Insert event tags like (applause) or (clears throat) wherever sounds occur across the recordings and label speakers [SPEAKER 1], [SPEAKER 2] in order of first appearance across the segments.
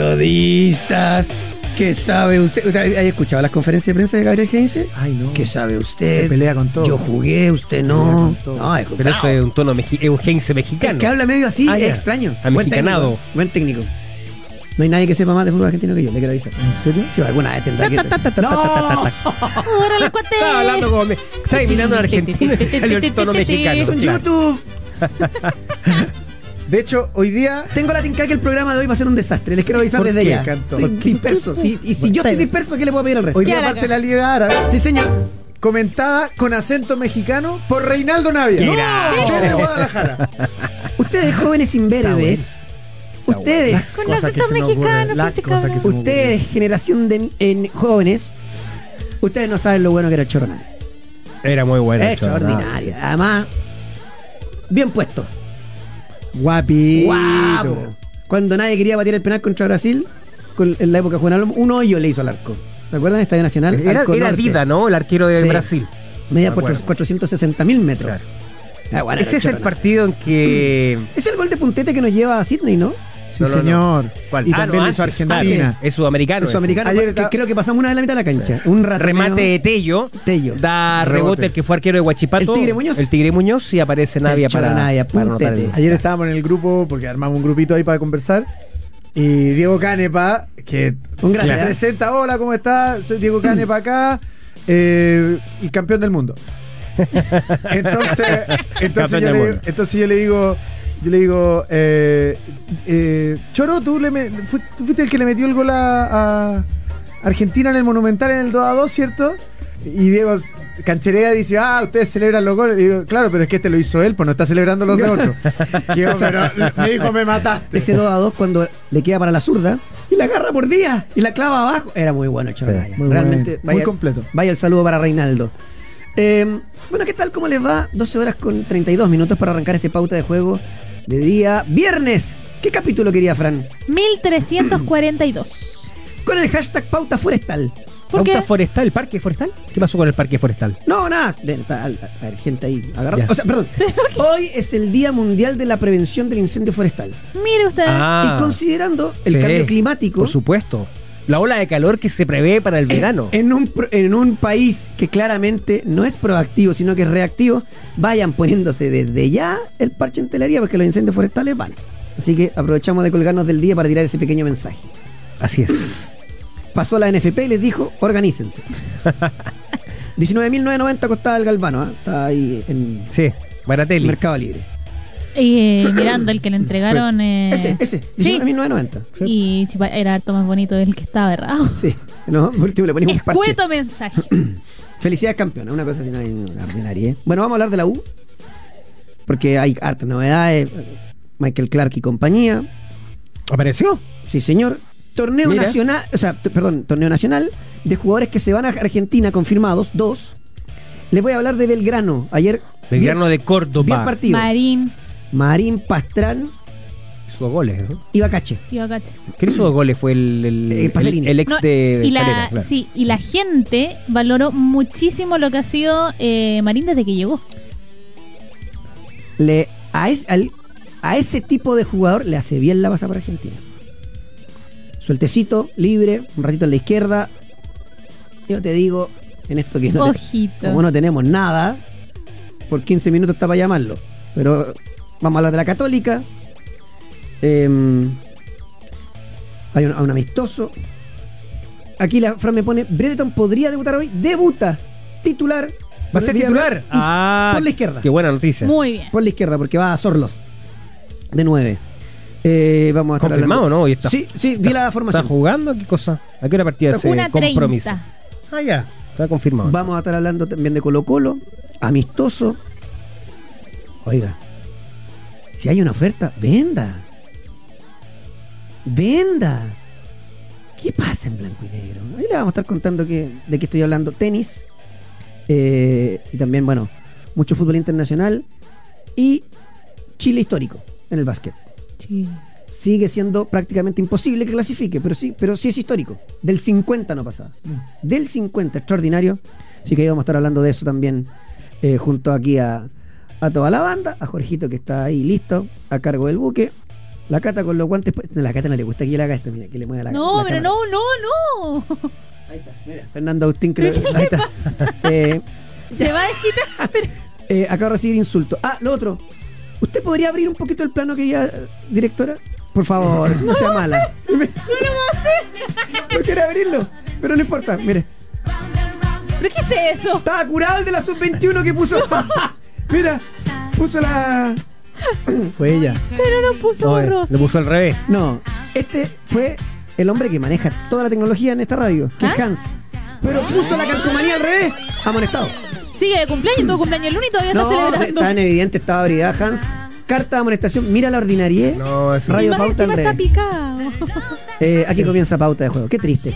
[SPEAKER 1] periodistas. ¿Qué sabe usted? ¿Usted ¿Ha escuchado las conferencias de prensa de Gabriel Heinze?
[SPEAKER 2] Ay, no.
[SPEAKER 1] ¿Qué sabe usted?
[SPEAKER 2] Se pelea con todo.
[SPEAKER 1] Yo jugué, usted
[SPEAKER 2] pelea
[SPEAKER 1] no.
[SPEAKER 2] con todo.
[SPEAKER 1] No, es
[SPEAKER 3] Pero eso es un tono mexi- es un Heinze
[SPEAKER 1] Es
[SPEAKER 3] mexicano.
[SPEAKER 1] que habla medio así,
[SPEAKER 3] Ah,
[SPEAKER 1] es
[SPEAKER 3] ya.
[SPEAKER 1] extraño.
[SPEAKER 3] Amexicanado.
[SPEAKER 1] técnico, Buen técnico. No hay nadie que sepa más de fútbol argentino que yo, le quiero avisar.
[SPEAKER 2] ¿En serio?
[SPEAKER 1] Si alguna vez tendrá que. ¡No!
[SPEAKER 4] ¡Órale, cuate!
[SPEAKER 3] Estaba hablando como. me- Estaba imitando a Argentina y te salió el tono mexicano.
[SPEAKER 1] Es un (laughs) YouTube.
[SPEAKER 2] (laughs) De hecho, hoy día.
[SPEAKER 1] Tengo la tinca que el programa de hoy va a ser un desastre. Les quiero avisar
[SPEAKER 2] ¿Por
[SPEAKER 1] desde
[SPEAKER 2] qué,
[SPEAKER 1] ya.
[SPEAKER 2] Canto?
[SPEAKER 1] Estoy
[SPEAKER 2] ¿Por qué?
[SPEAKER 1] disperso. Sí, y si yo estoy disperso, ¿qué le puedo pedir al resto?
[SPEAKER 2] Hoy día
[SPEAKER 4] Claro.
[SPEAKER 2] parte la Liga Árabe.
[SPEAKER 1] Sí, señor.
[SPEAKER 2] Comentada con acento mexicano por Reinaldo Navia.
[SPEAKER 3] Mira.
[SPEAKER 2] Desde Guadalajara.
[SPEAKER 1] Ustedes jóvenes imberbes. Ustedes.
[SPEAKER 4] Con acento mexicano, pinche cabrón.
[SPEAKER 1] Ustedes, generación de mi- en jóvenes, ustedes no saben lo bueno que era el chorronal.
[SPEAKER 3] Era muy bueno. el chorro. Ah,
[SPEAKER 1] Extraordinario. Además, bien puesto.
[SPEAKER 2] Guapi.
[SPEAKER 1] ¡Guapo! Cuando nadie quería batir el penal contra Brasil, con- en la época de Juan Alonso, un hoyo le hizo al arco. ¿Se acuerdan? Estadio Nacional.
[SPEAKER 3] Era,
[SPEAKER 1] arco
[SPEAKER 3] era
[SPEAKER 1] norte.
[SPEAKER 3] Dida, ¿no? El arquero de
[SPEAKER 1] Sí.
[SPEAKER 3] Brasil.
[SPEAKER 1] Medía
[SPEAKER 3] Me
[SPEAKER 1] cuatro-
[SPEAKER 3] acuerdo.
[SPEAKER 1] 460 mil metros.
[SPEAKER 3] Claro.
[SPEAKER 1] Ah, bueno, Mm.
[SPEAKER 3] Ese es el
[SPEAKER 1] chorronal.
[SPEAKER 3] partido en que.
[SPEAKER 1] Es el gol de puntete que nos lleva a Sydney, ¿no?
[SPEAKER 2] Sí,
[SPEAKER 3] No, no, no.
[SPEAKER 2] señor.
[SPEAKER 3] ¿Cuál?
[SPEAKER 2] Y
[SPEAKER 3] Ah,
[SPEAKER 2] también
[SPEAKER 3] no,
[SPEAKER 2] le hizo
[SPEAKER 3] antes.
[SPEAKER 2] Argentina.
[SPEAKER 3] Ah, es sudamericano.
[SPEAKER 1] El
[SPEAKER 3] ese.
[SPEAKER 1] sudamericano.
[SPEAKER 2] Ayer
[SPEAKER 1] que
[SPEAKER 2] estaba-
[SPEAKER 1] creo que pasamos una de la mitad de la cancha. Un ratoneo.
[SPEAKER 3] Remate de Tello.
[SPEAKER 1] Tello.
[SPEAKER 3] Da rebote,
[SPEAKER 2] Rebote.
[SPEAKER 3] el que fue arquero de Guachipato.
[SPEAKER 1] El Tigre Muñoz.
[SPEAKER 3] El Tigre Muñoz y aparece Navia
[SPEAKER 1] El
[SPEAKER 3] para,
[SPEAKER 1] Cholo Navia,
[SPEAKER 3] para anotar
[SPEAKER 1] puntete.
[SPEAKER 3] el-
[SPEAKER 2] Ayer estábamos en el grupo, porque armamos un grupito ahí para conversar. Y Diego Canepa, que
[SPEAKER 1] Un
[SPEAKER 2] se
[SPEAKER 1] gracias.
[SPEAKER 2] presenta, hola, ¿cómo estás? Soy Diego Canepa acá, eh, y campeón del
[SPEAKER 3] (laughs)
[SPEAKER 2] mundo. Entonces, entonces, yo
[SPEAKER 3] Campeón del
[SPEAKER 2] le, digo-
[SPEAKER 3] mundo.
[SPEAKER 2] entonces yo le digo, yo le digo, eh, eh, Choro, ¿tú, le me- fu- tú fuiste el que le metió el gol a, a Argentina en el Monumental en el 2 a 2, ¿cierto? Y Diego Cancherea dice, ah, ustedes celebran los goles. Y digo, claro, pero es que este lo hizo él, pues no está celebrando los de (laughs) otro. Y yo, pero me dijo, me mataste.
[SPEAKER 1] Ese 2 a 2 cuando le queda para la zurda y la agarra por día y la clava abajo. Era muy bueno, Chorraya.
[SPEAKER 2] muy
[SPEAKER 1] Realmente,
[SPEAKER 2] bueno. Muy completo.
[SPEAKER 1] Vaya el saludo para Reinaldo. Eh, bueno, ¿qué tal? ¿Cómo les va? 12 horas con 32 minutos para arrancar este pauta de juego de día viernes. ¿Qué capítulo quería, Fran?
[SPEAKER 4] 1342.
[SPEAKER 1] Con el hashtag pauta forestal.
[SPEAKER 4] ¿Por
[SPEAKER 3] ¿Pauta
[SPEAKER 4] qué?
[SPEAKER 3] forestal? ¿El parque forestal? ¿Qué pasó con el parque forestal?
[SPEAKER 1] No, nada. de- ta- al- a ver, gente ahí. agarrando-
[SPEAKER 3] Ya.
[SPEAKER 1] O sea, perdón. Hoy es el Día Mundial de la Prevención del Incendio Forestal.
[SPEAKER 4] Mire usted.
[SPEAKER 3] Ah,
[SPEAKER 1] y considerando el
[SPEAKER 3] sí,
[SPEAKER 1] cambio climático, Eh,
[SPEAKER 3] Por supuesto. La ola de calor que se prevé para el verano.
[SPEAKER 1] En un, pro- en un país que claramente no es proactivo, sino que es reactivo, vayan poniéndose desde ya el parche en telería porque los incendios forestales van. Así que aprovechamos de colgarnos del día para tirar ese pequeño mensaje.
[SPEAKER 3] Así es.
[SPEAKER 1] Pasó la NFP y les dijo, organícense. 19.990 costaba el galvano, ¿ah? está ahí en
[SPEAKER 3] Sí. Baratelli.
[SPEAKER 1] Mercado Libre.
[SPEAKER 4] Y eh, mirando el que le entregaron. eh,
[SPEAKER 1] Ese, ese,
[SPEAKER 4] Sí.
[SPEAKER 1] 19.990.
[SPEAKER 4] Y chupa, era harto más bonito del que estaba errado.
[SPEAKER 1] Sí, no, por último le ponemos un parche.
[SPEAKER 4] Escueto mensaje.
[SPEAKER 1] Felicidades campeona, una cosa así no hay una ordinaria. ¿eh? Bueno, vamos a hablar de la U, porque hay hartas novedades. Michael Clark y compañía.
[SPEAKER 3] ¿Apareció?
[SPEAKER 1] Sí, señor. Torneo
[SPEAKER 3] Mira.
[SPEAKER 1] nacional, o sea, t- perdón, torneo nacional de jugadores que se van a Argentina confirmados, dos. Les voy a hablar de Belgrano. Ayer.
[SPEAKER 3] El gobierno de
[SPEAKER 1] bien,
[SPEAKER 3] Córdoba.
[SPEAKER 1] bien partido.
[SPEAKER 4] Marín,
[SPEAKER 1] Marín, Pastrán
[SPEAKER 3] Hizo dos goles, ¿no?
[SPEAKER 1] y Bacache.
[SPEAKER 4] tío Acache.
[SPEAKER 3] ¿Quién hizo dos goles? Fue el, el,
[SPEAKER 1] Eh, Pasarini.
[SPEAKER 3] el- el ex
[SPEAKER 4] No,
[SPEAKER 3] de
[SPEAKER 4] y la,
[SPEAKER 3] Calera, claro.
[SPEAKER 4] Sí, y la gente valoró muchísimo lo que ha sido eh, Marín desde que llegó.
[SPEAKER 1] Le, a, es- al- a ese tipo de jugador le hace bien la pasa para Argentina. Sueltecito, libre, un ratito en la izquierda. Yo te digo, en esto que no te-
[SPEAKER 4] Ojito.
[SPEAKER 1] Como no tenemos nada, por 15 minutos está para llamarlo. Pero vamos a hablar de la Católica. Eh, hay un, a un amistoso. Aquí la Fran me pone: Brereton podría debutar hoy. Debuta. Titular.
[SPEAKER 3] ¿Va a ser titular?
[SPEAKER 1] Y
[SPEAKER 3] Ah,
[SPEAKER 1] por la izquierda.
[SPEAKER 3] Qué buena noticia.
[SPEAKER 4] Muy bien.
[SPEAKER 1] Por la izquierda, porque va a Sorlos. De 9. Eh, vamos a estar
[SPEAKER 3] Confirmado,
[SPEAKER 1] hablando-
[SPEAKER 3] ¿no? Hoy está-
[SPEAKER 1] sí, sí, vi la formación.
[SPEAKER 3] ¿Está jugando? ¿Qué cosa? ¿A qué hora partida
[SPEAKER 4] Una
[SPEAKER 3] ese compromiso?
[SPEAKER 4] 30.
[SPEAKER 3] Ah, ya. Está confirmado.
[SPEAKER 1] Vamos a estar hablando también de Colo Colo, amistoso. Oiga, si hay una oferta, venda. Venda. ¿Qué pasa en blanco y negro? Ahí le vamos a estar contando que, de qué estoy hablando. Tenis. eh, y también, bueno, mucho fútbol internacional. Y Chile histórico en el básquet.
[SPEAKER 4] Sí.
[SPEAKER 1] Sigue siendo prácticamente imposible que clasifique, pero sí, pero sí es histórico. Del 50 no pasaba. Del 50, extraordinario. Así que ahí vamos a estar hablando de eso también eh, junto aquí a, a toda la banda, a Jorgito que está ahí listo, a cargo del buque, La cata con los guantes. pu- No, la cata no le gusta que yo le haga esto, mira, que le mueva la
[SPEAKER 4] No,
[SPEAKER 1] la
[SPEAKER 4] pero
[SPEAKER 1] cámara.
[SPEAKER 4] no, no, no.
[SPEAKER 1] Ahí está, mira, Fernando Agustín creo
[SPEAKER 4] ¿Pero (laughs) qué
[SPEAKER 1] ahí está. (laughs) Eh,
[SPEAKER 4] Se va a desquitar. pero-
[SPEAKER 1] eh, acabo de recibir insultos. Ah, lo otro. ¿Usted podría abrir un poquito el plano que ya, directora? Por
[SPEAKER 4] (laughs)
[SPEAKER 1] favor, no, sea mala. (laughs)
[SPEAKER 4] No lo puedo hacer.
[SPEAKER 1] No quiere abrirlo, pero no importa. Mire,
[SPEAKER 4] ¿Pero qué es eso?
[SPEAKER 1] estaba curado el de la sub-21 que
[SPEAKER 4] (laughs)
[SPEAKER 1] puso. Mira, puso la.
[SPEAKER 2] Fue ella.
[SPEAKER 4] Pero no puso
[SPEAKER 3] No, eh,
[SPEAKER 4] borroso.
[SPEAKER 3] lo puso al revés.
[SPEAKER 1] No, este fue el hombre que maneja toda la tecnología en esta radio, que es Hans.
[SPEAKER 4] ¿Hans?
[SPEAKER 1] Pero puso la calcomanía al revés, amonestado.
[SPEAKER 4] Sigue de cumpleaños, tu cumpleaños el lunes y todavía
[SPEAKER 1] No,
[SPEAKER 4] está celebrando.
[SPEAKER 1] tan evidente estaba brigada Hans. Carta de amonestación, mira la ordinariedad.
[SPEAKER 3] No, eso-
[SPEAKER 4] Y
[SPEAKER 1] Radio
[SPEAKER 4] más
[SPEAKER 1] Pauta al
[SPEAKER 4] encima está
[SPEAKER 1] revés.
[SPEAKER 4] picado.
[SPEAKER 1] Eh, aquí comienza Pauta de Juego, qué triste.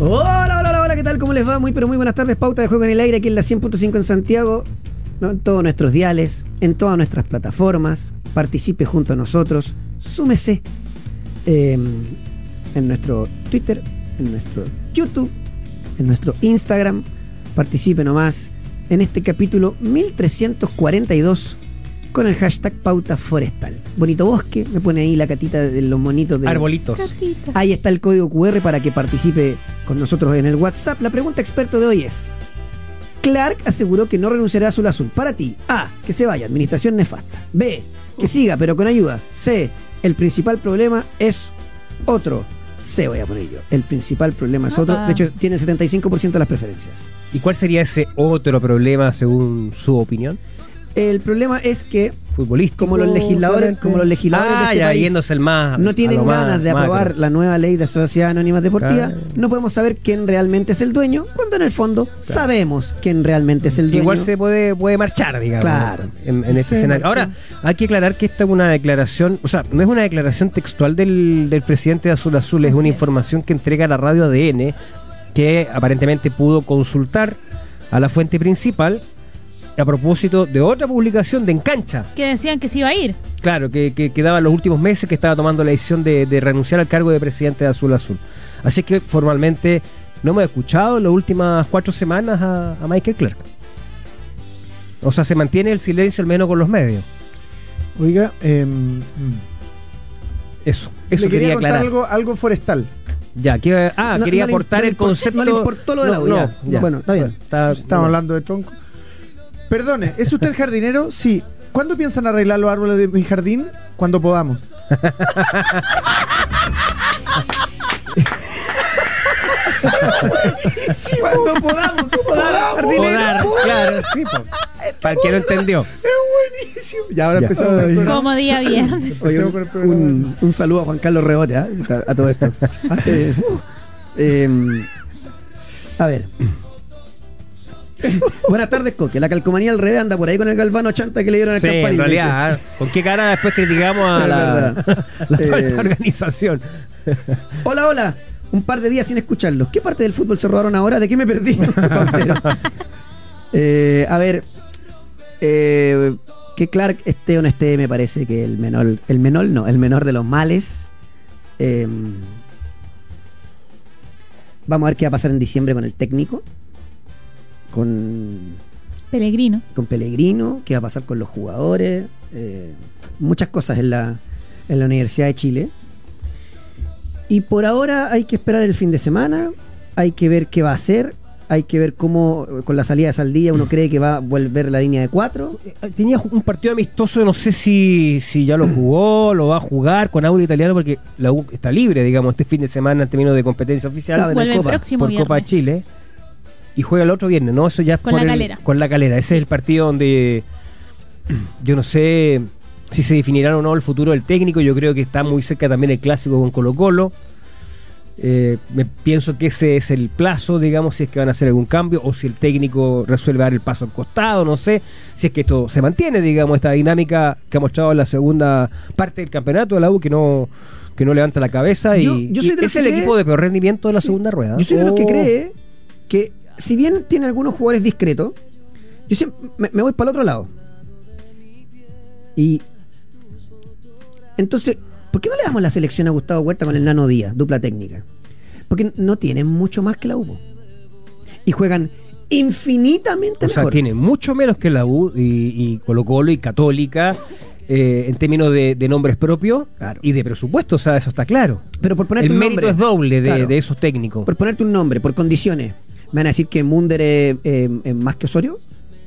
[SPEAKER 1] Hola, hola, hola, hola, ¿qué tal? ¿Cómo les va? Muy, pero muy buenas tardes. Pauta de Juego en el Aire, aquí en la 100.5 en Santiago, ¿no? en todos nuestros diales, en todas nuestras plataformas. Participe junto a nosotros, súmese eh, en nuestro Twitter, en nuestro YouTube, en nuestro Instagram. Participe nomás en este capítulo 1342 con el hashtag Pauta Forestal. Bonito bosque, me pone ahí la catita de los monitos de...
[SPEAKER 3] Arbolitos.
[SPEAKER 4] Catita.
[SPEAKER 1] Ahí está el código QR para que participe con nosotros en el WhatsApp. La pregunta experto de hoy es: Clark aseguró que no renunciará a Azul Azul. Para ti, A. Que se vaya, administración nefasta. B. Que siga, pero con ayuda. C. El principal problema es otro. C. Voy a poner yo. El principal problema es otro.
[SPEAKER 4] Apa.
[SPEAKER 1] De hecho, tiene el 75% de las preferencias.
[SPEAKER 3] ¿Y cuál sería ese otro problema según su opinión?
[SPEAKER 1] El problema es que,
[SPEAKER 3] Futbolístico.
[SPEAKER 1] como los legisladores, como los legisladores de
[SPEAKER 3] Ah,
[SPEAKER 1] este
[SPEAKER 3] ya,
[SPEAKER 1] país-
[SPEAKER 3] yéndose al más.
[SPEAKER 1] no tienen
[SPEAKER 3] a lo más
[SPEAKER 1] ganas de
[SPEAKER 3] macro.
[SPEAKER 1] aprobar la nueva ley de sociedades anónimas deportivas,
[SPEAKER 3] Claro.
[SPEAKER 1] no podemos saber quién realmente es el dueño, cuando en el fondo sabemos quién realmente es el dueño.
[SPEAKER 3] Igual se puede, puede marchar, digamos.
[SPEAKER 1] Claro.
[SPEAKER 3] En, en este
[SPEAKER 1] Se
[SPEAKER 3] escenario.
[SPEAKER 1] marcha.
[SPEAKER 3] Ahora, hay que aclarar que esta es una declaración, o sea, no es una declaración textual del, del presidente de Azul Azul, es
[SPEAKER 4] Así
[SPEAKER 3] una
[SPEAKER 4] es.
[SPEAKER 3] información que entrega la radio ADN, que aparentemente pudo consultar a la fuente principal a propósito de otra publicación de Encancha.
[SPEAKER 4] Que decían que se iba a ir.
[SPEAKER 3] Claro, que, que quedaba en los últimos meses que estaba tomando la decisión de, de renunciar al cargo de presidente de Azul Azul. Así que formalmente no me he escuchado en las últimas cuatro semanas a, a Michael Clark. O sea, se mantiene el silencio al menos con los medios.
[SPEAKER 2] Oiga, em, mm.
[SPEAKER 3] Eso, eso
[SPEAKER 2] le quería,
[SPEAKER 3] quería,
[SPEAKER 2] contar
[SPEAKER 3] aclarar.
[SPEAKER 2] algo, algo forestal.
[SPEAKER 3] Ya, que, ah,
[SPEAKER 1] No-
[SPEAKER 3] quería
[SPEAKER 1] no le-
[SPEAKER 3] aportar
[SPEAKER 1] no le
[SPEAKER 3] el
[SPEAKER 1] importó- no
[SPEAKER 3] concepto.
[SPEAKER 1] le importó lo del audio, ya. Bueno, está bien.
[SPEAKER 3] está-
[SPEAKER 2] Estamos hablando de tronco. Perdone, ¿es usted el jardinero? Sí. ¿Cuándo piensan arreglar los árboles de mi jardín? Cuando podamos.
[SPEAKER 1] Sí, cuando podamos, podamos,
[SPEAKER 3] Podar, claro, sí, po.
[SPEAKER 1] (laughs)
[SPEAKER 3] Para el que no entendió.
[SPEAKER 2] Y ahora
[SPEAKER 3] Ya.
[SPEAKER 2] empezamos con el
[SPEAKER 1] Ay.
[SPEAKER 2] programa.
[SPEAKER 4] Como día viernes.
[SPEAKER 1] (laughs) Oye,
[SPEAKER 2] Empecemos con el
[SPEAKER 1] un,
[SPEAKER 2] programa.
[SPEAKER 1] un- un saludo a Juan Carlos Rebote, ¿ah? a, a todo
[SPEAKER 3] (laughs)
[SPEAKER 1] esto. Hace- uh, Em, a
[SPEAKER 3] (laughs)
[SPEAKER 1] ver. Buenas tardes, Coque. La calcomanía al revés anda por ahí con el galvano chanta que le dieron al
[SPEAKER 3] Sí, en
[SPEAKER 1] campanito,
[SPEAKER 3] realidad, ¿ah? ¿con qué cara después criticamos a
[SPEAKER 1] Es
[SPEAKER 3] la,
[SPEAKER 1] verdad.
[SPEAKER 3] (laughs) la
[SPEAKER 1] Eh,
[SPEAKER 3] falta de organización?
[SPEAKER 1] Hola, hola. Un par de días sin escucharlos. ¿Qué parte del fútbol se robaron ahora? ¿De qué me perdí? (laughs) Eh, a ver. eh, que Clark esté o no esté, me parece que el menor. El menor no, el menor de los males. Eh, vamos a ver qué va a pasar en diciembre con el técnico. Con
[SPEAKER 4] Pellegrino.
[SPEAKER 1] con Pellegrino, qué va a pasar con los jugadores, eh, muchas cosas en la, en la Universidad de Chile. Y por ahora hay que esperar el fin de semana, hay que ver qué va a hacer, hay que ver cómo eh, con la salida de Saldilla uno cree que va a volver la línea de cuatro.
[SPEAKER 3] eh, Tenía ju- un partido amistoso, no sé si, si ya lo jugó, lo va a jugar con audio italiano, porque la U está libre, digamos, este fin de semana en términos de
[SPEAKER 1] Está
[SPEAKER 3] competencia oficial
[SPEAKER 1] en
[SPEAKER 4] Vuelve el
[SPEAKER 1] Copa,
[SPEAKER 4] próximo
[SPEAKER 3] por
[SPEAKER 4] viernes.
[SPEAKER 3] Copa Chile. Y juega el otro viernes, ¿no? Eso ya es
[SPEAKER 4] Con
[SPEAKER 3] por
[SPEAKER 4] la
[SPEAKER 3] el-
[SPEAKER 4] Calera.
[SPEAKER 3] Con la calera. Ese es el partido donde (clears throat) yo no sé si se definirá o no el futuro del técnico. Yo creo que está muy cerca también el clásico con Colo Colo. Eh, me pienso que ese es el plazo, digamos, si es que van a hacer algún cambio o si el técnico resuelve dar el paso al costado, no sé, si es que esto se mantiene, digamos, esta dinámica que ha mostrado la segunda parte del campeonato de la U que no, que no levanta la cabeza y,
[SPEAKER 1] Yo- yo soy de
[SPEAKER 3] y
[SPEAKER 1] los
[SPEAKER 3] es
[SPEAKER 1] que
[SPEAKER 3] el
[SPEAKER 1] cree-
[SPEAKER 3] equipo de peor rendimiento de la segunda rueda.
[SPEAKER 1] Yo soy de los que
[SPEAKER 3] Oh.
[SPEAKER 1] cree que, si bien tiene algunos jugadores discretos, yo siempre me, me voy para el otro lado. Y. Entonces, ¿por qué no le damos la selección a Gustavo Huerta con el Nano Díaz, dupla técnica? Porque no tienen mucho más que la UPO. Y juegan infinitamente
[SPEAKER 3] O sea,
[SPEAKER 1] este mejor.
[SPEAKER 3] tiene mucho menos que la U y, y Colo Colo y Católica eh, en términos de, de nombres propios
[SPEAKER 1] Claro.
[SPEAKER 3] y de presupuesto, o sea, eso está claro.
[SPEAKER 1] Pero por ponerte
[SPEAKER 3] El
[SPEAKER 1] un
[SPEAKER 3] mérito
[SPEAKER 1] nombre,
[SPEAKER 3] es doble de,
[SPEAKER 1] claro.
[SPEAKER 3] de esos técnicos.
[SPEAKER 1] Por ponerte un nombre, por condiciones. Me van a decir que Munder es eh, es más que Osorio,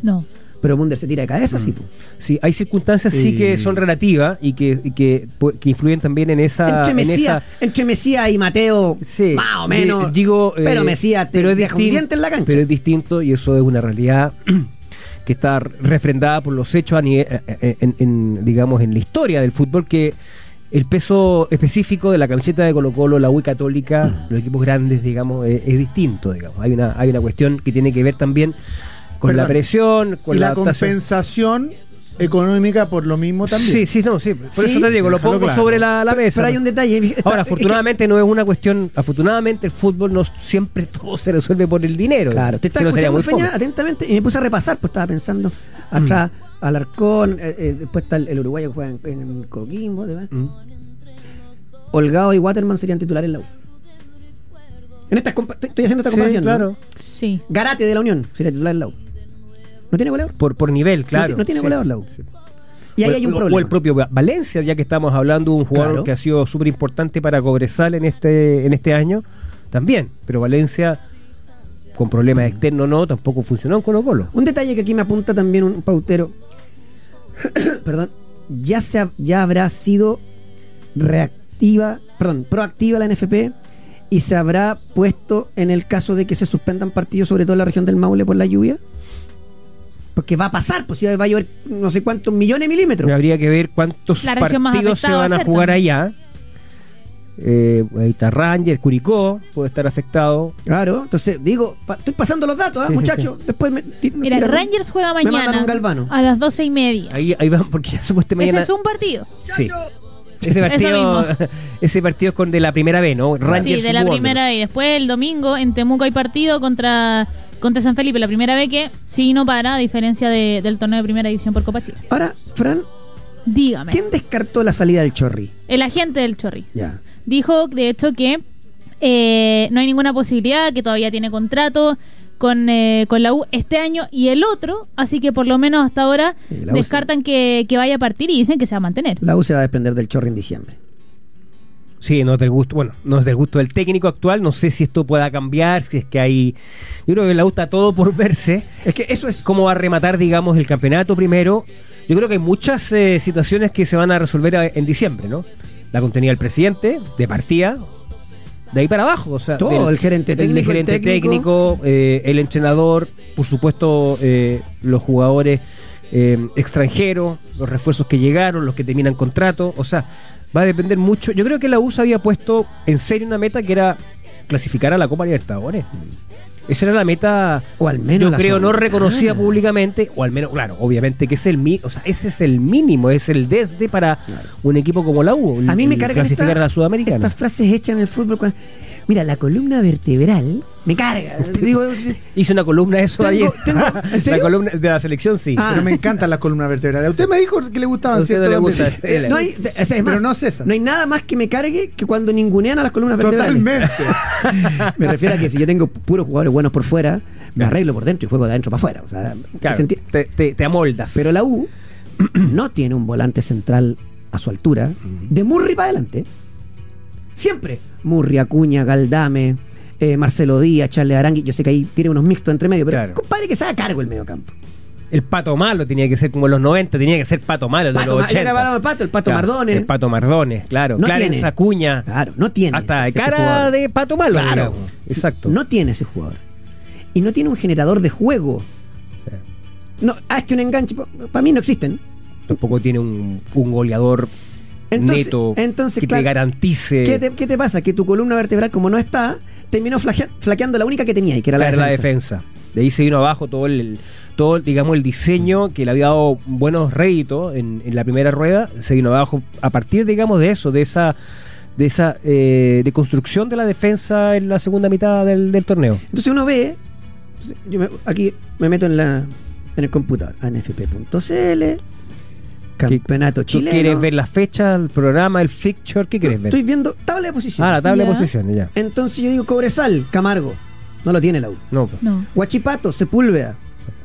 [SPEAKER 4] No.
[SPEAKER 1] pero Munder se tira de
[SPEAKER 3] Mm.
[SPEAKER 1] cabeza, sí. po.
[SPEAKER 3] Sí, hay circunstancias sí
[SPEAKER 1] eh,
[SPEAKER 3] que son relativas y que, y que, pu- que influyen también en esa...
[SPEAKER 1] entre,
[SPEAKER 3] en
[SPEAKER 1] Mesías,
[SPEAKER 3] esa
[SPEAKER 1] entre Mesías y Mateo,
[SPEAKER 3] Sí,
[SPEAKER 1] más o menos.
[SPEAKER 3] di- Digo, eh,
[SPEAKER 1] pero Mesías te
[SPEAKER 3] pero es
[SPEAKER 1] deja un
[SPEAKER 3] distin-
[SPEAKER 1] diente en la cancha.
[SPEAKER 3] Pero es distinto y eso es una realidad (clears throat) que está refrendada por los hechos a nivel- eh, eh, en, en, digamos, en la historia del fútbol que el peso específico de la camiseta de Colo Colo, la U Católica,
[SPEAKER 1] Mm.
[SPEAKER 3] los equipos grandes, digamos, es, es distinto, digamos. Hay una, hay una cuestión que tiene que ver también con la
[SPEAKER 2] Perdón.
[SPEAKER 3] presión, con
[SPEAKER 2] y la,
[SPEAKER 3] adaptación.
[SPEAKER 2] compensación económica por lo mismo también.
[SPEAKER 3] Sí, sí, no, sí. Por
[SPEAKER 1] Sí,
[SPEAKER 3] eso te digo, lo
[SPEAKER 2] déjalo
[SPEAKER 3] pongo
[SPEAKER 2] claro.
[SPEAKER 3] sobre la, la
[SPEAKER 1] Pero-
[SPEAKER 3] mesa.
[SPEAKER 1] Pero hay un detalle. está-
[SPEAKER 3] Ahora,
[SPEAKER 1] es que-
[SPEAKER 3] afortunadamente no es una cuestión. Afortunadamente el fútbol no siempre todo se resuelve por el dinero.
[SPEAKER 1] Claro, te
[SPEAKER 3] Si
[SPEAKER 1] estaba
[SPEAKER 3] no sería
[SPEAKER 1] escuchando,
[SPEAKER 3] muy
[SPEAKER 1] Feña,
[SPEAKER 3] fome.
[SPEAKER 1] atentamente y me puse a repasar, pues estaba pensando atrás,
[SPEAKER 3] Mm.
[SPEAKER 1] Alarcón, eh, eh, después está el, el uruguayo que juega en, en Coquimbo, demás.
[SPEAKER 3] Mm.
[SPEAKER 1] Holgado y Waterman serían titulares en la U. En estas compa- estoy- estoy haciendo esta
[SPEAKER 3] Sí,
[SPEAKER 1] comparación. ¿no?
[SPEAKER 3] claro.
[SPEAKER 4] Sí.
[SPEAKER 1] Garate de la Unión sería titular en la U. ¿No tiene goleador?
[SPEAKER 3] Por, por nivel, claro.
[SPEAKER 1] No, ti- no tiene
[SPEAKER 3] sí.
[SPEAKER 1] goleador la U. Y ahí
[SPEAKER 3] O-
[SPEAKER 1] hay un
[SPEAKER 3] o-
[SPEAKER 1] problema.
[SPEAKER 3] O el propio Va- Valencia, ya que estamos hablando de un jugador
[SPEAKER 1] Claro.
[SPEAKER 3] que ha sido súper importante para Cobresal en este, en este año, también. Pero Valencia, con problemas externos no, tampoco funcionó en Colo Colo.
[SPEAKER 1] Un detalle que aquí me apunta también un pautero. (coughs) perdón. Ya, se ha- ya habrá sido reactiva, perdón, proactiva la NFP y se habrá puesto en el caso de que se suspendan partidos, sobre todo en la región del Maule, por la lluvia. Porque va a pasar, pues si va a llover no sé cuántos millones de milímetros.
[SPEAKER 3] Habría que ver cuántos
[SPEAKER 4] La región más
[SPEAKER 3] partidos se
[SPEAKER 4] afectada va
[SPEAKER 3] van
[SPEAKER 4] a
[SPEAKER 3] a
[SPEAKER 4] ser
[SPEAKER 3] jugar
[SPEAKER 4] también.
[SPEAKER 3] allá. Eh, ahí está Ranger, Curicó, puede estar afectado.
[SPEAKER 1] Claro, entonces digo, pa- estoy pasando los datos, ¿ah,
[SPEAKER 3] Sí, sí,
[SPEAKER 1] muchachos. Después me. ti- me
[SPEAKER 4] Mira,
[SPEAKER 1] tiran-
[SPEAKER 4] Rangers juega
[SPEAKER 1] me mandan
[SPEAKER 4] mañana
[SPEAKER 1] un Galvano.
[SPEAKER 4] a las doce y media.
[SPEAKER 3] Ahí, ahí van, porque ya supuestamente
[SPEAKER 4] Ese
[SPEAKER 3] mañana.
[SPEAKER 4] es un partido.
[SPEAKER 3] Sí. Ese partido, ese partido es con de la primera B, ¿no? Rangers
[SPEAKER 4] sí, de la
[SPEAKER 3] Wanderers.
[SPEAKER 4] primera y después el domingo en Temuco hay partido contra contra San Felipe, la primera vez que sí no para, a diferencia de- del torneo de primera división por Copa Chile.
[SPEAKER 1] Ahora, Fran,
[SPEAKER 4] Dígame,
[SPEAKER 1] ¿quién descartó la salida del Chorri?
[SPEAKER 4] el agente del Chorri
[SPEAKER 1] Ya.
[SPEAKER 4] dijo de hecho que eh, no hay ninguna posibilidad, que todavía tiene contrato con, eh, con la U este año y el otro, así que por lo menos hasta ahora
[SPEAKER 1] Sí, la U se-
[SPEAKER 4] descartan que, que vaya a partir y dicen que se va a mantener.
[SPEAKER 1] La U se va a desprender del Chorri en diciembre.
[SPEAKER 3] Sí, no es del gusto, bueno, no es del gusto del técnico actual, no sé si esto pueda cambiar, si es que hay... Yo creo que le gusta todo por verse.
[SPEAKER 1] Es que eso es.
[SPEAKER 3] Cómo va a rematar, digamos, el campeonato primero. Yo creo que hay muchas eh, situaciones que se van a resolver a- en diciembre, ¿no? La contenida del presidente, de partida, de ahí para abajo, o sea...
[SPEAKER 1] Todo,
[SPEAKER 3] del-
[SPEAKER 1] el gerente técnico,
[SPEAKER 3] El
[SPEAKER 1] el
[SPEAKER 3] gerente técnico,
[SPEAKER 1] técnico.
[SPEAKER 3] eh, el entrenador, por supuesto, eh, los jugadores eh, extranjeros, los refuerzos que llegaron, los que terminan contrato. O sea, va a depender mucho. Yo creo que la USA había puesto en serio una meta que era clasificar a la Copa Libertadores. Esa era la meta,
[SPEAKER 1] O al menos
[SPEAKER 3] yo
[SPEAKER 1] la
[SPEAKER 3] creo, no
[SPEAKER 1] Sudamericana.
[SPEAKER 3] reconocida públicamente, o al menos, claro, obviamente que es el mi- o sea, ese es el mínimo, es el desde para un equipo como la U.
[SPEAKER 1] A mí me
[SPEAKER 3] el
[SPEAKER 1] cargan
[SPEAKER 3] clasificar
[SPEAKER 1] esta-
[SPEAKER 3] a la Sudamericana.
[SPEAKER 1] Estas frases hechas en el fútbol. cuando- Mira, la columna vertebral me carga. Te digo,
[SPEAKER 3] Hice una columna de eso
[SPEAKER 1] Tengo-
[SPEAKER 3] ayer.
[SPEAKER 1] tengo- ¿en serio?
[SPEAKER 3] (laughs) La columna de la selección, sí.
[SPEAKER 1] Ah.
[SPEAKER 2] Pero me encantan las columnas vertebrales. Usted me dijo que le
[SPEAKER 3] A
[SPEAKER 2] gustaban
[SPEAKER 3] usted no le
[SPEAKER 2] ciertos
[SPEAKER 3] gusta.
[SPEAKER 2] ambientes.
[SPEAKER 1] eh, no hay, o sea, es
[SPEAKER 2] Pero
[SPEAKER 1] más,
[SPEAKER 2] no cesa.
[SPEAKER 1] No hay nada más que me cargue que cuando ningunean a las columnas vertebrales.
[SPEAKER 2] Totalmente.
[SPEAKER 1] (laughs) Me refiero a que si yo tengo puros jugadores buenos por fuera, me arreglo por dentro y juego de adentro para afuera. O sea,
[SPEAKER 3] Claro,
[SPEAKER 1] te senti-
[SPEAKER 3] te, te- te amoldas.
[SPEAKER 1] Pero la
[SPEAKER 3] (clears throat)
[SPEAKER 1] U no tiene un volante central a su altura. De Murri para adelante. Siempre. Murri, Acuña, Galdame, eh, Marcelo Díaz, Charles Arangui. Yo sé que ahí tiene unos mixtos entre medio, pero
[SPEAKER 3] Claro.
[SPEAKER 1] compadre que se haga cargo el medio campo.
[SPEAKER 3] El pato malo tenía que ser como en los 90, tenía que ser pato malo de
[SPEAKER 1] Pato
[SPEAKER 3] los
[SPEAKER 1] Ma-
[SPEAKER 3] 80.
[SPEAKER 1] llega hablando del Pato, el Pato
[SPEAKER 3] Claro,
[SPEAKER 1] Mardones.
[SPEAKER 3] El pato Mardones, claro.
[SPEAKER 1] No
[SPEAKER 3] Clarence
[SPEAKER 1] tiene.
[SPEAKER 3] Acuña.
[SPEAKER 1] Claro, no tiene.
[SPEAKER 3] Hasta de
[SPEAKER 1] ese
[SPEAKER 3] cara
[SPEAKER 1] jugador.
[SPEAKER 3] de pato malo.
[SPEAKER 1] Claro.
[SPEAKER 3] digamos. Exacto.
[SPEAKER 1] No tiene ese jugador. Y no tiene un generador de juego. No, ah, es que un enganche. Para mí no existen.
[SPEAKER 3] Tampoco tiene un, un goleador
[SPEAKER 1] Entonces-
[SPEAKER 3] neto
[SPEAKER 1] entonces,
[SPEAKER 3] que
[SPEAKER 1] claro,
[SPEAKER 3] te garantice
[SPEAKER 1] ¿Qué te, qué te pasa? Que tu columna vertebral, como no está, terminó flajea- flaqueando la única que tenía y que era la
[SPEAKER 3] caer la
[SPEAKER 1] defensa.
[SPEAKER 3] defensa. De ahí se vino abajo todo el, el- todo digamos el diseño que le había dado buenos réditos en, en la primera rueda, se vino abajo a partir digamos de eso, de esa de esa eh, de construcción de la defensa en la segunda mitad del, del torneo.
[SPEAKER 1] Entonces uno ve, yo me- aquí me meto en la en el computador, anfp.cl, campeonato
[SPEAKER 3] ¿Tú
[SPEAKER 1] chileno.
[SPEAKER 3] quieres ver la fecha, el programa, el fixture? ¿Qué quieres ver?
[SPEAKER 1] Estoy viendo tabla de posición.
[SPEAKER 3] Ah, la tabla
[SPEAKER 4] Ya.
[SPEAKER 3] de posiciones, ya.
[SPEAKER 1] Entonces yo digo Cobresal, Camargo. No lo tiene la U.
[SPEAKER 3] No, pues.
[SPEAKER 4] No.
[SPEAKER 1] Guachipato, Sepúlvea.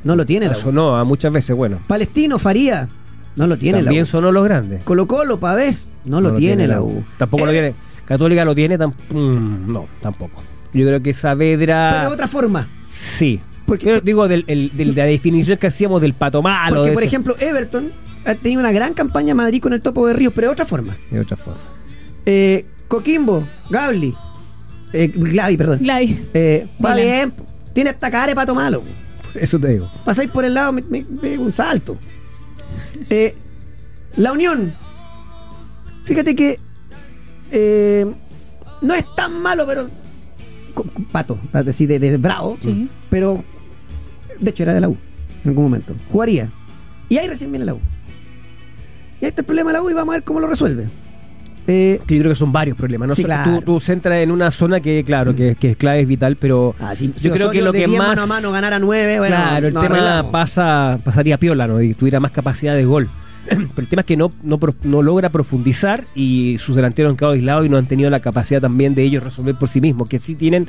[SPEAKER 1] No lo tiene la U.
[SPEAKER 3] sonó a muchas veces, bueno.
[SPEAKER 1] Palestino, Faría. No lo tiene
[SPEAKER 3] También
[SPEAKER 1] la U.
[SPEAKER 3] sonó los grandes.
[SPEAKER 1] Colo Colo, Pavés. No lo tiene la U. Eh,
[SPEAKER 3] Tampoco lo tiene. Católica lo tiene, tam- mm, no, tampoco. Yo creo que Saavedra.
[SPEAKER 1] Pero de otra forma.
[SPEAKER 3] Sí.
[SPEAKER 1] Porque-
[SPEAKER 3] Pero digo, del, el-
[SPEAKER 1] (laughs)
[SPEAKER 3] del- de la definición que hacíamos del pato malo.
[SPEAKER 1] Porque,
[SPEAKER 3] de
[SPEAKER 1] por
[SPEAKER 3] ese-
[SPEAKER 1] ejemplo, Everton ha tenido una gran campaña en Madrid con el topo de Ríos, pero de otra forma.
[SPEAKER 3] De otra forma.
[SPEAKER 1] Eh, Coquimbo, Gabli. Eh, Glavi, perdón.
[SPEAKER 4] Gladys.
[SPEAKER 1] Eh, va
[SPEAKER 4] Dylan.
[SPEAKER 1] bien. po. Tiene hasta cara de pato malo. po.
[SPEAKER 3] Por Eso te digo.
[SPEAKER 1] Pasáis por el lado, me, me- me pego un salto. Eh, la Unión. Fíjate que eh, no es tan malo, pero. co- co- Pato, es decir, de, de bravo.
[SPEAKER 4] Sí.
[SPEAKER 1] Pero. De hecho, era de la U en algún momento. Jugaría. Y ahí recién viene la U. Y ahí está el problema de la U y vamos a ver cómo lo resuelve. Eh,
[SPEAKER 3] Que yo creo que son varios problemas. ¿no?
[SPEAKER 1] Sí,
[SPEAKER 3] O sea,
[SPEAKER 1] claro.
[SPEAKER 3] tú, tú centras en una zona que, claro, que, que es clave, es vital, pero
[SPEAKER 1] ah, si- si
[SPEAKER 3] yo creo que
[SPEAKER 1] Osorio
[SPEAKER 3] lo
[SPEAKER 1] de
[SPEAKER 3] que
[SPEAKER 1] 10
[SPEAKER 3] más.
[SPEAKER 1] mano a mano ganar a 9, bueno,
[SPEAKER 3] claro, el
[SPEAKER 1] nos
[SPEAKER 3] tema
[SPEAKER 1] arreglamos.
[SPEAKER 3] pasa, pasaría piola, ¿no? Y tuviera más capacidad de gol. (clears throat) Pero el tema es que no, no, pro- no logra profundizar y sus delanteros han quedado aislados y no han tenido la capacidad también de ellos resolver por sí mismos, que sí tienen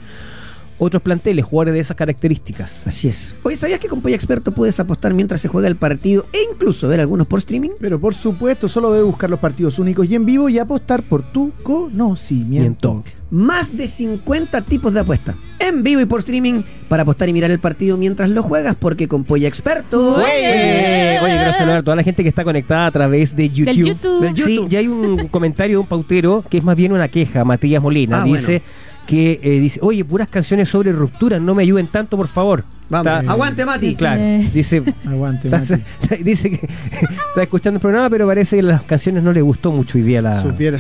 [SPEAKER 3] otros planteles, jugadores de esas características.
[SPEAKER 1] Así es. Oye, ¿sabías que con Polla Experto puedes apostar mientras se juega el partido e incluso ver algunos por streaming?
[SPEAKER 2] Pero por supuesto, solo debes buscar los partidos únicos y en vivo y apostar por tu conocimiento.
[SPEAKER 1] Más de 50 tipos de apuestas en vivo y por streaming para apostar y mirar el partido mientras lo juegas, porque con Polla Experto.
[SPEAKER 3] Oye, oye, quiero saludar a toda la gente que está conectada a través de YouTube.
[SPEAKER 4] YouTube.
[SPEAKER 1] Del
[SPEAKER 3] Sí,
[SPEAKER 1] YouTube.
[SPEAKER 3] ya hay
[SPEAKER 4] (laughs)
[SPEAKER 3] un comentario de un pautero que es más bien una queja, Matías Molina.
[SPEAKER 1] Ah,
[SPEAKER 3] dice que eh, dice, oye, puras canciones sobre rupturas, no me ayuden tanto, por favor.
[SPEAKER 1] Vamos,
[SPEAKER 3] Está-
[SPEAKER 1] aguante, Mati.
[SPEAKER 3] Claro,
[SPEAKER 4] Eh.
[SPEAKER 1] (laughs)
[SPEAKER 3] dice,
[SPEAKER 2] Aguante,
[SPEAKER 3] está-
[SPEAKER 2] Mati.
[SPEAKER 3] está- dice que (laughs) está escuchando el programa, pero parece que las canciones no le gustó mucho hoy día la...
[SPEAKER 2] Supiera,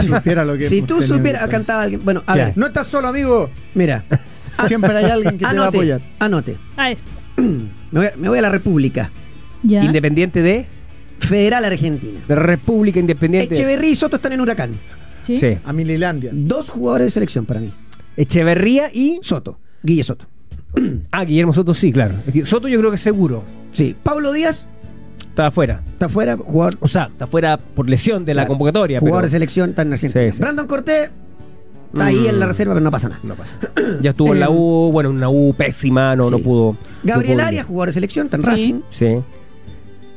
[SPEAKER 2] supiera lo que
[SPEAKER 1] Si
[SPEAKER 2] hemos
[SPEAKER 1] tú
[SPEAKER 2] tenido
[SPEAKER 1] supieras,
[SPEAKER 2] que pasar.
[SPEAKER 1] cantaba alguien. Bueno, a
[SPEAKER 3] Ya.
[SPEAKER 1] ver,
[SPEAKER 2] No estás solo, amigo.
[SPEAKER 1] mira,
[SPEAKER 2] (laughs) Siempre hay alguien que te va a
[SPEAKER 1] anote,
[SPEAKER 2] apoyar.
[SPEAKER 1] anote. (clears throat)
[SPEAKER 4] A ver.
[SPEAKER 1] Me voy, a- me voy a la República
[SPEAKER 4] Ya.
[SPEAKER 3] Independiente de,
[SPEAKER 1] Federal Argentina.
[SPEAKER 3] de República Independiente.
[SPEAKER 1] Echeverría y Soto están en Huracán.
[SPEAKER 4] Sí.
[SPEAKER 3] Sí.
[SPEAKER 2] A Mililandia.
[SPEAKER 1] Dos jugadores de selección para mí.
[SPEAKER 3] Echeverría y...
[SPEAKER 1] Soto, Guille Soto.
[SPEAKER 3] Ah, Guillermo Soto, sí, claro. Soto yo creo que seguro.
[SPEAKER 1] Sí, Pablo Díaz
[SPEAKER 3] Está afuera.
[SPEAKER 1] está fuera, jugador
[SPEAKER 3] O sea, está fuera por lesión de la
[SPEAKER 1] Claro.
[SPEAKER 3] convocatoria.
[SPEAKER 1] Jugador
[SPEAKER 3] pero-
[SPEAKER 1] de selección está en Argentina.
[SPEAKER 3] Sí, sí.
[SPEAKER 1] Brandon Cortés está ahí
[SPEAKER 3] Mm.
[SPEAKER 1] en la reserva, pero no pasa nada.
[SPEAKER 3] No pasa. Ya estuvo en la
[SPEAKER 1] Eh,
[SPEAKER 3] U, bueno, una U pésima, no,
[SPEAKER 1] sí.
[SPEAKER 3] no pudo. no
[SPEAKER 1] Gabriel
[SPEAKER 3] pudo
[SPEAKER 1] Arias, jugador de selección, está en
[SPEAKER 4] Sí.
[SPEAKER 1] Racing.
[SPEAKER 3] Sí.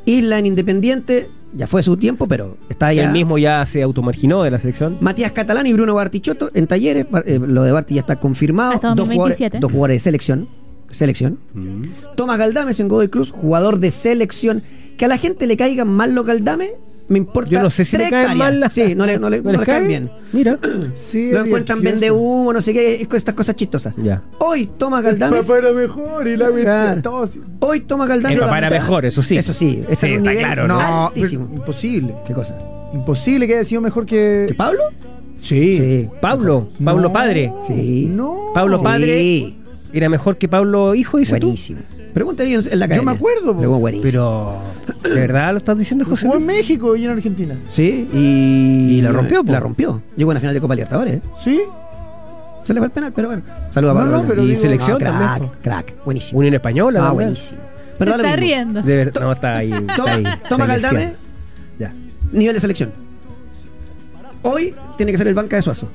[SPEAKER 1] Isla en Independiente, ya fue su tiempo, pero está ahí.
[SPEAKER 3] Él mismo ya se automarginó de la selección.
[SPEAKER 1] Matías Catalán y Bruno Bartichotto en Talleres. Bar- eh, lo de Barti ya está confirmado.
[SPEAKER 4] Hasta
[SPEAKER 1] dos, jugadores,
[SPEAKER 4] 2027.
[SPEAKER 1] dos jugadores de selección. Selección.
[SPEAKER 3] Mm.
[SPEAKER 1] Tomás Galdames en Godoy Cruz, jugador de selección. Que a la gente le caigan mal los Galdames, me importa.
[SPEAKER 3] Yo no sé si
[SPEAKER 1] tres
[SPEAKER 3] le caen
[SPEAKER 1] hectáreas.
[SPEAKER 3] mal las-
[SPEAKER 1] Sí, no le, no le-
[SPEAKER 3] (laughs)
[SPEAKER 1] no
[SPEAKER 3] ¿No les
[SPEAKER 1] les
[SPEAKER 3] cae?
[SPEAKER 1] caen bien. (clears throat)
[SPEAKER 3] Mira.
[SPEAKER 2] Sí,
[SPEAKER 1] Lo encuentran vende humo, no sé qué, es- estas cosas chistosas.
[SPEAKER 3] Ya.
[SPEAKER 1] Hoy Tomás Galdames.
[SPEAKER 2] Papá era mejor y la
[SPEAKER 1] Claro.
[SPEAKER 2] todos-
[SPEAKER 1] Hoy toma Galdames.
[SPEAKER 3] El
[SPEAKER 1] la
[SPEAKER 3] papá era
[SPEAKER 1] mitad.
[SPEAKER 3] mejor, eso sí.
[SPEAKER 1] Eso sí.
[SPEAKER 3] Sí,
[SPEAKER 1] en un
[SPEAKER 3] está
[SPEAKER 1] nivel
[SPEAKER 3] claro,
[SPEAKER 2] No,
[SPEAKER 1] Altísimo.
[SPEAKER 2] pero imposible.
[SPEAKER 1] ¿Qué cosa?
[SPEAKER 2] Imposible que haya sido mejor
[SPEAKER 1] ¿Que
[SPEAKER 2] que.
[SPEAKER 1] Pablo?
[SPEAKER 2] Sí.
[SPEAKER 3] Pablo, Pablo
[SPEAKER 2] No.
[SPEAKER 3] padre.
[SPEAKER 1] Sí.
[SPEAKER 2] No.
[SPEAKER 3] Pablo
[SPEAKER 1] Sí.
[SPEAKER 3] padre era mejor que Pablo hijo, dice tú.
[SPEAKER 1] Buenísimo. Pregunta bien en la academia.
[SPEAKER 2] me acuerdo, po.
[SPEAKER 1] Luego buenísimo.
[SPEAKER 3] Pero, ¿de verdad lo estás diciendo, José?
[SPEAKER 2] Jugó en México y en Argentina.
[SPEAKER 1] Sí, y.
[SPEAKER 3] Y la rompió, po.
[SPEAKER 1] La rompió. Llegó a una final de Copa Libertadores. ¿eh?
[SPEAKER 2] ¿Sí.
[SPEAKER 1] Se le va el penal, pero bueno. Saludos a
[SPEAKER 2] No,
[SPEAKER 1] Pablo.
[SPEAKER 2] no,
[SPEAKER 1] Roldán.
[SPEAKER 2] pero
[SPEAKER 3] Y
[SPEAKER 2] digo-
[SPEAKER 3] selección
[SPEAKER 1] No, crack,
[SPEAKER 3] también. po.
[SPEAKER 1] crack. Buenísimo.
[SPEAKER 3] Unión Española.
[SPEAKER 1] Ah,
[SPEAKER 3] ¿no?
[SPEAKER 1] buenísimo.
[SPEAKER 4] Se
[SPEAKER 1] Pero da lo
[SPEAKER 4] está
[SPEAKER 1] mismo.
[SPEAKER 4] riendo.
[SPEAKER 3] De verdad, no, está ahí. está
[SPEAKER 1] Toma-
[SPEAKER 3] ahí,
[SPEAKER 1] toma
[SPEAKER 3] está lesionado.
[SPEAKER 1] Galdame.
[SPEAKER 3] Ya.
[SPEAKER 1] Nivel de selección. Hoy tiene que ser el banca de Suazo.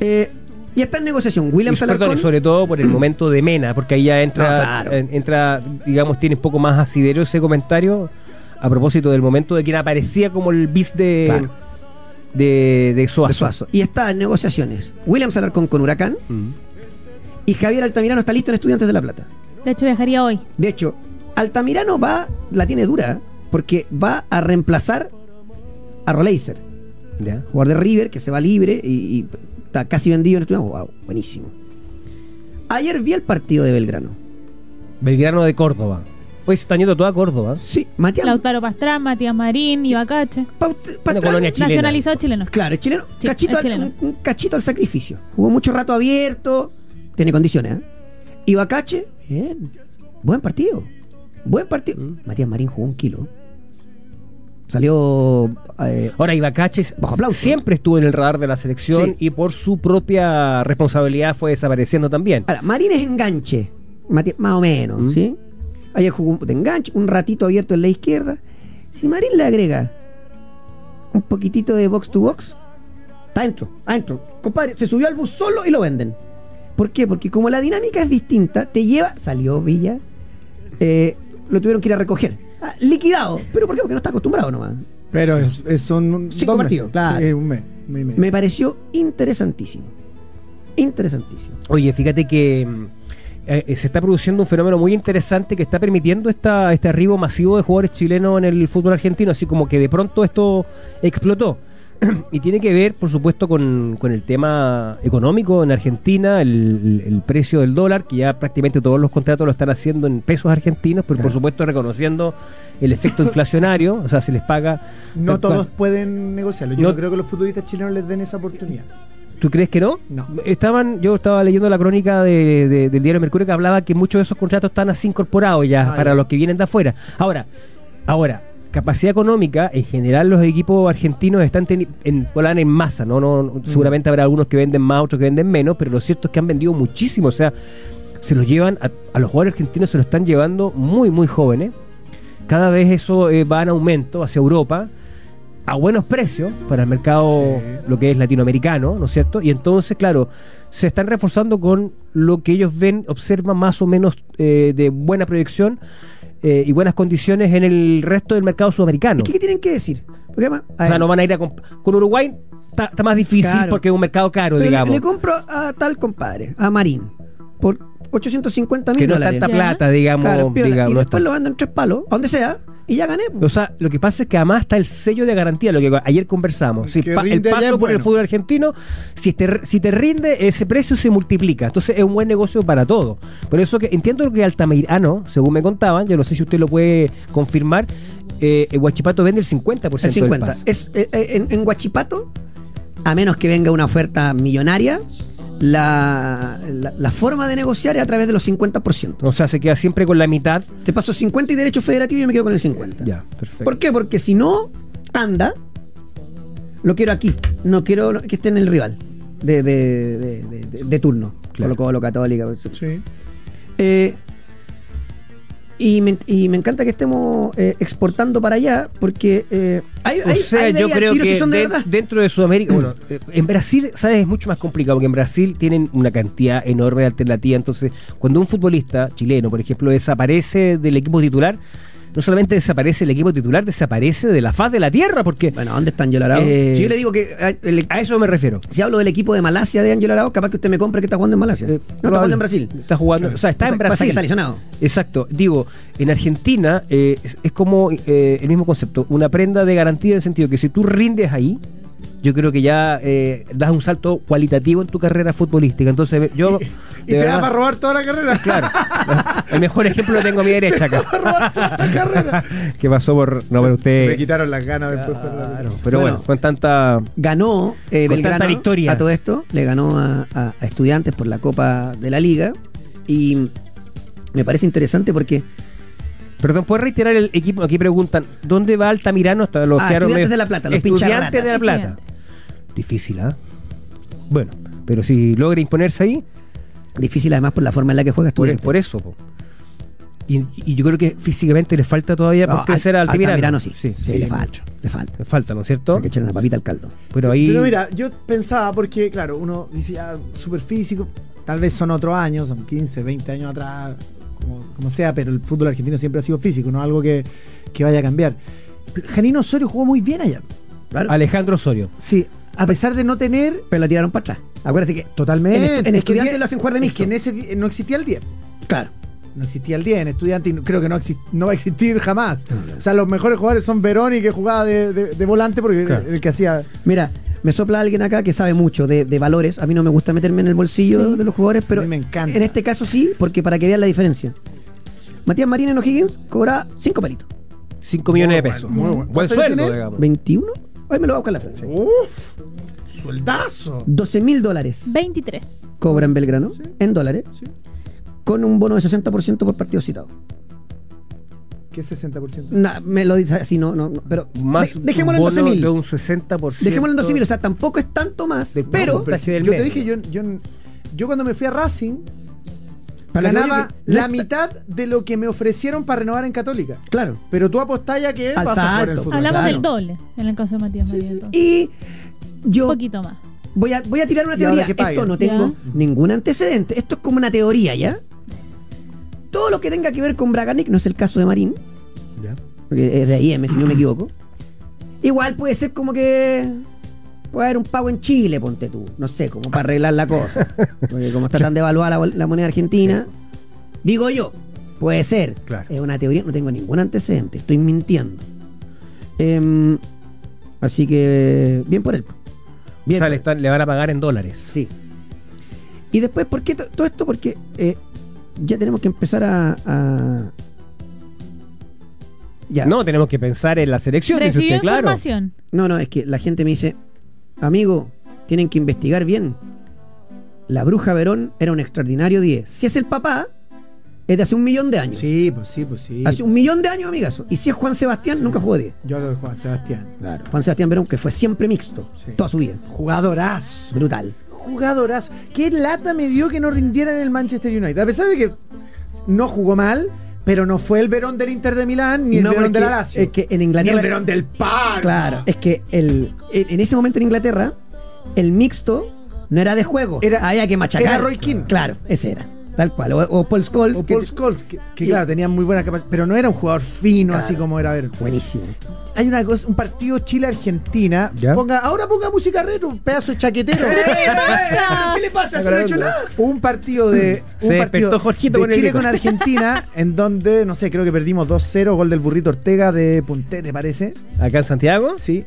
[SPEAKER 1] Eh, y está en negociación. William
[SPEAKER 3] Y, perdón,
[SPEAKER 1] Salarcón.
[SPEAKER 3] y sobre todo
[SPEAKER 1] (clears throat)
[SPEAKER 3] por el momento de Mena, porque ahí ya entra,
[SPEAKER 1] No, claro.
[SPEAKER 3] en- entra digamos, tiene un poco más asidero ese comentario a propósito del momento de quien aparecía como el bis de,
[SPEAKER 1] Claro.
[SPEAKER 3] de, de Suazo.
[SPEAKER 1] de Suazo. Y está en negociaciones. Williams Alarcón con Huracán
[SPEAKER 3] Mm.
[SPEAKER 1] y Javier Altamirano está listo en Estudiantes de La Plata.
[SPEAKER 4] De hecho, viajaría hoy.
[SPEAKER 1] De hecho, Altamirano va, la tiene dura, porque va a reemplazar a Roleiser,
[SPEAKER 3] Ya.
[SPEAKER 1] jugador de River, que se va libre y, y está casi vendido en Estudiantes. Wow, buenísimo. Ayer vi el partido de Belgrano.
[SPEAKER 3] Belgrano de Córdoba. Hoy se está yendo toda Córdoba.
[SPEAKER 1] Sí, Matías.
[SPEAKER 4] Lautaro Pastrán, Matías Marín, Ibacache.
[SPEAKER 1] Paut- Patrán-
[SPEAKER 3] colonia ch- Chilena.
[SPEAKER 4] Nacionalizado chileno.
[SPEAKER 1] Claro, es chileno.
[SPEAKER 4] Sí,
[SPEAKER 1] cachito
[SPEAKER 4] es
[SPEAKER 1] al-
[SPEAKER 4] chileno.
[SPEAKER 1] un, un cachito al sacrificio. Jugó mucho rato abierto. Tiene condiciones, ¿eh? Y Bacache, bien. Buen partido. Buen partido.
[SPEAKER 4] Mm.
[SPEAKER 1] Matías Marín jugó un kilo. Salió. eh,
[SPEAKER 3] Ahora Ibacaches
[SPEAKER 1] Bajo aplauso.
[SPEAKER 3] siempre estuvo en el radar de la selección
[SPEAKER 1] Sí.
[SPEAKER 3] y por su propia responsabilidad fue desapareciendo también.
[SPEAKER 1] ahora, Marín es enganche. Mati- más o menos,
[SPEAKER 3] Mm.
[SPEAKER 1] ¿sí? Ayer jugó un- de enganche, un ratito abierto en la izquierda. Si Marín le agrega un poquitito de box to box, está adentro, adentro. Compadre, se subió al bus solo y lo venden. ¿Por qué? Porque como la dinámica es distinta, te lleva. Salió Villa. eh, lo tuvieron que ir a recoger. Ah, liquidado. ¿Pero por qué? Porque no está acostumbrado nomás.
[SPEAKER 2] Pero es- es- son un-
[SPEAKER 1] Cinco
[SPEAKER 2] dos
[SPEAKER 1] partidos,
[SPEAKER 2] meses.
[SPEAKER 1] claro.
[SPEAKER 2] Sí, un mes, un mes y medio.
[SPEAKER 1] Me pareció interesantísimo. Interesantísimo.
[SPEAKER 3] Oye, fíjate que mm, eh, eh, se está produciendo un fenómeno muy interesante que está permitiendo esta, este arribo masivo de jugadores chilenos en el fútbol argentino, así como que de pronto esto explotó. (clears throat) y tiene que ver, por supuesto, con, con el tema económico en Argentina, el, el precio del dólar, que ya prácticamente todos los contratos lo están haciendo en pesos argentinos, pero por supuesto reconociendo el efecto (laughs) inflacionario, o sea, se les paga...
[SPEAKER 2] No
[SPEAKER 3] tal cual.
[SPEAKER 2] todos pueden negociarlo. Yo
[SPEAKER 3] No-
[SPEAKER 2] no creo que los futbolistas chilenos les den esa oportunidad.
[SPEAKER 3] ¿Tú crees que no?
[SPEAKER 2] No.
[SPEAKER 3] Estaban, yo estaba leyendo la crónica de- de- del diario Mercurio que hablaba que muchos de esos contratos están así incorporados ya
[SPEAKER 2] Ah,
[SPEAKER 3] para
[SPEAKER 2] ya.
[SPEAKER 3] los que vienen de afuera. Ahora, ahora, capacidad económica, en general los equipos argentinos están teni- en, volan en masa, ¿no? no,
[SPEAKER 2] Mm.
[SPEAKER 3] no, seguramente habrá algunos que venden más, otros que venden menos, pero lo cierto es que han vendido muchísimo, o sea, se los llevan, a, a los jugadores argentinos se los están llevando muy, muy jóvenes. Cada vez eso eh, va en aumento hacia Europa a buenos precios para el mercado,
[SPEAKER 2] Sí.
[SPEAKER 3] lo que es latinoamericano, ¿no es cierto? Y entonces, claro, se están reforzando con lo que ellos ven, observan más o menos eh, de buena proyección eh, y buenas condiciones en el resto del mercado sudamericano.
[SPEAKER 1] ¿Qué, qué tienen que decir? Porque además, a
[SPEAKER 3] O sea,
[SPEAKER 1] ver,
[SPEAKER 3] no van a ir a comp- con Uruguay está, está más difícil
[SPEAKER 1] Claro.
[SPEAKER 3] porque es un mercado caro,
[SPEAKER 1] pero le-
[SPEAKER 3] digamos.
[SPEAKER 1] Le, compro a tal compadre, a Marín, por 850
[SPEAKER 3] que
[SPEAKER 1] mil
[SPEAKER 3] no es
[SPEAKER 1] dólares.
[SPEAKER 3] tanta
[SPEAKER 4] Ya.
[SPEAKER 3] plata, digamos.
[SPEAKER 1] Claro, piola.
[SPEAKER 3] digamos,
[SPEAKER 1] y
[SPEAKER 3] no es
[SPEAKER 1] después
[SPEAKER 3] tan-
[SPEAKER 1] lo vendo en tres palos, a donde sea, y ya gané.
[SPEAKER 3] O
[SPEAKER 1] pues.
[SPEAKER 3] sea, lo que pasa es que además está el sello de garantía, lo que ayer conversamos. Si
[SPEAKER 2] Que
[SPEAKER 3] pa- el
[SPEAKER 2] rinde allá
[SPEAKER 3] paso
[SPEAKER 2] es
[SPEAKER 3] por el
[SPEAKER 2] bueno.
[SPEAKER 3] fútbol argentino, si te, si te rinde, ese precio se multiplica. Entonces es un buen negocio para todo. Por eso que entiendo que Altamirano, según me contaban, yo no sé si usted lo puede confirmar, eh, el Guachipato vende el 50%
[SPEAKER 1] El
[SPEAKER 3] del
[SPEAKER 1] 50.
[SPEAKER 3] pase.
[SPEAKER 1] Es, eh, eh, en, en Guachipato, a menos que venga una oferta millonaria, la, la, la forma de negociar es a través de los 50%.
[SPEAKER 3] O sea, se queda siempre con la mitad.
[SPEAKER 1] Te paso 50 y derecho federativo y yo me quedo con el 50.
[SPEAKER 3] Ya, perfecto.
[SPEAKER 1] ¿Por qué? Porque si no anda, lo quiero aquí. No quiero que esté en el rival de, de- de- de- de- de turno.
[SPEAKER 3] Claro.
[SPEAKER 1] Colo Colo, Católica.
[SPEAKER 2] Sí.
[SPEAKER 1] Eh, y, me, y me encanta que estemos eh, exportando para allá porque eh, hay,
[SPEAKER 3] O sea, yo creo que
[SPEAKER 1] son de
[SPEAKER 3] de-
[SPEAKER 1] verdad.
[SPEAKER 3] dentro de Sudamérica, bueno, eh, en Brasil, sabes, es mucho más complicado porque en Brasil tienen una cantidad enorme de alternativas. Entonces, cuando un futbolista chileno, por ejemplo, desaparece del equipo titular, no solamente desaparece el equipo titular, desaparece de la faz de la tierra, porque
[SPEAKER 1] Bueno, ¿dónde está Angel Arao?
[SPEAKER 3] Eh,
[SPEAKER 1] si yo le digo que eh, el-
[SPEAKER 3] a eso me refiero.
[SPEAKER 1] si hablo del equipo de Malasia de Angel Arao, capaz que usted me compre que está jugando en Malasia.
[SPEAKER 3] Eh,
[SPEAKER 1] no, está jugando en
[SPEAKER 3] probable-
[SPEAKER 1] Brasil.
[SPEAKER 3] Está jugando, o sea, está
[SPEAKER 1] Pasa-
[SPEAKER 3] en
[SPEAKER 1] pasa
[SPEAKER 3] Brasil.
[SPEAKER 1] que está lesionado.
[SPEAKER 3] Exacto. Digo, en Argentina eh, es, es como eh, el mismo concepto, una prenda de garantía en el sentido que si tú rindes ahí, yo creo que ya eh, das un salto cualitativo en tu carrera futbolística. Entonces,
[SPEAKER 1] (laughs)
[SPEAKER 3] yo. de
[SPEAKER 2] Y te
[SPEAKER 3] verdad-
[SPEAKER 2] da para robar toda la carrera.
[SPEAKER 3] (laughs) Claro. El mejor ejemplo lo
[SPEAKER 1] (laughs)
[SPEAKER 3] tengo a mi derecha acá. (laughs) que pasó por. No, pero
[SPEAKER 2] Me
[SPEAKER 3] usted.
[SPEAKER 2] quitaron las ganas después de jugar la
[SPEAKER 3] Claro,
[SPEAKER 2] pelota.
[SPEAKER 3] pero bueno,
[SPEAKER 1] Bueno.
[SPEAKER 3] con tanta.
[SPEAKER 1] Ganó eh,
[SPEAKER 3] Con
[SPEAKER 1] Belgrano
[SPEAKER 3] tanta victoria.
[SPEAKER 1] a todo esto, le ganó a, a- a Estudiantes por la Copa de la Liga y me parece interesante porque
[SPEAKER 3] Perdón, ¿puedes reiterar el equipo? Aquí preguntan, ¿dónde va Altamirano? Hasta los
[SPEAKER 1] Ah,
[SPEAKER 3] quedaron
[SPEAKER 1] Estudiantes
[SPEAKER 3] medio-
[SPEAKER 1] de La Plata, los
[SPEAKER 3] Estudiantes de La
[SPEAKER 4] pincharratas.
[SPEAKER 3] Plata. Difícil, ¿ah? Bueno, pero si logra imponerse ahí,
[SPEAKER 1] difícil además por la forma en la que juega
[SPEAKER 3] por,
[SPEAKER 1] Estudiantes.
[SPEAKER 3] por eso. po. Y, y yo creo que físicamente le falta todavía por
[SPEAKER 1] No,
[SPEAKER 3] crecer a
[SPEAKER 1] Al-
[SPEAKER 3] Altamirano.
[SPEAKER 1] Altamirano ah, sí, sí, le falta,
[SPEAKER 3] mucho.
[SPEAKER 1] le falta.
[SPEAKER 3] Le falta, ¿no es cierto?
[SPEAKER 1] Hay que echarle una papita al caldo.
[SPEAKER 3] Pero ahí.
[SPEAKER 2] Pero mira, yo pensaba, porque claro, uno dice, ah, super físico, tal vez son otros años, son 15, 20 años atrás, como, como sea, pero el fútbol argentino siempre ha sido físico, no algo que, que vaya a cambiar. Pero Janino Osorio jugó muy bien allá.
[SPEAKER 1] Claro.
[SPEAKER 3] Alejandro Osorio.
[SPEAKER 2] Sí, a pesar de no tener
[SPEAKER 1] Pero la tiraron para atrás. Acuérdate que En
[SPEAKER 2] totalmente...
[SPEAKER 1] estu- en
[SPEAKER 2] es que
[SPEAKER 1] estudiantes
[SPEAKER 2] ya-
[SPEAKER 1] lo hacen jugar de
[SPEAKER 2] es
[SPEAKER 1] mixto.
[SPEAKER 2] que en ese di- no existía el 10.
[SPEAKER 1] Claro.
[SPEAKER 2] No existía el 10 en estudiante y no- creo que no, exi- no va a existir jamás. O sea, los mejores jugadores son Verón y que jugaba de, de- de volante porque
[SPEAKER 3] Claro.
[SPEAKER 2] el que hacía...
[SPEAKER 1] Mira, me sopla alguien acá que sabe mucho de, de valores. A mí no me gusta meterme en el bolsillo de los jugadores, pero
[SPEAKER 2] A mí me encanta.
[SPEAKER 1] en este caso sí, porque para que vean la diferencia. Matías Marín en O'Higgins cobraba 5 palitos.
[SPEAKER 3] 5 millones de pesos.
[SPEAKER 2] bueno, muy bueno.
[SPEAKER 3] Buen
[SPEAKER 2] ¿Cuánto
[SPEAKER 3] sueldo,
[SPEAKER 2] tiene?
[SPEAKER 3] digamos.
[SPEAKER 1] 21. Hoy me lo voy a buscar la frente.
[SPEAKER 2] ¡Uf! ¡Sueldazo!
[SPEAKER 1] 12 mil dólares
[SPEAKER 4] 23.
[SPEAKER 1] cobra en Belgrano,
[SPEAKER 2] Sí.
[SPEAKER 1] en dólares,
[SPEAKER 2] Sí.
[SPEAKER 1] con un bono de 60% por partido citado.
[SPEAKER 2] ¿Qué 60%?
[SPEAKER 1] Nah, me lo dice así, no, no, no, pero
[SPEAKER 3] Más
[SPEAKER 1] de-
[SPEAKER 3] un
[SPEAKER 1] dejémoslo en
[SPEAKER 3] bono
[SPEAKER 1] 12
[SPEAKER 3] de
[SPEAKER 1] mil.
[SPEAKER 3] un 60%.
[SPEAKER 1] Dejémoslo en 12 mil, o sea, tampoco es tanto más,
[SPEAKER 3] Del
[SPEAKER 1] pero
[SPEAKER 3] bono, pero- Casi del
[SPEAKER 2] yo te
[SPEAKER 3] medio.
[SPEAKER 2] dije, yo, yo, yo cuando me fui a Racing,
[SPEAKER 1] Para que
[SPEAKER 2] ganaba
[SPEAKER 1] oye que-
[SPEAKER 2] la
[SPEAKER 1] no es-
[SPEAKER 2] mitad de lo que me ofrecieron para renovar en Católica.
[SPEAKER 1] Claro.
[SPEAKER 2] Pero tú apostás ya que
[SPEAKER 1] Al
[SPEAKER 2] pasa por el
[SPEAKER 1] salto.
[SPEAKER 2] fútbol.
[SPEAKER 4] Hablamos
[SPEAKER 1] claro.
[SPEAKER 4] del doble en el caso de Matías María, entonces.
[SPEAKER 1] Y
[SPEAKER 4] Un
[SPEAKER 1] yo
[SPEAKER 4] poquito más.
[SPEAKER 1] voy a, voy a tirar una
[SPEAKER 2] Y ahora
[SPEAKER 1] teoría.
[SPEAKER 2] que paguen.
[SPEAKER 1] Esto no tengo
[SPEAKER 4] Ya.
[SPEAKER 1] ningún antecedente. Esto es como una teoría, ¿ya? Todo lo que tenga que ver con Braganic, no es el caso de Marín,
[SPEAKER 3] Ya.
[SPEAKER 1] porque es de IM, si no me equivoco. Igual puede ser como que. Puede haber un pago en Chile, ponte tú. No sé, como para arreglar la cosa. Porque como está tan devaluada la, bol- la moneda argentina. Digo yo, puede ser.
[SPEAKER 3] Claro.
[SPEAKER 1] Es una teoría, no tengo ningún antecedente, estoy mintiendo. Em, así que, bien por él.
[SPEAKER 3] O
[SPEAKER 1] Bien.
[SPEAKER 3] sea,
[SPEAKER 1] por
[SPEAKER 3] le,
[SPEAKER 1] él.
[SPEAKER 3] están- le van a pagar en dólares.
[SPEAKER 1] Sí. Y después, ¿por qué to- todo esto? Porque eh, ya tenemos que empezar a. a- Ya.
[SPEAKER 3] No, tenemos que pensar en la selección, dice
[SPEAKER 4] Recibió
[SPEAKER 3] usted, claro.
[SPEAKER 4] información.
[SPEAKER 1] no, no, es que la gente me dice, amigo, tienen que investigar bien. La bruja Verón era un extraordinario 10. Si es el papá, es de hace un millón de años.
[SPEAKER 2] Sí, pues sí, pues sí.
[SPEAKER 1] Hace un millón de años, amigazo. Y si es Juan Sebastián, nunca jugó 10.
[SPEAKER 2] Yo lo de Juan Sebastián.
[SPEAKER 1] Claro. Juan Sebastián Verón, que fue siempre mixto,
[SPEAKER 2] Sí.
[SPEAKER 1] toda su vida.
[SPEAKER 2] Jugadorazo.
[SPEAKER 1] Brutal.
[SPEAKER 2] Jugadorazo. Qué lata me dio que no rindiera en el Manchester United. A pesar de que no jugó mal, pero no fue el Verón del Inter de Milán ni el
[SPEAKER 1] No,
[SPEAKER 2] Verón de la
[SPEAKER 1] porque
[SPEAKER 2] Lazio.
[SPEAKER 1] Es que en
[SPEAKER 2] ni
[SPEAKER 1] Inglaterra.
[SPEAKER 2] el Verón del Parma.
[SPEAKER 1] Claro, es que el, en en ese momento en Inglaterra, el mixto no era de juego.
[SPEAKER 2] Era-
[SPEAKER 1] Había que machacar.
[SPEAKER 2] era Roy Keane.
[SPEAKER 1] Claro, ese era. Tal cual. O, o Paul Scholes.
[SPEAKER 2] O
[SPEAKER 1] que-
[SPEAKER 2] Paul Scholes, que, que claro, tenía muy buena capacidad, pero no era un jugador fino
[SPEAKER 1] Claro.
[SPEAKER 2] así como era Verón.
[SPEAKER 1] Buenísimo.
[SPEAKER 2] Hay una cosa, un partido Chile-Argentina.
[SPEAKER 3] ¿Ya?
[SPEAKER 2] Ponga, ahora ponga música retro, un pedazo de chaquetero.
[SPEAKER 1] (laughs) ¿Qué le pasa?
[SPEAKER 3] Si no he hecho nada.
[SPEAKER 2] un partido de,
[SPEAKER 3] Se
[SPEAKER 2] un
[SPEAKER 3] despertó
[SPEAKER 2] partido
[SPEAKER 3] Jorgito
[SPEAKER 2] de
[SPEAKER 3] con el
[SPEAKER 2] Chile
[SPEAKER 3] grito.
[SPEAKER 2] con
[SPEAKER 3] (laughs)
[SPEAKER 2] Argentina, en donde, no sé, creo que perdimos 2-0, gol del burrito Ortega de Puntete, parece.
[SPEAKER 3] Acá en Santiago.
[SPEAKER 2] Sí.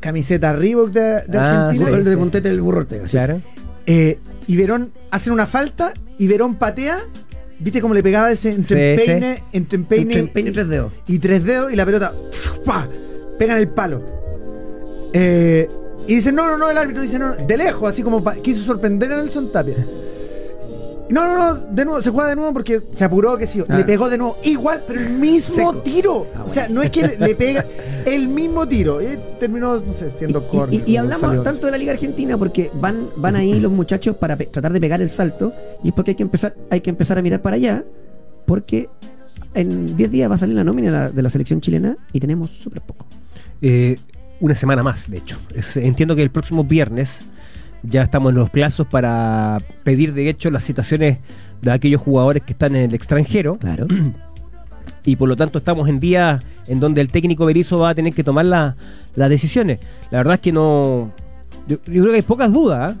[SPEAKER 2] Camiseta Reebok de, de
[SPEAKER 3] Ah,
[SPEAKER 2] Argentina.
[SPEAKER 3] sí.
[SPEAKER 1] de Pontete del Burro Ortega, sí.
[SPEAKER 3] Claro.
[SPEAKER 2] Eh, y Verón hacen una falta y Verón patea. ¿Viste cómo le pegaba ese entre
[SPEAKER 3] Sí, sí.
[SPEAKER 2] empeine, entre empeine
[SPEAKER 1] Entre empeine y tres dedos.
[SPEAKER 2] Y tres dedos y la pelota ¡pa! pega en el palo. Eh, y dicen, no, no, no, el árbitro dice, no, no, de lejos, así como pa- quiso sorprender a Nelson Tapia. No, no, no, de nuevo, se juega de nuevo porque se apuró, que sí,
[SPEAKER 1] Ah.
[SPEAKER 2] le pegó de nuevo, igual, pero el mismo
[SPEAKER 1] Seco.
[SPEAKER 2] tiro.
[SPEAKER 1] Ah,
[SPEAKER 2] o sea, no es que
[SPEAKER 1] (laughs)
[SPEAKER 2] le, le pega el mismo tiro. Y terminó, no sé, siendo
[SPEAKER 1] Y-
[SPEAKER 2] corner.
[SPEAKER 1] y- y,
[SPEAKER 2] como
[SPEAKER 1] hablamos
[SPEAKER 2] salió.
[SPEAKER 1] tanto de la Liga Argentina porque van, van ahí los muchachos para pe- tratar de pegar el salto y es porque hay que empezar, hay que empezar a mirar para allá porque en 10 días va a salir la nómina de la, de la selección chilena y tenemos súper poco.
[SPEAKER 3] Eh, una semana más, de hecho. Es- entiendo que el próximo viernes ya estamos en los plazos para pedir, de hecho, las citaciones de aquellos jugadores que están en el extranjero.
[SPEAKER 1] Claro.
[SPEAKER 3] y por lo tanto estamos en días en donde el técnico Berizzo va a tener que tomar la- las decisiones. La verdad es que no. Yo, yo creo que hay pocas dudas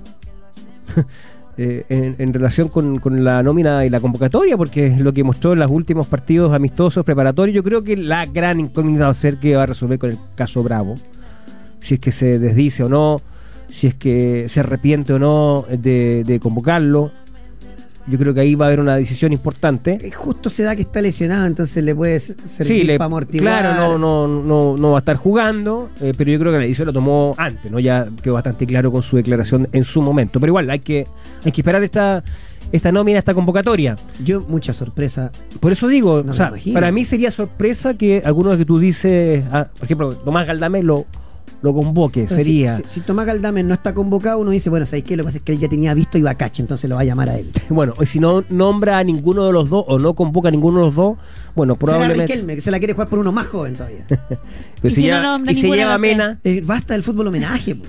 [SPEAKER 3] ¿ah? (laughs) Eh, en, en relación con, con la nómina y la convocatoria, porque es lo que mostró en los últimos partidos amistosos preparatorios. Yo creo que la gran incógnita va a ser que va a resolver con el caso Bravo. Si es que se desdice o no, si es que se arrepiente o no de, de convocarlo. Yo creo que ahí va a haber una decisión importante.
[SPEAKER 1] Eh, Justo se da que está lesionado, entonces le puede ser- servir
[SPEAKER 3] Sí, le-
[SPEAKER 1] para amortiguar.
[SPEAKER 3] claro, no, no, no, no va a estar jugando, eh, pero yo creo que la decisión lo tomó antes, ¿no? Ya quedó bastante claro con su declaración en su momento. Pero igual, hay que, hay que esperar esta, esta nómina, esta convocatoria.
[SPEAKER 1] Yo, mucha sorpresa.
[SPEAKER 3] Por eso digo,
[SPEAKER 1] No
[SPEAKER 3] o
[SPEAKER 1] me
[SPEAKER 3] sea,
[SPEAKER 1] imagino.
[SPEAKER 3] para mí sería sorpresa que alguno de que tú dices, ah, por ejemplo, Tomás Galdame lo, lo convoque,
[SPEAKER 1] Entonces,
[SPEAKER 3] sería.
[SPEAKER 1] Si, si Tomás Galdames no está convocado, uno dice, bueno, ¿sabéis qué? Lo que pasa es que él ya tenía visto y Ibacache, entonces lo va a llamar (laughs) a él.
[SPEAKER 3] Bueno, y si no nombra a ninguno de los dos o no convoca a ninguno de los dos, bueno,
[SPEAKER 1] Será
[SPEAKER 3] probablemente.
[SPEAKER 1] Riquelme, que se la quiere jugar por uno más joven todavía.
[SPEAKER 3] Pero
[SPEAKER 4] Y
[SPEAKER 3] si
[SPEAKER 4] si no
[SPEAKER 3] ya-
[SPEAKER 4] nombra
[SPEAKER 3] y se
[SPEAKER 4] ninguno de
[SPEAKER 3] lleva
[SPEAKER 4] los dos.
[SPEAKER 3] Mena,
[SPEAKER 1] (laughs) Eh, basta del fútbol homenaje, po.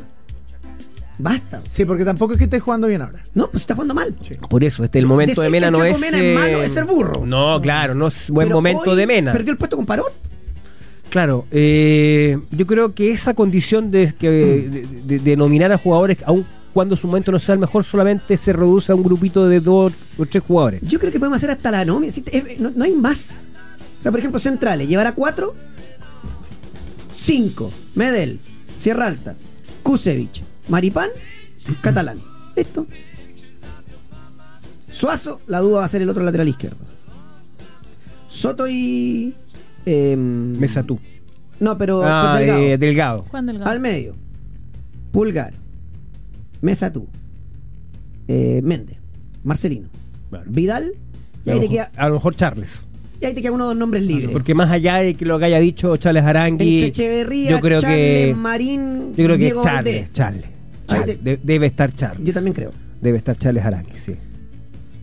[SPEAKER 1] Basta.
[SPEAKER 2] Sí, porque tampoco es que esté jugando bien ahora.
[SPEAKER 1] No, pues está jugando mal.
[SPEAKER 3] Por eso, este el momento
[SPEAKER 1] Decir
[SPEAKER 3] de Mena
[SPEAKER 1] que
[SPEAKER 3] no
[SPEAKER 1] Chaco
[SPEAKER 3] es. eh,
[SPEAKER 1] Mena es malo es ser burro. Mm.
[SPEAKER 3] No, claro, no es buen
[SPEAKER 1] Pero
[SPEAKER 3] momento
[SPEAKER 1] hoy
[SPEAKER 3] de Mena.
[SPEAKER 1] Perdió el puesto con Parot.
[SPEAKER 3] Claro, eh, yo creo que esa condición de, que, de- de- de nominar a jugadores, aun cuando su momento no sea el mejor, solamente se reduce a un grupito de dos o tres jugadores.
[SPEAKER 1] Yo creo que podemos hacer hasta la nómina. Si te- eh, No, no hay más. O sea, por ejemplo, centrales. Llevar a cuatro. Cinco. Medel. Sierra Alta. Kusevich. Maripán. Catalán. Listo. Suazo. La duda va a ser el otro lateral izquierdo. Soto y. Eh,
[SPEAKER 3] Mesa tú.
[SPEAKER 1] No, pero.
[SPEAKER 3] Ah,
[SPEAKER 1] pero Delgado.
[SPEAKER 3] eh, delgado.
[SPEAKER 4] ¿Cuándo el
[SPEAKER 1] Al medio. Pulgar. Mesa tú. Eh, Méndez. Marcelino.
[SPEAKER 3] Claro.
[SPEAKER 1] Vidal. Y
[SPEAKER 3] A
[SPEAKER 1] ahí,
[SPEAKER 3] lo
[SPEAKER 1] te
[SPEAKER 3] mejor-
[SPEAKER 1] queda,
[SPEAKER 3] a lo mejor Charles.
[SPEAKER 1] y ahí te quedan unos dos nombres libres.
[SPEAKER 3] Porque más allá de que lo que haya dicho Charles
[SPEAKER 1] Entre
[SPEAKER 3] Arangui,
[SPEAKER 1] Echeverría,
[SPEAKER 3] yo creo
[SPEAKER 1] Charles,
[SPEAKER 3] que.
[SPEAKER 1] Marín,
[SPEAKER 3] Yo creo que
[SPEAKER 1] Diego
[SPEAKER 3] Charles,
[SPEAKER 1] Valdés.
[SPEAKER 3] Charles.
[SPEAKER 1] Ahí
[SPEAKER 3] Charles.
[SPEAKER 1] te-
[SPEAKER 3] De- debe estar Charles.
[SPEAKER 1] Yo también creo.
[SPEAKER 3] Debe estar Charles Arangui, sí.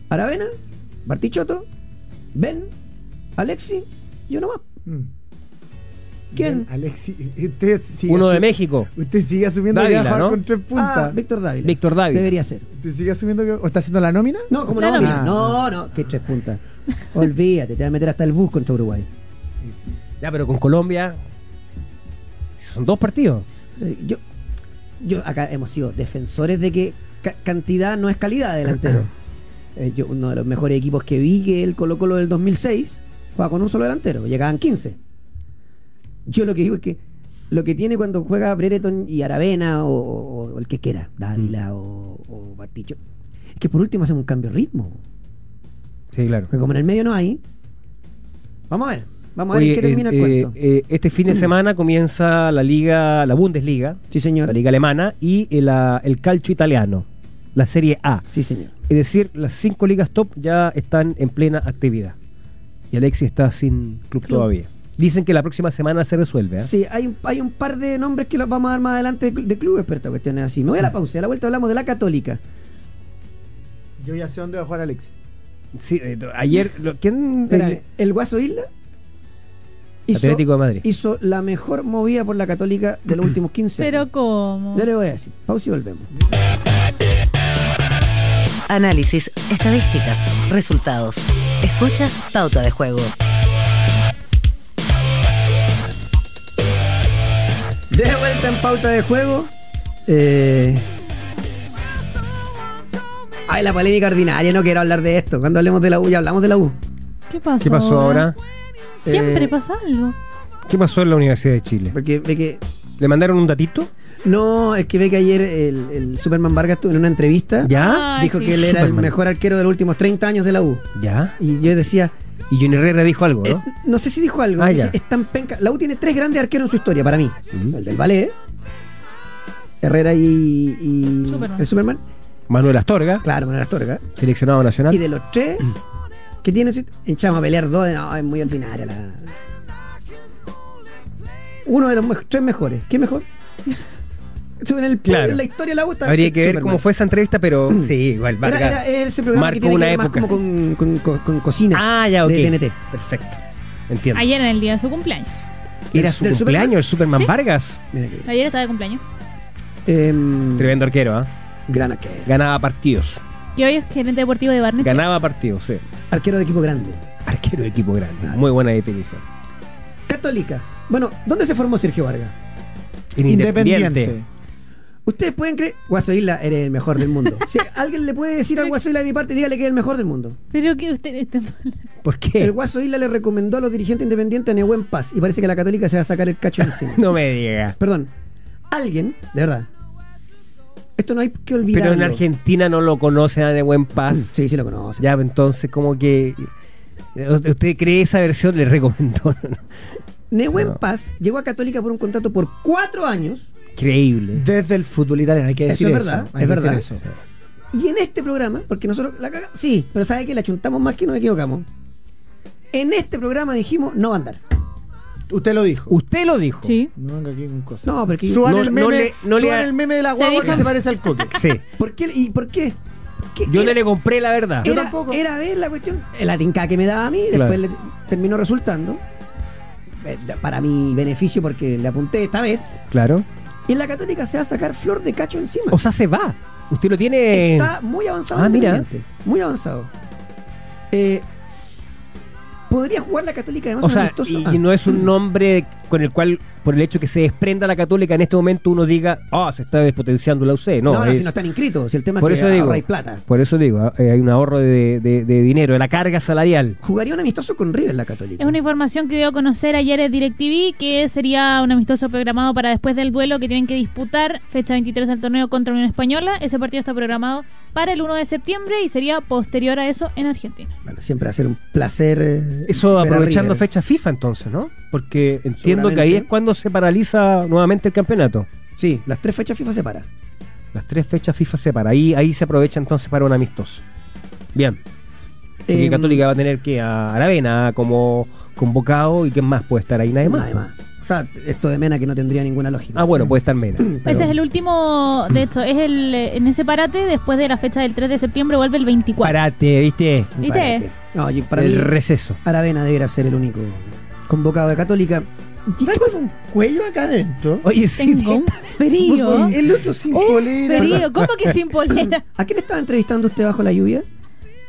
[SPEAKER 1] Aravena,
[SPEAKER 2] Mm.
[SPEAKER 1] Bartichotto, Ben, Alexi y uno más. ¿Quién?
[SPEAKER 2] Bien, Alexi, usted sigue
[SPEAKER 3] Uno de
[SPEAKER 2] asu-
[SPEAKER 3] México,
[SPEAKER 2] Usted sigue asumiendo que va a
[SPEAKER 3] Dávila,
[SPEAKER 2] jugar
[SPEAKER 3] ¿no?
[SPEAKER 2] con tres
[SPEAKER 1] Ah,
[SPEAKER 2] puntas.
[SPEAKER 1] Víctor Dávila.
[SPEAKER 3] Víctor Dávila.
[SPEAKER 1] Debería ser.
[SPEAKER 2] ¿Usted sigue asumiendo que.? ¿O está haciendo la nómina?
[SPEAKER 1] No, como
[SPEAKER 4] Claro.
[SPEAKER 1] no, mira,
[SPEAKER 2] Ah.
[SPEAKER 1] no, no, que tres puntas. Olvídate, te vas a meter hasta el bus contra Uruguay.
[SPEAKER 3] ya, pero con Colombia son dos partidos.
[SPEAKER 1] O sea, Yo, yo acá hemos sido defensores de que ca- cantidad no es calidad de
[SPEAKER 3] (clears throat)
[SPEAKER 1] delantero. Eh, yo, uno de los mejores equipos que vi, que el Colo Colo del 2006, juega con un solo delantero, llegaban 15. Yo lo que digo es que lo que tiene cuando juega Brereton y Aravena o, o- o el que quiera,
[SPEAKER 3] Mm.
[SPEAKER 1] Dávila o, o Barticho, es que por último hacen un cambio de ritmo.
[SPEAKER 3] Sí, claro.
[SPEAKER 1] Porque como en el medio no hay, vamos a ver, vamos a ver
[SPEAKER 3] Oye,
[SPEAKER 1] en qué termina
[SPEAKER 3] eh,
[SPEAKER 1] el
[SPEAKER 3] eh,
[SPEAKER 1] cuento. Mm.
[SPEAKER 3] eh, este fin de semana comienza la liga, la Bundesliga,
[SPEAKER 1] sí,
[SPEAKER 3] la
[SPEAKER 1] señor.
[SPEAKER 3] liga alemana y el, ah, el calcio italiano, la Serie A.
[SPEAKER 1] Sí, señor.
[SPEAKER 3] Es decir, las cinco ligas top ya están en plena actividad. Y Alexis está sin club, todavía. Dicen que la próxima semana se resuelve. ¿ah?
[SPEAKER 1] Sí, hay, un- hay un par de nombres que los vamos a dar más adelante de, cl- de clubes, pero esta cuestión es así. Me voy a
[SPEAKER 3] Mm.
[SPEAKER 1] la pausa, a la vuelta hablamos de la Católica.
[SPEAKER 2] Yo ya sé dónde va a jugar Alexi.
[SPEAKER 3] Sí, eh, do- ayer, lo- ¿quién?
[SPEAKER 1] El, el Guaso Isla hizo,
[SPEAKER 3] eh. Atlético de Madrid.
[SPEAKER 1] hizo la mejor movida por la Católica de los
[SPEAKER 3] (clears throat)
[SPEAKER 1] últimos 15 años.
[SPEAKER 4] Pero cómo.
[SPEAKER 1] Ya le voy a decir. Pausa y volvemos.
[SPEAKER 5] Análisis, estadísticas, resultados. Escuchas Pauta de Juego.
[SPEAKER 1] De vuelta en pauta de juego. Eh... Ay, la polémica ordinaria, no quiero hablar de esto. Cuando hablemos de la U, ya hablamos de la U.
[SPEAKER 4] ¿Qué pasó?
[SPEAKER 3] ¿Qué pasó ahora?
[SPEAKER 4] Siempre
[SPEAKER 1] Eh,
[SPEAKER 4] pasa algo.
[SPEAKER 3] ¿Qué pasó en la Universidad de Chile?
[SPEAKER 1] Porque ve que
[SPEAKER 3] ¿Le mandaron un datito?
[SPEAKER 1] No, es que ve que ayer el, el Superman Vargas tuvo en una entrevista.
[SPEAKER 3] ¿Ya?
[SPEAKER 4] Ah,
[SPEAKER 1] Dijo
[SPEAKER 4] sí.
[SPEAKER 1] que él era el
[SPEAKER 3] Superman.
[SPEAKER 1] mejor arquero de los últimos 30 años de la U.
[SPEAKER 3] ¿Ya?
[SPEAKER 1] Y yo decía,
[SPEAKER 3] Y Johnny Herrera dijo algo,
[SPEAKER 1] eh,
[SPEAKER 3] ¿no?
[SPEAKER 1] no sé si dijo algo.
[SPEAKER 3] Ah,
[SPEAKER 1] dije,
[SPEAKER 3] ya.
[SPEAKER 1] es tan penca. La U tiene tres grandes arqueros en su historia, para mí:
[SPEAKER 3] Ujú.
[SPEAKER 1] el del ballet, Herrera y, y
[SPEAKER 4] Superman.
[SPEAKER 1] el Superman.
[SPEAKER 3] Manuel Astorga,
[SPEAKER 1] Claro, Manuel Astorga.
[SPEAKER 3] seleccionado nacional.
[SPEAKER 1] Y de los tres
[SPEAKER 3] Mm.
[SPEAKER 1] que tiene, echamos a pelear dos. no, es muy ordinaria la. Uno de los mej- tres mejores. ¿Qué mejor? (laughs) En el
[SPEAKER 3] Claro.
[SPEAKER 1] en la historia de la U está
[SPEAKER 3] Habría que ver
[SPEAKER 1] Superman. Mm.
[SPEAKER 3] cómo fue esa entrevista, pero sí, igual,
[SPEAKER 1] Era,
[SPEAKER 3] Vargas.
[SPEAKER 1] era ese programa
[SPEAKER 3] marcó
[SPEAKER 1] que tiene
[SPEAKER 3] una
[SPEAKER 1] que ver más
[SPEAKER 3] época.
[SPEAKER 1] como con, con- con- con cocina.
[SPEAKER 3] Ah, ya, ok.
[SPEAKER 1] de TNT.
[SPEAKER 3] Perfecto. Entiendo.
[SPEAKER 4] Ayer en el día de su cumpleaños.
[SPEAKER 3] Era
[SPEAKER 1] del-
[SPEAKER 3] su
[SPEAKER 1] del
[SPEAKER 3] cumpleaños, el Superman
[SPEAKER 4] Sí.
[SPEAKER 3] Vargas.
[SPEAKER 1] Mira que-
[SPEAKER 4] Ayer estaba de cumpleaños.
[SPEAKER 1] em,
[SPEAKER 3] Tremendo arquero, ¿ah?
[SPEAKER 1] gran arquero.
[SPEAKER 3] Ganaba partidos.
[SPEAKER 4] Y hoy es gerente deportivo de Barnechea.
[SPEAKER 3] Ganaba partidos, sí.
[SPEAKER 1] Arquero de equipo grande.
[SPEAKER 3] (laughs) Arquero de equipo grande. Muy buena definición.
[SPEAKER 1] Católica. Bueno, ¿dónde se formó Sergio Vargas?
[SPEAKER 3] En
[SPEAKER 2] Independiente.
[SPEAKER 1] Ustedes pueden creer. Guaso Isla eres el mejor del
[SPEAKER 3] (laughs)
[SPEAKER 1] mundo. si alguien le puede decir a Guaso Isla de mi parte, dígale que es el mejor del mundo.
[SPEAKER 4] Pero que usted está mal.
[SPEAKER 3] ¿Por
[SPEAKER 1] El
[SPEAKER 3] qué?
[SPEAKER 1] Guaso Isla le recomendó a los dirigentes independientes a Nehuen Paz. Y parece que la Católica se va a sacar el
[SPEAKER 3] (laughs)
[SPEAKER 1] cacho encima.
[SPEAKER 3] No me diga.
[SPEAKER 1] Perdón. Alguien, de verdad. Esto no hay que olvidar.
[SPEAKER 3] Pero en Argentina no lo conocen a De Buen Paz.
[SPEAKER 1] Mm, Sí, sí lo conoce.
[SPEAKER 3] Ya, entonces, como que. ¿Usted cree esa versión? Le recomendó. (laughs)
[SPEAKER 1] Nehuen
[SPEAKER 3] No.
[SPEAKER 1] Paz llegó a Católica por un contrato por cuatro años
[SPEAKER 3] Increíble.
[SPEAKER 2] Desde el fútbol italiano, hay que
[SPEAKER 1] Eso
[SPEAKER 2] decir
[SPEAKER 1] es
[SPEAKER 2] eso.
[SPEAKER 1] verdad,
[SPEAKER 2] hay
[SPEAKER 1] es
[SPEAKER 2] que
[SPEAKER 1] verdad.
[SPEAKER 2] decir eso.
[SPEAKER 1] y en este programa, porque nosotros la cagamos, sí, pero sabe que la chuntamos más que nos equivocamos. En este programa dijimos no va a andar.
[SPEAKER 2] Usted lo dijo.
[SPEAKER 3] Usted lo dijo.
[SPEAKER 4] Sí.
[SPEAKER 2] No venga aquí con cosas.
[SPEAKER 1] No, porque
[SPEAKER 2] Suban,
[SPEAKER 3] No-
[SPEAKER 2] el,
[SPEAKER 3] no
[SPEAKER 2] meme,
[SPEAKER 3] le- no le
[SPEAKER 2] suban
[SPEAKER 3] ha-
[SPEAKER 2] el meme de la
[SPEAKER 4] Se
[SPEAKER 2] guagua
[SPEAKER 4] dijo-
[SPEAKER 2] que se parece
[SPEAKER 1] (laughs)
[SPEAKER 2] al coque.
[SPEAKER 3] Sí.
[SPEAKER 1] ¿por qué y por qué? Porque
[SPEAKER 3] Yo
[SPEAKER 1] era,
[SPEAKER 3] no le compré la verdad.
[SPEAKER 1] era-
[SPEAKER 2] tampoco.
[SPEAKER 1] era ver la cuestión, la tinca que me daba a mí,
[SPEAKER 3] Claro.
[SPEAKER 1] después le terminó resultando eh, para mi beneficio porque le apunté esta vez.
[SPEAKER 3] Claro.
[SPEAKER 1] Y en la Católica se va a sacar flor de cacho encima.
[SPEAKER 3] O sea, se va. Usted lo tiene.
[SPEAKER 1] Está muy avanzado.
[SPEAKER 3] Ah, mira.
[SPEAKER 1] Independiente, Muy avanzado. Eh, Podría jugar la Católica además
[SPEAKER 3] O
[SPEAKER 1] un
[SPEAKER 3] sea,
[SPEAKER 1] amistoso?
[SPEAKER 3] y,
[SPEAKER 1] Ah.
[SPEAKER 3] y no es un nombre con el cual, por el hecho que se desprenda la católica en este momento, uno diga, ah, se está despotenciando la UC. No,
[SPEAKER 1] No, no,
[SPEAKER 3] es-
[SPEAKER 1] si no están inscritos, si el tema
[SPEAKER 3] por
[SPEAKER 1] es
[SPEAKER 3] eso
[SPEAKER 1] que
[SPEAKER 3] digo,
[SPEAKER 1] ahorra y plata.
[SPEAKER 3] por eso digo, eh, hay un ahorro de, de- de dinero, de la carga salarial.
[SPEAKER 1] Jugaría un amistoso con River la Católica.
[SPEAKER 4] Es una información que dio a conocer ayer el DirecTV, que sería un amistoso programado para después del duelo que tienen que disputar, fecha 23 del torneo contra Unión Española. Ese partido está programado para el 1 de septiembre y sería posterior a eso en Argentina.
[SPEAKER 1] Bueno, siempre va a ser un placer. eh,
[SPEAKER 3] Eso
[SPEAKER 1] ver a
[SPEAKER 3] aprovechando
[SPEAKER 1] River.
[SPEAKER 3] fecha FIFA entonces, ¿no? Porque entiendo que ahí
[SPEAKER 1] Seguramente.
[SPEAKER 3] es cuando se paraliza nuevamente el campeonato.
[SPEAKER 1] Sí, las tres fechas FIFA se para.
[SPEAKER 3] Las tres fechas FIFA se para. Ahí, ahí se aprovecha entonces para un amistoso. Bien. Porque
[SPEAKER 1] Em,
[SPEAKER 3] Católica va a tener que a Aravena como convocado y quién más puede estar ahí, nadie más.
[SPEAKER 1] Nada más. O sea, esto de Mena que no tendría ninguna lógica.
[SPEAKER 3] Ah, bueno, puede estar Mena.
[SPEAKER 4] Ese es el último, de hecho, es el eh, en ese parate después de la fecha del 3 de septiembre vuelve el 24.
[SPEAKER 3] Parate, ¿viste?
[SPEAKER 1] Me
[SPEAKER 4] ¿viste?
[SPEAKER 1] parece. No, yo- para
[SPEAKER 3] el
[SPEAKER 1] mí,
[SPEAKER 3] receso.
[SPEAKER 1] Aravena debería ser el único convocado de Católica.
[SPEAKER 2] ¿Qué pasa un cuello acá adentro?
[SPEAKER 3] Oye, sí. Oh,
[SPEAKER 4] Tengo un
[SPEAKER 2] Puso
[SPEAKER 4] frío.
[SPEAKER 2] El otro
[SPEAKER 1] Oh,
[SPEAKER 2] sin
[SPEAKER 4] Un
[SPEAKER 2] polera.
[SPEAKER 4] frío. ¿Cómo que sin polera?
[SPEAKER 1] ¿A quién estaba entrevistando usted bajo la lluvia?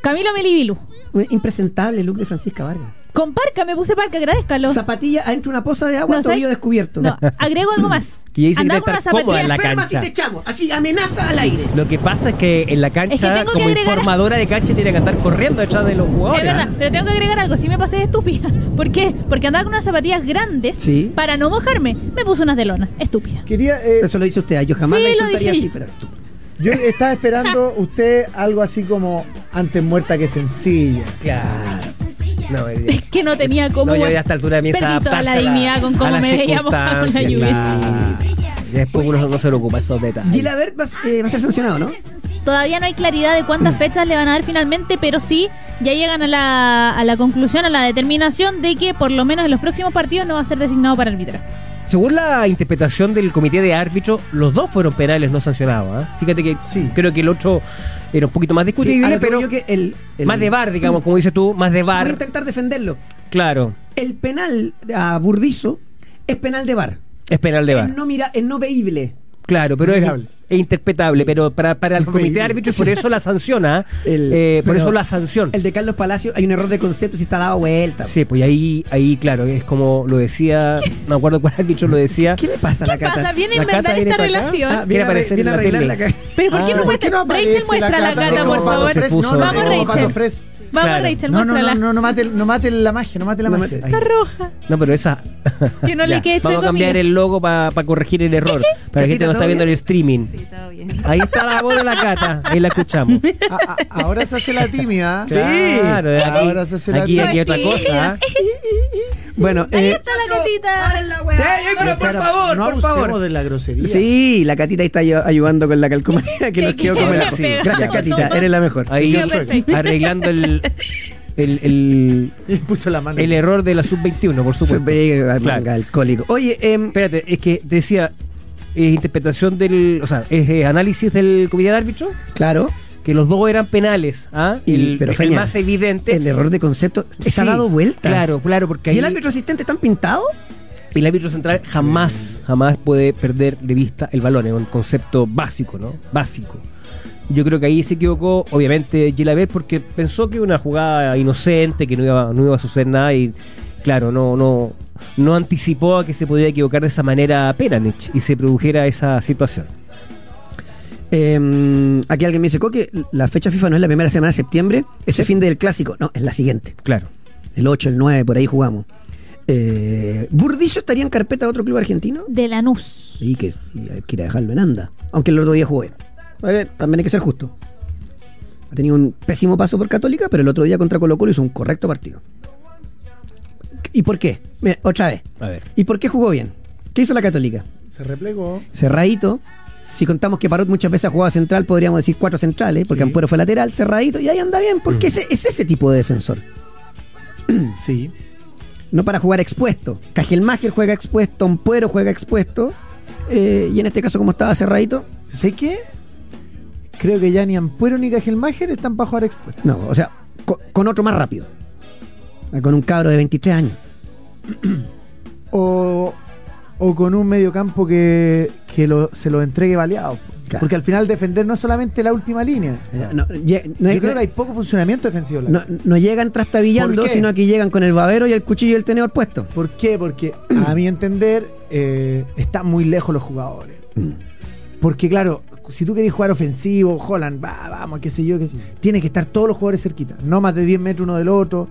[SPEAKER 4] Camilo Melibilu.
[SPEAKER 1] Un impresentable look de Francisca Vargas.
[SPEAKER 4] Con parca, me puse parca, agradezcalo.
[SPEAKER 1] Zapatilla adentro una poza de agua,
[SPEAKER 4] No,
[SPEAKER 1] tobillo
[SPEAKER 4] ¿sabes?
[SPEAKER 1] descubierto.
[SPEAKER 4] No, agrego algo más.
[SPEAKER 3] (laughs) Que ya dice que
[SPEAKER 4] Andaba
[SPEAKER 3] debe
[SPEAKER 4] con una
[SPEAKER 3] estar cómoda
[SPEAKER 4] zapatilla
[SPEAKER 3] en la
[SPEAKER 1] Enferma
[SPEAKER 3] cancha.
[SPEAKER 1] si te echamos, así amenaza al aire.
[SPEAKER 3] Lo que pasa es que en la cancha,
[SPEAKER 4] Es que tengo que
[SPEAKER 3] como
[SPEAKER 4] agregar-
[SPEAKER 3] informadora de cancha, tiene que andar corriendo detrás de los
[SPEAKER 4] Es
[SPEAKER 3] jugadores. ¿ah?
[SPEAKER 4] verdad, pero tengo que agregar algo, si me pasé de estúpida. (laughs) ¿Por qué? Porque andaba con unas zapatillas grandes
[SPEAKER 1] Sí.
[SPEAKER 4] para no mojarme. Me puse unas de lona, estúpida. (laughs)
[SPEAKER 2] Quería, eh,
[SPEAKER 1] Eso lo dice usted, yo jamás
[SPEAKER 4] Sí,
[SPEAKER 1] la
[SPEAKER 4] lo
[SPEAKER 1] insultaría
[SPEAKER 4] dije.
[SPEAKER 1] así, pero tú.
[SPEAKER 2] yo estaba esperando usted algo así como antes muerta que sencilla.
[SPEAKER 3] Claro. No, es-
[SPEAKER 4] Es que no tenía cómo.
[SPEAKER 3] No, yo ya a esta altura de mi
[SPEAKER 4] Perdí
[SPEAKER 3] esa
[SPEAKER 4] toda la dignidad con cómo me veía (laughs) mojada con la lluvia.
[SPEAKER 3] Después uno no se preocupa esos detalles.
[SPEAKER 1] Gilabert va, eh, va a ser sancionado, ¿no?
[SPEAKER 4] Todavía no hay claridad de cuántas fechas le van a dar finalmente, pero sí ya llegan a la, a la conclusión, a la determinación de que por lo menos en los próximos partidos no va a ser designado para árbitro.
[SPEAKER 3] Según la interpretación del comité de árbitro, los dos fueron penales no sancionados. ¿ah? Fíjate que
[SPEAKER 2] Sí.
[SPEAKER 3] creo que el otro era un poquito más discutible,
[SPEAKER 1] a lo que
[SPEAKER 3] pero
[SPEAKER 1] voy yo que el, el-
[SPEAKER 3] más de bar, digamos, como dices tú, más de
[SPEAKER 1] Voy a
[SPEAKER 3] bar.
[SPEAKER 1] intentar defenderlo.
[SPEAKER 3] Claro,
[SPEAKER 1] El penal a Burdizo es penal de bar.
[SPEAKER 3] es penal de bar.
[SPEAKER 1] Es no, mira, es no veíble.
[SPEAKER 3] Claro, pero es,
[SPEAKER 2] Innegable.
[SPEAKER 3] es interpretable, pero para,
[SPEAKER 1] (laughs)
[SPEAKER 3] para el comité de árbitros por eso la sanciona,
[SPEAKER 1] El-
[SPEAKER 3] eh, por
[SPEAKER 1] pero
[SPEAKER 3] eso la sanción.
[SPEAKER 1] El de Carlos Palacio, hay un error de concepto si está dado vuelta.
[SPEAKER 3] Sí, pues ahí, ahí, claro, es como lo decía,
[SPEAKER 1] (laughs)
[SPEAKER 3] no me acuerdo cuál árbitro lo decía.
[SPEAKER 1] ¿Qué le pasa a la
[SPEAKER 4] ¿Qué
[SPEAKER 1] Cata?
[SPEAKER 4] pasa? Viene
[SPEAKER 3] la
[SPEAKER 4] a
[SPEAKER 3] Cata
[SPEAKER 4] inventar
[SPEAKER 3] viene
[SPEAKER 4] esta
[SPEAKER 3] para acá.
[SPEAKER 4] relación.
[SPEAKER 1] Ah,
[SPEAKER 3] Quiere
[SPEAKER 1] viene a arre-
[SPEAKER 3] aparecer
[SPEAKER 1] viene a
[SPEAKER 3] en la
[SPEAKER 1] arreglar
[SPEAKER 3] tele.
[SPEAKER 1] la Cata.
[SPEAKER 4] Pero ¿por qué
[SPEAKER 3] Ah,
[SPEAKER 4] no
[SPEAKER 3] ¿por
[SPEAKER 4] muestra? Rachel muestra la
[SPEAKER 2] cara
[SPEAKER 4] gata, por favor.
[SPEAKER 3] Se puso-
[SPEAKER 2] no,
[SPEAKER 4] Vamos,
[SPEAKER 2] no,
[SPEAKER 4] Rachel.
[SPEAKER 2] Fres.
[SPEAKER 4] Vamos,
[SPEAKER 3] Claro.
[SPEAKER 4] Rachel,
[SPEAKER 2] No, no, no,
[SPEAKER 4] muéstrala.
[SPEAKER 2] no, no mate, no mate la magia, no mate la
[SPEAKER 1] No
[SPEAKER 2] magia.
[SPEAKER 1] mate-
[SPEAKER 4] Está roja.
[SPEAKER 3] No, pero esa.
[SPEAKER 4] (laughs) Que no le
[SPEAKER 3] Ya,
[SPEAKER 4] quede chueco,
[SPEAKER 3] Vamos a cambiar
[SPEAKER 4] mira.
[SPEAKER 3] el logo para corregir el
[SPEAKER 4] (laughs)
[SPEAKER 3] error. para la gente que no
[SPEAKER 1] Catita,
[SPEAKER 3] está
[SPEAKER 1] ¿todo
[SPEAKER 3] viendo el
[SPEAKER 1] bien?
[SPEAKER 3] streaming.
[SPEAKER 6] Sí, todo bien.
[SPEAKER 3] Ahí está la voz de la cata. Ahí la
[SPEAKER 4] (laughs)
[SPEAKER 3] escuchamos.
[SPEAKER 2] A- a- ahora se (laughs) hace la tímida.
[SPEAKER 3] Claro, aquí,
[SPEAKER 2] ahora se hace la
[SPEAKER 3] aquí,
[SPEAKER 2] tímida.
[SPEAKER 3] aquí otra
[SPEAKER 4] (laughs)
[SPEAKER 3] cosa. ¿ah?
[SPEAKER 1] Bueno, eh,
[SPEAKER 6] la gatita!
[SPEAKER 1] eh, pero por favor,
[SPEAKER 2] no
[SPEAKER 1] por
[SPEAKER 2] abusemos
[SPEAKER 1] favor.
[SPEAKER 2] de la grosería.
[SPEAKER 1] Sí, la Catita ahí está ayu- ayudando con la calcomanía que nos
[SPEAKER 4] Que
[SPEAKER 1] quedó como
[SPEAKER 4] queda
[SPEAKER 1] la-
[SPEAKER 3] pegado,
[SPEAKER 1] Gracias,
[SPEAKER 3] ¿no?
[SPEAKER 1] Catita, eres la mejor.
[SPEAKER 3] Ahí
[SPEAKER 4] Quedó perfecto.
[SPEAKER 3] arreglando
[SPEAKER 4] (laughs)
[SPEAKER 3] el, el, el,
[SPEAKER 2] (laughs) Y puso la mano.
[SPEAKER 3] el error de la sub-21, por
[SPEAKER 1] Se
[SPEAKER 3] supuesto.
[SPEAKER 1] ve
[SPEAKER 3] Claro.
[SPEAKER 1] alcohólico. Oye, em,
[SPEAKER 3] Espérate, es que decía, es interpretación del. O sea, es eh, análisis del comité de árbitro.
[SPEAKER 1] claro,
[SPEAKER 3] Que los dos eran penales. ¿ah?
[SPEAKER 1] Y-
[SPEAKER 3] el,
[SPEAKER 1] pero
[SPEAKER 3] el
[SPEAKER 1] Feña,
[SPEAKER 3] más evidente.
[SPEAKER 1] el error de concepto está
[SPEAKER 3] Sí,
[SPEAKER 1] dado vuelta.
[SPEAKER 3] Claro, claro, porque
[SPEAKER 1] ¿Y el
[SPEAKER 3] ahí-
[SPEAKER 1] árbitro asistente tan pintado?
[SPEAKER 3] El árbitro central jamás, jamás puede perder de vista el balón. Es un concepto básico, ¿no? Básico. Yo creo que ahí se equivocó, obviamente, Gilabert, porque pensó que una jugada inocente, que no iba, no iba a suceder nada y, claro, no, no, no anticipó a que se podía equivocar de esa manera Peranich y se produjera esa situación.
[SPEAKER 1] Em, aquí alguien me dice, Coque, la fecha FIFA no es la primera semana de septiembre, ese fin del clásico. No, es la siguiente.
[SPEAKER 3] Claro.
[SPEAKER 1] El 8, el 9, por ahí jugamos. Eh, ¿Burdizo estaría en carpeta de otro club argentino?
[SPEAKER 4] De Lanús.
[SPEAKER 1] Sí, que quiera dejarlo en anda. Aunque el otro día jugó bien. A ver, también hay que ser justo. Ha tenido un pésimo paso por Católica, pero el otro día contra Colo Colo hizo un correcto partido. ¿Y por qué? Mira, otra vez.
[SPEAKER 3] A ver.
[SPEAKER 1] ¿Y por qué jugó bien? ¿Qué hizo la Católica?
[SPEAKER 2] Se replegó.
[SPEAKER 1] Cerradito. Si contamos que Parot muchas veces ha jugado central, podríamos decir cuatro centrales, porque
[SPEAKER 2] Sí. Mm.
[SPEAKER 1] Ampuero fue lateral, cerradito, y ahí anda bien, porque ese- es ese tipo de defensor.
[SPEAKER 2] Sí.
[SPEAKER 1] No para jugar expuesto. Cajelmacher juega expuesto, Ampuero juega expuesto, eh, y en este caso, como estaba cerradito,
[SPEAKER 2] ¿Sé qué? Creo que ya ni Ampuero ni Gagelmacher están bajo ahora expuestos.
[SPEAKER 1] pues No, o sea, co- con, otro más rápido. Con un cabro de 23 años.
[SPEAKER 2] O, o con un mediocampo que, que lo- se lo entregue baleado.
[SPEAKER 1] Claro.
[SPEAKER 2] Porque al final defender no es solamente la última línea.
[SPEAKER 1] Eh, No, lle- no-
[SPEAKER 2] Yo creo que hay poco funcionamiento defensivo. la
[SPEAKER 1] no- no llegan trastabillando,
[SPEAKER 2] ¿Por qué?
[SPEAKER 1] sino que llegan con el babero y el cuchillo y el tenedor puesto.
[SPEAKER 2] ¿Por qué? Porque
[SPEAKER 1] Mm.
[SPEAKER 2] a mi entender eh, están muy lejos los jugadores.
[SPEAKER 1] Mm.
[SPEAKER 2] Porque claro, si tú querés jugar ofensivo, Holland, va, vamos, qué sé yo, qué sé yo,
[SPEAKER 1] Mm.
[SPEAKER 2] tienes que estar todos los jugadores cerquita, no más de 10 metros uno del otro.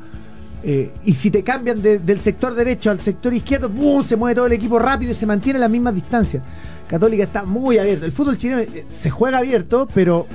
[SPEAKER 2] Eh, y si te cambian de- del sector derecho al sector izquierdo, ¡bum! se mueve todo el equipo rápido y se mantiene las mismas distancias. Católica está muy abierto. El fútbol chileno eh, se juega abierto, pero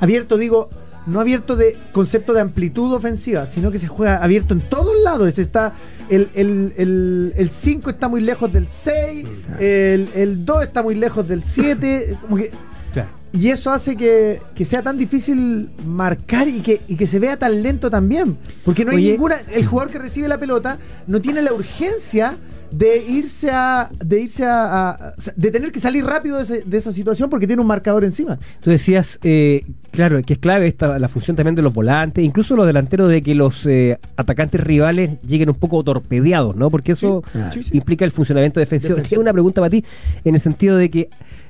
[SPEAKER 2] abierto digo, no abierto de concepto de amplitud ofensiva, sino que se juega abierto en todos lados. Ese Está, el 5 el, el cinco está muy lejos del 6, el 2 está muy lejos del 7. Como que
[SPEAKER 3] Claro.
[SPEAKER 2] y eso hace que, que sea tan difícil marcar y que, y que se vea tan lento también. Porque no hay
[SPEAKER 3] Oye.
[SPEAKER 2] ninguna. El jugador que recibe la pelota no tiene la urgencia de irse a. de irse a. a- de tener que salir rápido de, ese- de esa situación porque tiene un marcador encima.
[SPEAKER 3] Tú decías, eh, claro, que es clave esta, la función también de los volantes, incluso los delanteros, de que los eh, atacantes rivales lleguen un poco torpedeados, ¿no? Porque eso
[SPEAKER 2] Sí, sí, sí.
[SPEAKER 3] implica el funcionamiento defensivo.
[SPEAKER 2] Defensivo.
[SPEAKER 3] Tengo una pregunta para ti, en el sentido de que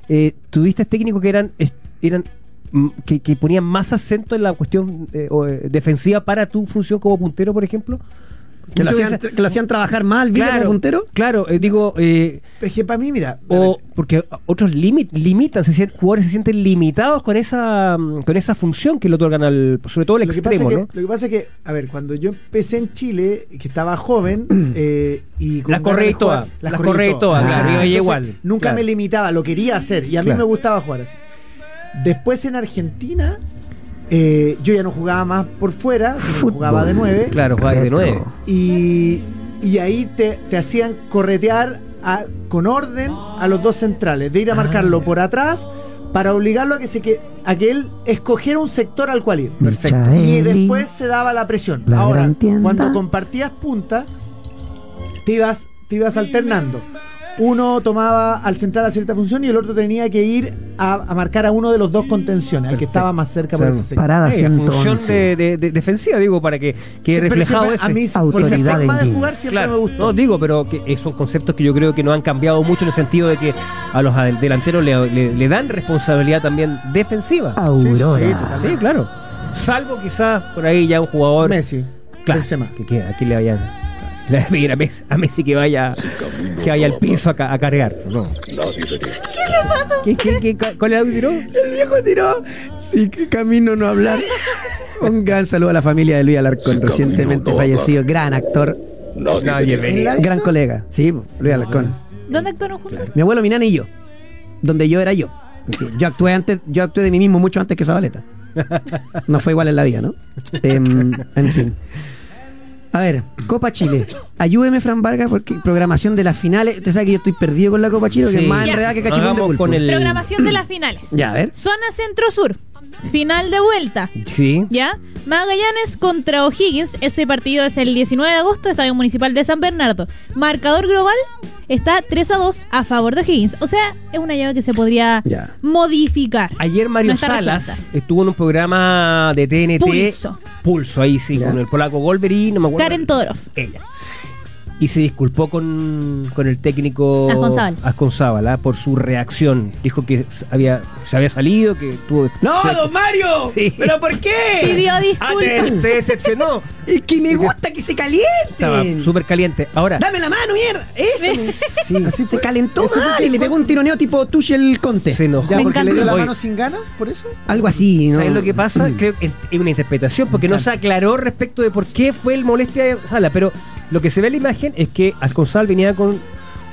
[SPEAKER 3] eh, tuviste técnicos que eran, es- eran mm, que, que ponían más acento en la cuestión eh, o, eh, defensiva para tu función como puntero, por ejemplo.
[SPEAKER 1] Que lo,
[SPEAKER 3] Muchas
[SPEAKER 1] hacían,
[SPEAKER 3] veces-
[SPEAKER 1] que lo hacían trabajar mal, Villa como puntero.
[SPEAKER 3] Claro, eh, digo, eh,
[SPEAKER 2] Es que para mí, mira.
[SPEAKER 3] o porque otros limi- limitan, se sien- jugadores se sienten limitados con esa mm, con esa función que le otorgan al sobre todo al
[SPEAKER 2] lo que
[SPEAKER 3] extremo,
[SPEAKER 2] pasa es
[SPEAKER 3] ¿no?
[SPEAKER 2] que- Lo que pasa es que, a ver, cuando yo empecé en Chile, que estaba
[SPEAKER 3] (clears throat)
[SPEAKER 2] joven, eh, y con
[SPEAKER 3] Las
[SPEAKER 2] ganas de
[SPEAKER 3] corrí
[SPEAKER 2] jugar-
[SPEAKER 3] todas, las corrí todas,
[SPEAKER 2] Ah,
[SPEAKER 3] claro, iba
[SPEAKER 2] entonces,
[SPEAKER 3] igual,
[SPEAKER 2] Nunca
[SPEAKER 3] claro.
[SPEAKER 2] me limitaba, lo quería hacer, y a mí
[SPEAKER 3] Claro.
[SPEAKER 2] me gustaba jugar así. Después en Argentina, eh, yo ya no jugaba más por fuera, sino que jugaba de nueve.
[SPEAKER 3] Claro, va de nueve.
[SPEAKER 2] Y, y ahí te, te hacían corretear a- con orden a los dos centrales,
[SPEAKER 1] Ah.
[SPEAKER 2] de ir a marcarlo por atrás para obligarlo a que, se, que, a que él escogiera un sector al cual ir.
[SPEAKER 3] Perfecto.
[SPEAKER 2] Y después se daba la presión.
[SPEAKER 1] La
[SPEAKER 2] Ahora,
[SPEAKER 1] gran tienda.
[SPEAKER 2] cuando compartías punta, te ibas, te ibas alternando. Uno tomaba al central a cierta función y el otro tenía que ir a, a marcar a uno de los dos contenciones, al que estaba más cerca por
[SPEAKER 3] Claro.
[SPEAKER 2] ese sector.
[SPEAKER 1] Parada
[SPEAKER 3] Eh, función
[SPEAKER 1] 111.
[SPEAKER 3] de, de- de- defensiva, digo, para que quede
[SPEAKER 2] Sí, pero
[SPEAKER 3] reflejado
[SPEAKER 2] siempre-
[SPEAKER 3] eso.
[SPEAKER 2] A mí esa
[SPEAKER 1] Autoridad
[SPEAKER 2] forma
[SPEAKER 1] en
[SPEAKER 2] de jugar
[SPEAKER 1] jeans.
[SPEAKER 2] siempre
[SPEAKER 3] Claro.
[SPEAKER 2] me gustó.
[SPEAKER 3] No, digo, pero que eh, son conceptos que yo creo que no han cambiado mucho en el sentido de que a los adel- delanteros le, le- le dan responsabilidad también defensiva.
[SPEAKER 2] Ah, Sí, sí,
[SPEAKER 1] Aurora.
[SPEAKER 2] totalmente.
[SPEAKER 3] sí, claro. Salvo quizás por ahí ya un jugador
[SPEAKER 2] Messi.
[SPEAKER 3] Claro,
[SPEAKER 2] Benzema.
[SPEAKER 3] que, que aquí le vayan le vayan a pedir a Messi, a Messi que vaya que vaya al piso a, ca- a cargar. No. ¿Qué, qué, qué, cu- cuál es el audio?
[SPEAKER 1] El viejo tiró. Sí, que camino no hablar. Un gran saludo a la familia de Luis Alarcón, recientemente fallecido. Gran actor, eh,
[SPEAKER 3] Nadie
[SPEAKER 2] ¿La
[SPEAKER 3] venía.
[SPEAKER 1] gran
[SPEAKER 2] hizo?
[SPEAKER 1] colega. Sí, Luis Alarcón.
[SPEAKER 3] Ah.
[SPEAKER 4] ¿Dónde actuaron juntos?
[SPEAKER 1] Mi abuelo Minana y yo. Donde yo era yo. Porque Yo actué antes, yo actué de mí mismo mucho antes que Zabaleta. No fue igual en la vida, ¿no? Em, en fin. A ver, Copa Chile. Ayúdeme, Fran Vargas, porque programación de las finales. Usted sabe que yo estoy perdido con la Copa Chile, que
[SPEAKER 3] Sí.
[SPEAKER 1] es más
[SPEAKER 4] Ya.
[SPEAKER 1] enredada que cachipún de
[SPEAKER 3] Hagamos
[SPEAKER 1] pulpo.
[SPEAKER 3] con el-
[SPEAKER 4] Programación de las
[SPEAKER 3] (clears throat)
[SPEAKER 4] finales.
[SPEAKER 1] Ya, a ver.
[SPEAKER 4] Zona Centro-Sur. Final de vuelta.
[SPEAKER 3] Sí.
[SPEAKER 4] ¿Ya? Magallanes contra O'Higgins. Ese partido es el 19 de agosto, Estadio Municipal de San Bernardo. Marcador global está 3 a 2 a favor de O'Higgins. O sea, es una llave que se podría
[SPEAKER 1] Ya.
[SPEAKER 4] modificar.
[SPEAKER 3] Ayer Mario
[SPEAKER 4] No está
[SPEAKER 3] Salas
[SPEAKER 4] resuelta.
[SPEAKER 3] estuvo en un programa de TNT.
[SPEAKER 4] Pulso.
[SPEAKER 3] Pulso, ahí sí,
[SPEAKER 1] Ya.
[SPEAKER 3] con el polaco Golbery, no me acuerdo.
[SPEAKER 4] Karen Todorov.
[SPEAKER 3] Ella. Y se disculpó con, con el técnico
[SPEAKER 4] Asconzábal.
[SPEAKER 3] Asconzábal, ¿ah? por su reacción. Dijo que se había, se había salido, que tuvo.
[SPEAKER 1] ¡No,
[SPEAKER 3] se-
[SPEAKER 1] don Mario!
[SPEAKER 3] Sí.
[SPEAKER 1] ¿Pero por qué?
[SPEAKER 4] Pidió
[SPEAKER 3] Ah, te-
[SPEAKER 4] disculpas.
[SPEAKER 3] te decepcionó.
[SPEAKER 1] Es que me gusta que se
[SPEAKER 3] Estaba
[SPEAKER 1] calienten.
[SPEAKER 3] súper caliente. Ahora,
[SPEAKER 1] Dame la mano, mierda. Eso.
[SPEAKER 2] Sí. Así
[SPEAKER 1] Se
[SPEAKER 2] fue.
[SPEAKER 1] calentó
[SPEAKER 2] Ese fue
[SPEAKER 1] mal
[SPEAKER 2] que-
[SPEAKER 1] y le pegó un tironeo tipo el Conte.
[SPEAKER 3] se enojó.
[SPEAKER 2] Ya,
[SPEAKER 4] Me
[SPEAKER 2] porque le dio la
[SPEAKER 3] encanta.
[SPEAKER 2] mano sin ganas, por eso.
[SPEAKER 1] Algo así, ¿no? mm.
[SPEAKER 3] ¿Sabes lo que pasa? Creo que es una interpretación, porque no se aclaró respecto de por qué fue el molestia de Sala, pero lo que se ve en la imagen es que Alconzal venía con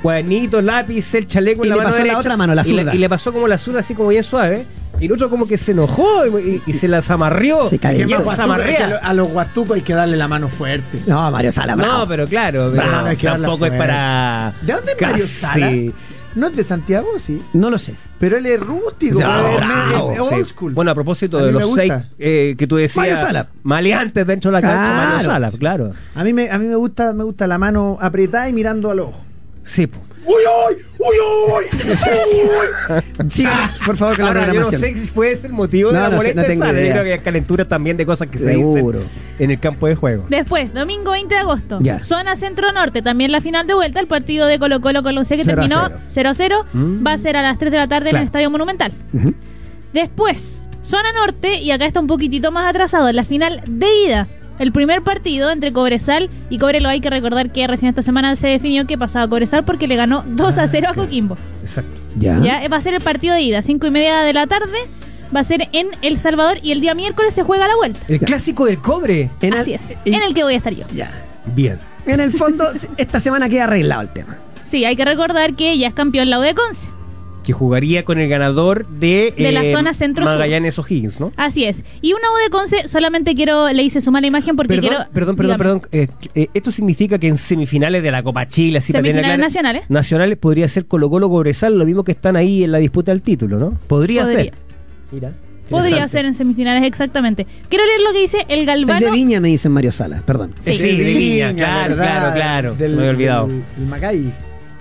[SPEAKER 3] guanitos, lápiz, el chaleco en
[SPEAKER 1] Y
[SPEAKER 3] la
[SPEAKER 1] le
[SPEAKER 3] mano
[SPEAKER 1] pasó la
[SPEAKER 3] derecha,
[SPEAKER 1] otra mano, la
[SPEAKER 3] y le-
[SPEAKER 1] zurda.
[SPEAKER 3] Y, le pasó como la zurda, así como bien suave, y el otro como que se enojó y, y- y se las amarrió.
[SPEAKER 1] Se cayó.
[SPEAKER 3] Y
[SPEAKER 1] más
[SPEAKER 3] se amarrea.
[SPEAKER 2] a los guatucos hay que darle la mano fuerte.
[SPEAKER 1] (clears throat) No, Mario Sala,
[SPEAKER 3] No,
[SPEAKER 1] bravo.
[SPEAKER 3] pero claro, pero
[SPEAKER 2] Bravo, hay que darla
[SPEAKER 3] tampoco es
[SPEAKER 2] fuera.
[SPEAKER 3] para...
[SPEAKER 2] ¿De dónde es Mario
[SPEAKER 3] casi-
[SPEAKER 2] Salas? ¿No es de Santiago? Sí.
[SPEAKER 1] No lo sé.
[SPEAKER 2] Pero él es rústico,
[SPEAKER 3] No,
[SPEAKER 2] pero es
[SPEAKER 3] bravo,
[SPEAKER 2] medio- es old
[SPEAKER 3] sí.
[SPEAKER 2] school.
[SPEAKER 3] Bueno, a propósito
[SPEAKER 2] A
[SPEAKER 3] de
[SPEAKER 2] mí me
[SPEAKER 3] los seis
[SPEAKER 2] gusta.
[SPEAKER 3] eh, que tú decías,
[SPEAKER 1] Mario Sala.
[SPEAKER 3] maleantes dentro de la cancha, Mario
[SPEAKER 1] Claro.
[SPEAKER 3] Sala, claro.
[SPEAKER 2] A mí, me, a mí me gusta me gusta la mano apretada y mirando al ojo.
[SPEAKER 3] Sí, po.
[SPEAKER 2] ¡Uy, uy! ¡Uy, uy! (laughs)
[SPEAKER 1] Sigan, por favor, con la
[SPEAKER 3] Ahora, yo no
[SPEAKER 1] programación.
[SPEAKER 3] sé si fue ese el motivo de
[SPEAKER 1] No,
[SPEAKER 3] la
[SPEAKER 1] no sé,
[SPEAKER 3] molestia
[SPEAKER 1] no tengo
[SPEAKER 3] esa, yo
[SPEAKER 1] idea.
[SPEAKER 3] creo que hay calentura también de cosas que
[SPEAKER 1] Seguro.
[SPEAKER 3] se dicen en el campo de juego.
[SPEAKER 4] Después, domingo 20 de agosto,
[SPEAKER 1] Ya.
[SPEAKER 4] zona centro-norte, también la final de vuelta, el partido de Colo Colo con Lonce que
[SPEAKER 1] Cero a
[SPEAKER 4] terminó
[SPEAKER 1] cero. Mm.
[SPEAKER 4] 0 a 0, va a ser a las 3 de la tarde en
[SPEAKER 3] Claro.
[SPEAKER 4] el Estadio Monumental.
[SPEAKER 1] Ujú.
[SPEAKER 4] Después, zona norte, y acá está un poquitito más atrasado, la final de ida. El primer partido entre Cobresal y Cobrelo, hay que recordar que recién esta semana se definió que pasaba Cobresal porque le ganó 2 a 0 a Coquimbo.
[SPEAKER 3] Exacto.
[SPEAKER 1] Ah, Ya.
[SPEAKER 4] Ya, eh, va a ser el partido de ida, 5 y media de la tarde, va a ser en El Salvador y el día miércoles se juega la vuelta.
[SPEAKER 3] El clásico del cobre.
[SPEAKER 1] En el-
[SPEAKER 4] Así es,
[SPEAKER 1] y-
[SPEAKER 4] en el que voy a estar yo.
[SPEAKER 1] ya.
[SPEAKER 3] Bien.
[SPEAKER 1] En el fondo, (laughs) esta semana queda arreglado el tema.
[SPEAKER 4] Sí, hay que recordar que ya es campeón la U de Conce.
[SPEAKER 3] Que jugaría con el ganador de, eh,
[SPEAKER 4] De la zona centro-sur.
[SPEAKER 3] Magallanes O'Higgins, ¿no?
[SPEAKER 4] Así es. Y una U de Conce, solamente quiero, le hice sumar la imagen porque
[SPEAKER 3] Perdón,
[SPEAKER 4] quiero.
[SPEAKER 3] perdón,
[SPEAKER 4] dígame.
[SPEAKER 3] perdón, perdón. Eh, eh, esto significa que en semifinales de la Copa Chile, así para tener
[SPEAKER 4] Semifinales
[SPEAKER 3] claro-
[SPEAKER 4] nacionales.
[SPEAKER 3] Nacionales podría ser Colo Colo Cobresal, lo mismo que están ahí en la disputa del título, ¿no? Podría,
[SPEAKER 4] Podría.
[SPEAKER 3] ser. Mira.
[SPEAKER 4] Podría
[SPEAKER 3] Exacto.
[SPEAKER 4] ser en semifinales, exactamente. Quiero leer lo que dice
[SPEAKER 1] El
[SPEAKER 4] el
[SPEAKER 1] de
[SPEAKER 4] Galvano.
[SPEAKER 1] Viña me dicen Mario Salas, perdón.
[SPEAKER 4] Sí.
[SPEAKER 3] Eh, Sí, de Viña, claro, claro, claro. Se me había olvidado.
[SPEAKER 2] El, Macay.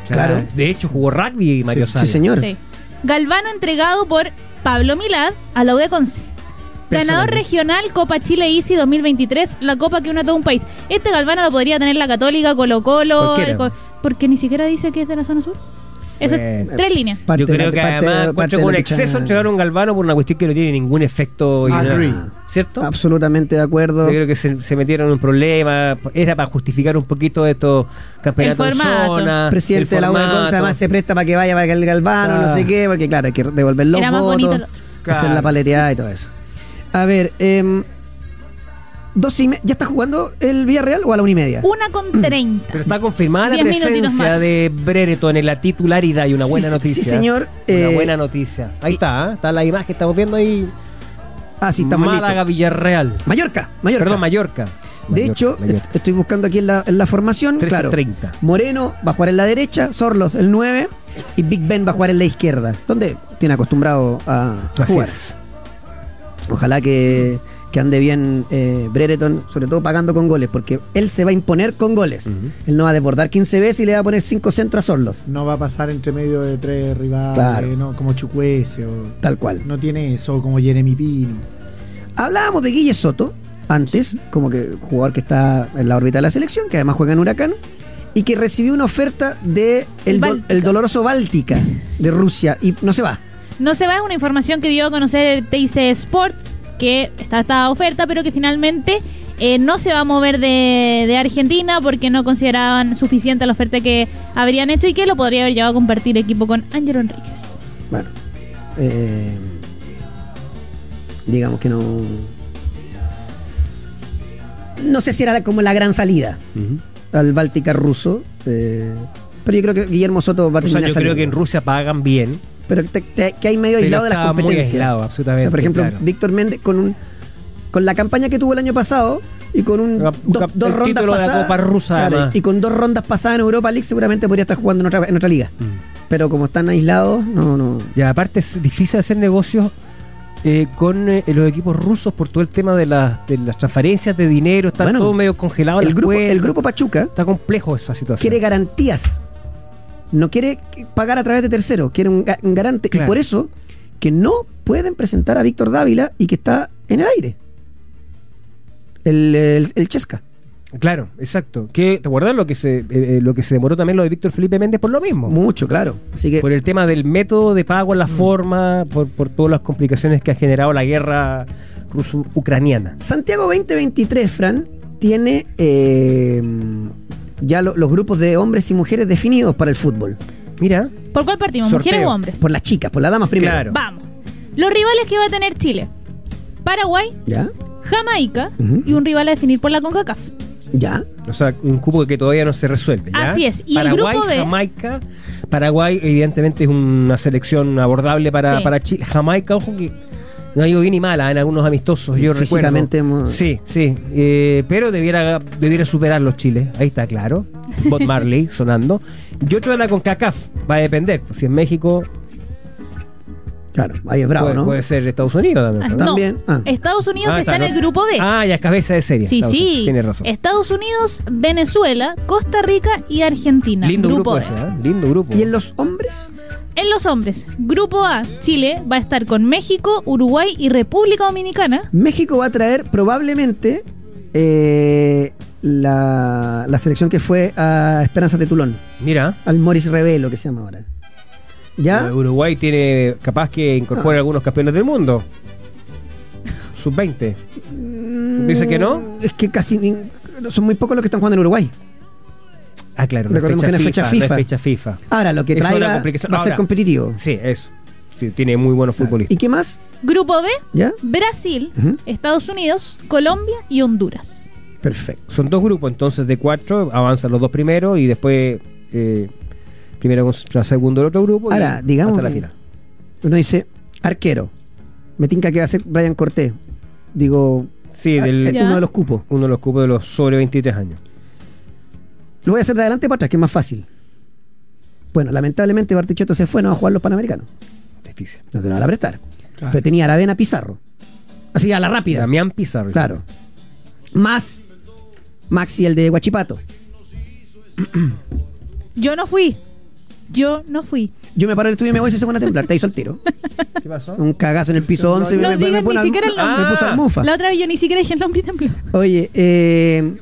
[SPEAKER 1] claro.
[SPEAKER 3] De hecho, jugó rugby Mario
[SPEAKER 1] sí,
[SPEAKER 3] Salas.
[SPEAKER 1] sí, señor.
[SPEAKER 4] Sí. Galvano entregado por Pablo Milad a la UDECONCE. Ganador
[SPEAKER 3] Personalmente.
[SPEAKER 4] regional Copa Chile Easy 2023, la copa que une a todo un país. Este Galvano lo podría tener la Católica, Colo Colo,
[SPEAKER 3] Cualquiera.
[SPEAKER 4] el Co- porque ni siquiera dice que es de la zona sur. Eso,
[SPEAKER 3] Bueno.
[SPEAKER 4] tres líneas.
[SPEAKER 1] Parte
[SPEAKER 3] Yo
[SPEAKER 1] de-
[SPEAKER 3] creo que
[SPEAKER 1] parte-
[SPEAKER 3] además
[SPEAKER 1] parte
[SPEAKER 3] encuentro
[SPEAKER 1] de
[SPEAKER 3] con
[SPEAKER 1] lo que
[SPEAKER 3] exceso
[SPEAKER 1] chan-
[SPEAKER 3] entregar a un Galvano por una cuestión que no tiene ningún efecto. y
[SPEAKER 1] Ah,
[SPEAKER 3] nada.
[SPEAKER 2] Agree.
[SPEAKER 3] ¿Cierto?
[SPEAKER 1] Absolutamente de acuerdo.
[SPEAKER 3] Yo creo que se, se metieron en un problema. Era para justificar un poquito estos campeonatos
[SPEAKER 4] El
[SPEAKER 3] en
[SPEAKER 4] formato.
[SPEAKER 3] zona.
[SPEAKER 1] presidente de
[SPEAKER 3] el
[SPEAKER 1] la UDA
[SPEAKER 3] formato.
[SPEAKER 1] además se presta para que vaya para que el Galvano,
[SPEAKER 3] Ah.
[SPEAKER 1] no sé qué, porque claro, hay que devolver los
[SPEAKER 4] Era más
[SPEAKER 1] votos,
[SPEAKER 4] bonito el otro.
[SPEAKER 1] hacer
[SPEAKER 3] Claro.
[SPEAKER 1] la paleteada y todo eso. A ver, em, dos y me- ¿ya está jugando el Villarreal o a la una y media?
[SPEAKER 4] Una con 30.
[SPEAKER 3] Pero está confirmada la
[SPEAKER 4] Diez minutitos
[SPEAKER 3] presencia
[SPEAKER 4] más.
[SPEAKER 3] de Brereton en la titularidad y una
[SPEAKER 1] Sí,
[SPEAKER 3] buena
[SPEAKER 1] sí,
[SPEAKER 3] noticia.
[SPEAKER 1] sí, señor.
[SPEAKER 3] Una
[SPEAKER 1] Eh,
[SPEAKER 3] buena noticia. Ahí está, ¿eh? está la imagen que estamos viendo ahí.
[SPEAKER 1] Ah, sí, estamos
[SPEAKER 3] Málaga,
[SPEAKER 1] listos.
[SPEAKER 3] Villarreal.
[SPEAKER 1] Mallorca, Mallorca.
[SPEAKER 3] Perdón, Mallorca.
[SPEAKER 1] de
[SPEAKER 3] Mallorca,
[SPEAKER 1] hecho,
[SPEAKER 3] (laughs) Mallorca.
[SPEAKER 1] estoy buscando aquí en la, en la formación. Claro,
[SPEAKER 3] 13:30.
[SPEAKER 1] Moreno va a jugar en la derecha, Sorlos el 9 y Big Ben va a jugar en la izquierda, donde tiene acostumbrado a
[SPEAKER 3] Así
[SPEAKER 1] jugar.
[SPEAKER 3] es.
[SPEAKER 1] Ojalá que, que ande bien eh, Brereton, sobre todo pagando con goles, porque él se va a imponer con goles. Él no va a desbordar 15 veces y le va a poner 5 centros a Sorlos,
[SPEAKER 2] No va a pasar entre medio de tres rivales,
[SPEAKER 1] Claro.
[SPEAKER 2] no, como Chucuese o-
[SPEAKER 1] tal cual.
[SPEAKER 2] No tiene eso, como Jeremy Pino.
[SPEAKER 1] Hablábamos de Guille Soto antes, como que jugador que está en la órbita de la selección, que además juega en Huracán, y que recibió una oferta de el, do-
[SPEAKER 4] Báltica.
[SPEAKER 1] el doloroso Báltica de Rusia y no se va.
[SPEAKER 4] No se va, es una información que dio a conocer TIC Sports, que está esta oferta, pero que finalmente eh, no se va a mover de, de Argentina porque no consideraban suficiente la oferta que habrían hecho y que lo podría haber llevado a compartir equipo con Ángelo Enríquez.
[SPEAKER 1] Bueno, eh, digamos que no. No sé si era la- como la gran salida al Báltica ruso, eh, pero yo creo que Guillermo Soto va a
[SPEAKER 3] O sea,
[SPEAKER 1] terminar
[SPEAKER 3] yo creo
[SPEAKER 1] saliendo.
[SPEAKER 3] que en Rusia pagan bien.
[SPEAKER 1] Pero te- te- que hay medio
[SPEAKER 3] Pero
[SPEAKER 1] aislado de las
[SPEAKER 3] estaba muy
[SPEAKER 1] competencias.
[SPEAKER 3] aislado, absolutamente,
[SPEAKER 1] O sea, por ejemplo,
[SPEAKER 3] claro.
[SPEAKER 1] Víctor Méndez con un con la campaña que tuvo el año pasado y con un,
[SPEAKER 3] La-
[SPEAKER 1] do-
[SPEAKER 3] cap-
[SPEAKER 1] dos
[SPEAKER 3] el
[SPEAKER 1] rondas
[SPEAKER 3] título de la
[SPEAKER 1] pasadas
[SPEAKER 3] Copa Rusa, además.
[SPEAKER 1] y con dos rondas pasadas en Europa League seguramente podría estar jugando en otra, en otra liga. Pero como están aislados, no, no.
[SPEAKER 3] Y aparte es difícil hacer negocios eh, con eh, los equipos rusos por todo el tema de, las de las transferencias de dinero. Está
[SPEAKER 1] Bueno,
[SPEAKER 3] todo medio congelado.
[SPEAKER 1] El
[SPEAKER 3] las
[SPEAKER 1] grupo, el
[SPEAKER 3] cuentas.
[SPEAKER 1] grupo Pachuca
[SPEAKER 3] Está complejo esa situación.
[SPEAKER 1] quiere garantías. No quiere pagar a través de terceros, quiere un, ga- un garante. Y
[SPEAKER 3] Claro.
[SPEAKER 1] por eso que no pueden presentar a Víctor Dávila y que está en el aire. El, el, el Chesca.
[SPEAKER 3] Claro, exacto. Que, ¿Te acuerdas lo que se eh, eh, lo que se demoró también lo de Víctor Felipe Méndez por lo mismo?
[SPEAKER 1] Mucho, claro. Así
[SPEAKER 4] Eh,
[SPEAKER 1] que
[SPEAKER 3] por el tema del método de pago,
[SPEAKER 4] Mm.
[SPEAKER 3] la forma, por, por todas las complicaciones que ha generado la guerra ruso-ucraniana.
[SPEAKER 1] Santiago 2023, Fran, tiene eh, ya lo- los grupos de hombres y mujeres definidos para el fútbol.
[SPEAKER 3] Mira,
[SPEAKER 4] ¿Por cuál partimos?
[SPEAKER 3] Sorteo.
[SPEAKER 4] ¿Mujeres o hombres?
[SPEAKER 1] Por las chicas, por las damas primero.
[SPEAKER 3] Claro.
[SPEAKER 4] Vamos. Los rivales que va a tener Chile. Paraguay,
[SPEAKER 1] ¿Ya?
[SPEAKER 4] Jamaica
[SPEAKER 1] Ujú.
[SPEAKER 4] y un rival a definir por la CONCACAF.
[SPEAKER 1] ¿Ya?
[SPEAKER 3] o sea, un cupo que todavía no se resuelve. ¿ya?
[SPEAKER 4] Así es. Y el
[SPEAKER 3] Paraguay,
[SPEAKER 4] grupo B-
[SPEAKER 3] Jamaica. Paraguay, evidentemente, es una selección abordable para,
[SPEAKER 4] Sí.
[SPEAKER 3] para Chile. Jamaica, ojo que no ha ido bien ni mala en algunos amistosos, yo
[SPEAKER 1] Físicamente
[SPEAKER 3] recuerdo.
[SPEAKER 1] hemos-
[SPEAKER 3] Sí, sí. eh, pero debiera, debiera superar los chiles. Ahí está claro. Bob Marley sonando. Y otro de la CONCACAF. Va a depender. pues, Si en México
[SPEAKER 1] Claro, ahí es bravo,
[SPEAKER 3] puede,
[SPEAKER 1] ¿no?
[SPEAKER 3] puede ser Estados Unidos también.
[SPEAKER 4] Ah,
[SPEAKER 3] ¿no?
[SPEAKER 1] También.
[SPEAKER 4] No,
[SPEAKER 1] Ah.
[SPEAKER 4] Estados Unidos
[SPEAKER 3] Ah,
[SPEAKER 4] está en
[SPEAKER 3] no.
[SPEAKER 4] el grupo D.
[SPEAKER 3] Ah, ya, cabeza de serie.
[SPEAKER 4] Sí,
[SPEAKER 3] Estados
[SPEAKER 4] sí.
[SPEAKER 3] Unidos. Tienes razón.
[SPEAKER 4] Estados Unidos, Venezuela, Costa Rica y Argentina.
[SPEAKER 3] Lindo grupo,
[SPEAKER 4] B.
[SPEAKER 3] ese, ¿eh? Lindo grupo.
[SPEAKER 1] ¿Y en los hombres?
[SPEAKER 4] En los hombres, Grupo A, Chile va a estar con México, Uruguay y República Dominicana.
[SPEAKER 1] México va a traer probablemente eh, la, la selección que fue a Esperanzas de Tulón,
[SPEAKER 3] Mira.
[SPEAKER 1] al Morris Revelo, que se llama ahora. ¿Ya? Ah.
[SPEAKER 3] eh, Uruguay tiene capaz que incorpora algunos campeones del mundo. Sub-20.
[SPEAKER 1] Mm.
[SPEAKER 3] ¿Dice que no?
[SPEAKER 1] Es que casi nin- son muy pocos los que están jugando en Uruguay.
[SPEAKER 3] Ah, claro. No es
[SPEAKER 1] Recordemos
[SPEAKER 3] fecha,
[SPEAKER 1] que no es fecha
[SPEAKER 3] FIFA, No
[SPEAKER 1] FIFA.
[SPEAKER 3] es fecha FIFA.
[SPEAKER 1] Ahora, lo que
[SPEAKER 3] Eso es
[SPEAKER 1] traiga
[SPEAKER 3] la
[SPEAKER 1] va
[SPEAKER 3] complicación.
[SPEAKER 1] a ser
[SPEAKER 3] Ahora.
[SPEAKER 1] competitivo.
[SPEAKER 3] Sí, eso. Sí, tiene muy buenos futbolistas.
[SPEAKER 1] ¿Y qué más?
[SPEAKER 4] Grupo B,
[SPEAKER 1] ¿Ya?
[SPEAKER 4] Brasil,
[SPEAKER 1] Ujú.
[SPEAKER 4] Estados Unidos, Colombia y Honduras.
[SPEAKER 1] Perfecto.
[SPEAKER 3] Son dos grupos, entonces de cuatro avanzan los dos primeros y después eh, primero contra segundo el otro grupo. y
[SPEAKER 1] Ahora, digamos
[SPEAKER 3] Hasta la
[SPEAKER 1] que-
[SPEAKER 3] final.
[SPEAKER 1] Uno dice, arquero. Me tinca que va a ser Brian Cortés. Digo,
[SPEAKER 3] Sí,
[SPEAKER 1] ah,
[SPEAKER 3] del,
[SPEAKER 1] eh,
[SPEAKER 4] Ya.
[SPEAKER 1] uno de los cupos.
[SPEAKER 3] uno de los cupos de los sobre 23 años.
[SPEAKER 1] Lo voy a hacer de adelante para atrás, que es más fácil. Bueno, lamentablemente Bartichotto se fue, no va a jugar los Panamericanos.
[SPEAKER 3] Difícil.
[SPEAKER 1] No se lo van a prestar.
[SPEAKER 2] Claro.
[SPEAKER 1] Pero tenía Aravena Pizarro. Así a la rápida.
[SPEAKER 3] Damián Pizarro.
[SPEAKER 1] Claro. Más Maxi, el de Guachipato.
[SPEAKER 4] Yo no fui. Yo no fui.
[SPEAKER 1] Yo me paro el estudio y me voy si se pone a temblar. Te hizo el tiro.
[SPEAKER 3] ¿Qué pasó?
[SPEAKER 1] Un cagazo en el piso 11. y
[SPEAKER 4] No
[SPEAKER 1] me, me,
[SPEAKER 4] digan
[SPEAKER 1] me,
[SPEAKER 4] ni
[SPEAKER 1] pone al-
[SPEAKER 4] siquiera el nombre.
[SPEAKER 1] me puso
[SPEAKER 3] Ah.
[SPEAKER 1] al mufa.
[SPEAKER 4] La otra vez yo ni siquiera dije el nombre y tembló.
[SPEAKER 1] Oye, eh,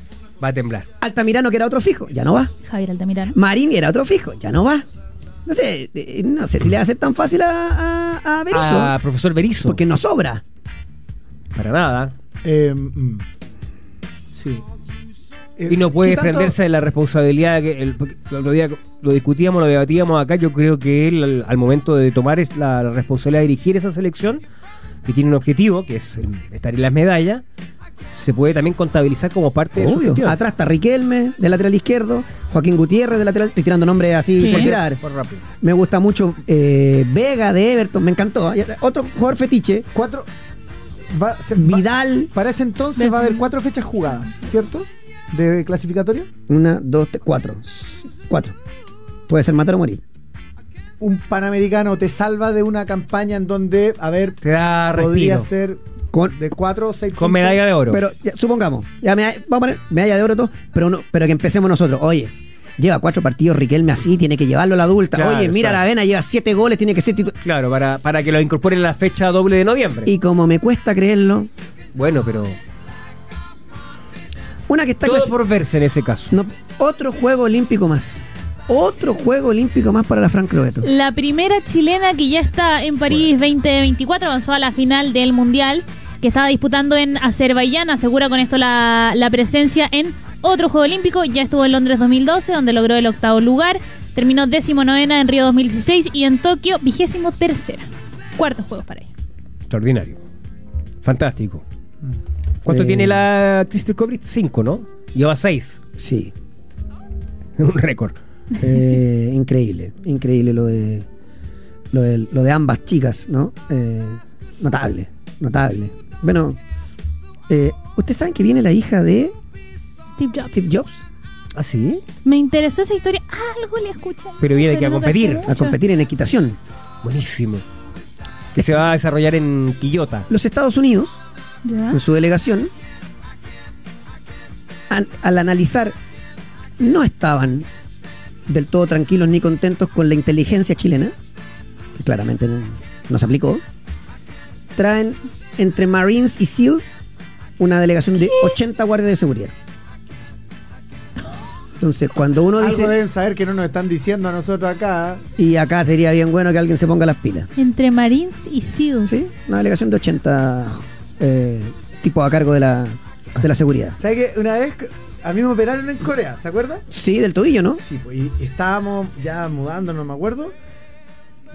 [SPEAKER 3] Va a temblar.
[SPEAKER 1] Altamirano, que era otro fijo, ya no va.
[SPEAKER 4] Javier Altamirano.
[SPEAKER 1] Marín era otro fijo, ya no va. No sé, eh, no sé si le va a ser tan fácil a, a, a Berizzo,
[SPEAKER 3] Ah, profesor Berizo.
[SPEAKER 1] Porque no sobra.
[SPEAKER 3] Para nada.
[SPEAKER 2] Eh, mm. sí. Eh,
[SPEAKER 3] Y no puede
[SPEAKER 2] ¿qué tanto-
[SPEAKER 3] desprenderse de la responsabilidad que el, porque el otro día lo discutíamos, lo debatíamos acá. Yo creo que él, al, al momento de tomar es la, la responsabilidad de dirigir esa selección, que tiene un objetivo, que es eh, estar en las medallas, se puede también contabilizar como parte de su
[SPEAKER 1] Obvio.
[SPEAKER 3] gestión.
[SPEAKER 1] Atrás está Riquelme, de lateral izquierdo, Joaquín Gutiérrez, de lateral. Estoy tirando nombres así
[SPEAKER 4] Sí.
[SPEAKER 1] por tirar.
[SPEAKER 3] Por rápido.
[SPEAKER 1] Me gusta mucho eh, Vega de Everton, me encantó. ¿ah? Y Otro jugador fetiche,
[SPEAKER 2] Cuatro. va- se- va-
[SPEAKER 1] Vidal.
[SPEAKER 2] para ese entonces va a haber cuatro fechas jugadas, ¿cierto? De clasificatorio.
[SPEAKER 1] Una, dos, tres, cuatro. S- Cuatro. Puede ser matar o morir.
[SPEAKER 2] Un panamericano te salva de una campaña en donde, a ver,
[SPEAKER 3] Te da
[SPEAKER 2] podría
[SPEAKER 3] respiro.
[SPEAKER 2] ser
[SPEAKER 1] Con-
[SPEAKER 2] de cuatro o seis.
[SPEAKER 3] Con
[SPEAKER 2] puntos.
[SPEAKER 3] medalla de oro.
[SPEAKER 1] Pero ya, supongamos, ya me, vamos a poner medalla de oro todo, pero no, pero que empecemos nosotros. Oye, lleva cuatro partidos Riquelme así, tiene que llevarlo a la adulta.
[SPEAKER 3] Claro,
[SPEAKER 1] Oye, mira
[SPEAKER 3] claro.
[SPEAKER 1] la vena, lleva siete goles, tiene que ser titular.
[SPEAKER 3] claro, para, para que lo incorporen en la fecha doble de noviembre.
[SPEAKER 1] Y como me cuesta creerlo,
[SPEAKER 3] bueno, pero
[SPEAKER 1] una que está
[SPEAKER 3] todo
[SPEAKER 1] clasi-
[SPEAKER 3] por verse en ese caso.
[SPEAKER 1] no, otro juego olímpico más. Otro juego olímpico más para la Fran Crobeto.
[SPEAKER 4] La primera chilena que ya está en París 2024 avanzó a la final del Mundial que estaba disputando en Azerbaiyán. Asegura con esto la, la presencia en otro Juego Olímpico. Ya estuvo en Londres 2012, donde logró el octavo lugar. Terminó décimo novena en Río 2016 y en Tokio vigésimo tercera. Cuartos juegos para ella.
[SPEAKER 3] Extraordinario. Fantástico. ¿Cuánto
[SPEAKER 2] Mm.
[SPEAKER 1] Eh,
[SPEAKER 3] tiene la Crystal Cobrit? Cinco, ¿no? Lleva seis. (laughs)
[SPEAKER 1] Sí.
[SPEAKER 3] Un récord.
[SPEAKER 1] Eh, increíble, increíble lo de, lo de lo de ambas chicas, ¿no? Eh, notable, notable. Bueno, eh, ¿ustedes saben que viene la hija de
[SPEAKER 4] Steve Jobs.
[SPEAKER 1] Steve Jobs
[SPEAKER 3] ¿Ah, sí?
[SPEAKER 4] Me interesó esa historia. Algo le escuché.
[SPEAKER 3] Pero viene aquí a
[SPEAKER 4] no
[SPEAKER 3] competir.
[SPEAKER 4] caché mucho.
[SPEAKER 1] a competir en equitación?
[SPEAKER 3] Buenísimo. Que se va a desarrollar en Quillota.
[SPEAKER 1] Los Estados Unidos,
[SPEAKER 4] Ya.
[SPEAKER 1] en su delegación, an- al analizar, no estaban del todo tranquilos ni contentos con la inteligencia chilena, que claramente no, no se aplicó. Traen entre Marines y SEALs una delegación de 80 guardias de seguridad. Entonces, cuando uno
[SPEAKER 2] Algo
[SPEAKER 1] dice,
[SPEAKER 2] deben saber que no nos están diciendo a nosotros acá.
[SPEAKER 1] y acá sería bien bueno que alguien se ponga las pilas.
[SPEAKER 4] Entre Marines y SEALs.
[SPEAKER 1] Sí, una delegación de 80 eh, tipos a cargo de la, de la seguridad.
[SPEAKER 2] ¿Sabes que una vez a mí me operaron en Corea, ¿se acuerda?
[SPEAKER 1] Sí, del tobillo, ¿no?
[SPEAKER 2] Sí, pues, y estábamos ya mudando, no me acuerdo.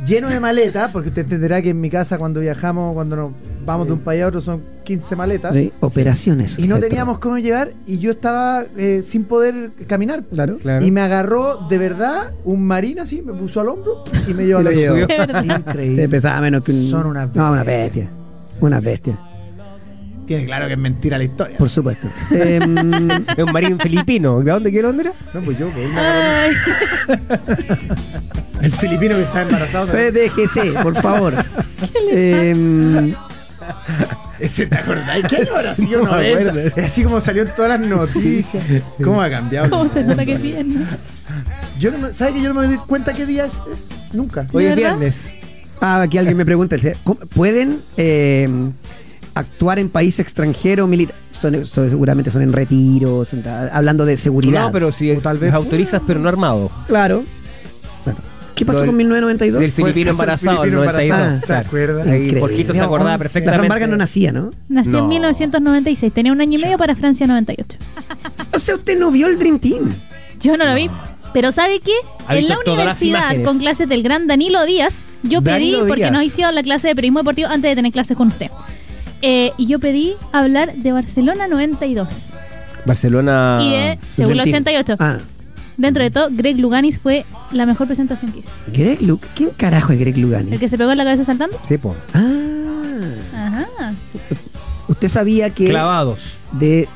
[SPEAKER 2] Lleno de maletas, porque usted entenderá que en mi casa cuando viajamos, cuando nos vamos de un país a otro, son 15 maletas.
[SPEAKER 1] Sí, operaciones.
[SPEAKER 2] Y no
[SPEAKER 1] objeto.
[SPEAKER 2] teníamos cómo llegar y yo estaba eh, sin poder caminar. pues.
[SPEAKER 1] Claro.
[SPEAKER 3] Claro. (laughs)
[SPEAKER 2] Y me agarró de verdad un marín así, me puso al hombro y me
[SPEAKER 1] Y
[SPEAKER 2] llevó
[SPEAKER 1] lo
[SPEAKER 2] a la
[SPEAKER 1] llevó.
[SPEAKER 4] De verdad.
[SPEAKER 1] Te
[SPEAKER 2] (laughs) Increíble.
[SPEAKER 1] pesaba menos que un.
[SPEAKER 2] Son unas
[SPEAKER 1] No, unas bestias. Unas bestias,
[SPEAKER 2] Tiene claro que es mentira la historia.
[SPEAKER 1] por
[SPEAKER 2] (laughs)
[SPEAKER 1] supuesto. Em,
[SPEAKER 3] Es un marín filipino. ¿De dónde quiere dónde era?
[SPEAKER 2] No, pues yo, pues, me agarró un- El filipino que está embarazado. ¿sabes?
[SPEAKER 1] PDGC, por favor. Em,
[SPEAKER 2] Ese, ¿Te acordás?
[SPEAKER 1] (laughs)
[SPEAKER 2] ¿Qué año habrá sido
[SPEAKER 3] No me
[SPEAKER 2] 90?
[SPEAKER 3] acuerdo.
[SPEAKER 2] Es así como salió en todas las noticias. ¿Cómo ha cambiado?
[SPEAKER 4] ¿Cómo se nota que es bien?
[SPEAKER 2] Yo no me- ¿Sabes que yo no me doy cuenta qué día es? es? Nunca.
[SPEAKER 3] Hoy es
[SPEAKER 4] ¿De verdad?
[SPEAKER 3] viernes.
[SPEAKER 1] ah, aquí alguien me pregunta: dice, ¿cómo- ¿pueden em, actuar en país extranjero militar? Son, son- seguramente son en retiro, son- ah, hablando de seguridad.
[SPEAKER 3] No, pero si
[SPEAKER 2] O tal vez-
[SPEAKER 3] los autorizas, pero no armado.
[SPEAKER 1] Claro. Bueno, ¿Qué pasó
[SPEAKER 3] Lo del-
[SPEAKER 1] con 1992?
[SPEAKER 3] Del
[SPEAKER 1] Fue-
[SPEAKER 3] filipino
[SPEAKER 2] el caso del
[SPEAKER 3] embarazado, el
[SPEAKER 2] filipino embarazado.
[SPEAKER 3] 92.
[SPEAKER 2] ¿Se
[SPEAKER 3] claro.
[SPEAKER 2] acuerda?
[SPEAKER 3] Ahí,
[SPEAKER 1] Increíble.
[SPEAKER 3] Jorgito se
[SPEAKER 1] Digamos,
[SPEAKER 3] acordaba
[SPEAKER 2] once.
[SPEAKER 1] La Fran
[SPEAKER 3] perfectamente.
[SPEAKER 1] Vargas no nacía, ¿no?
[SPEAKER 4] Nació
[SPEAKER 3] No.
[SPEAKER 4] en 1996, tenía un año y medio para Francia 98.
[SPEAKER 1] O sea, usted no vio el Dream Team.
[SPEAKER 4] Yo no lo vi. Pero ¿sabe qué?
[SPEAKER 3] Ha
[SPEAKER 4] En
[SPEAKER 3] visto
[SPEAKER 4] la
[SPEAKER 3] todas las
[SPEAKER 4] universidad,
[SPEAKER 3] imágenes.
[SPEAKER 4] con clases del gran Danilo Díaz, yo pedí,
[SPEAKER 3] Danilo
[SPEAKER 4] porque
[SPEAKER 3] Díaz.
[SPEAKER 4] no hicieron la clase de periodismo deportivo antes de tener clases con usted. Eh, y yo pedí hablar de Barcelona 92
[SPEAKER 3] Barcelona.
[SPEAKER 4] y de Seúl 88.
[SPEAKER 1] Ah,
[SPEAKER 4] Dentro de todo, Greg Luganis fue la mejor presentación que hizo.
[SPEAKER 1] Greg Luke. ¿Quién carajo es Greg Luganis?
[SPEAKER 4] El que se pegó en la cabeza saltando.
[SPEAKER 3] Sí, po.
[SPEAKER 1] Ah,
[SPEAKER 4] Ajá.
[SPEAKER 1] usted sabía que
[SPEAKER 3] Clavados.
[SPEAKER 1] de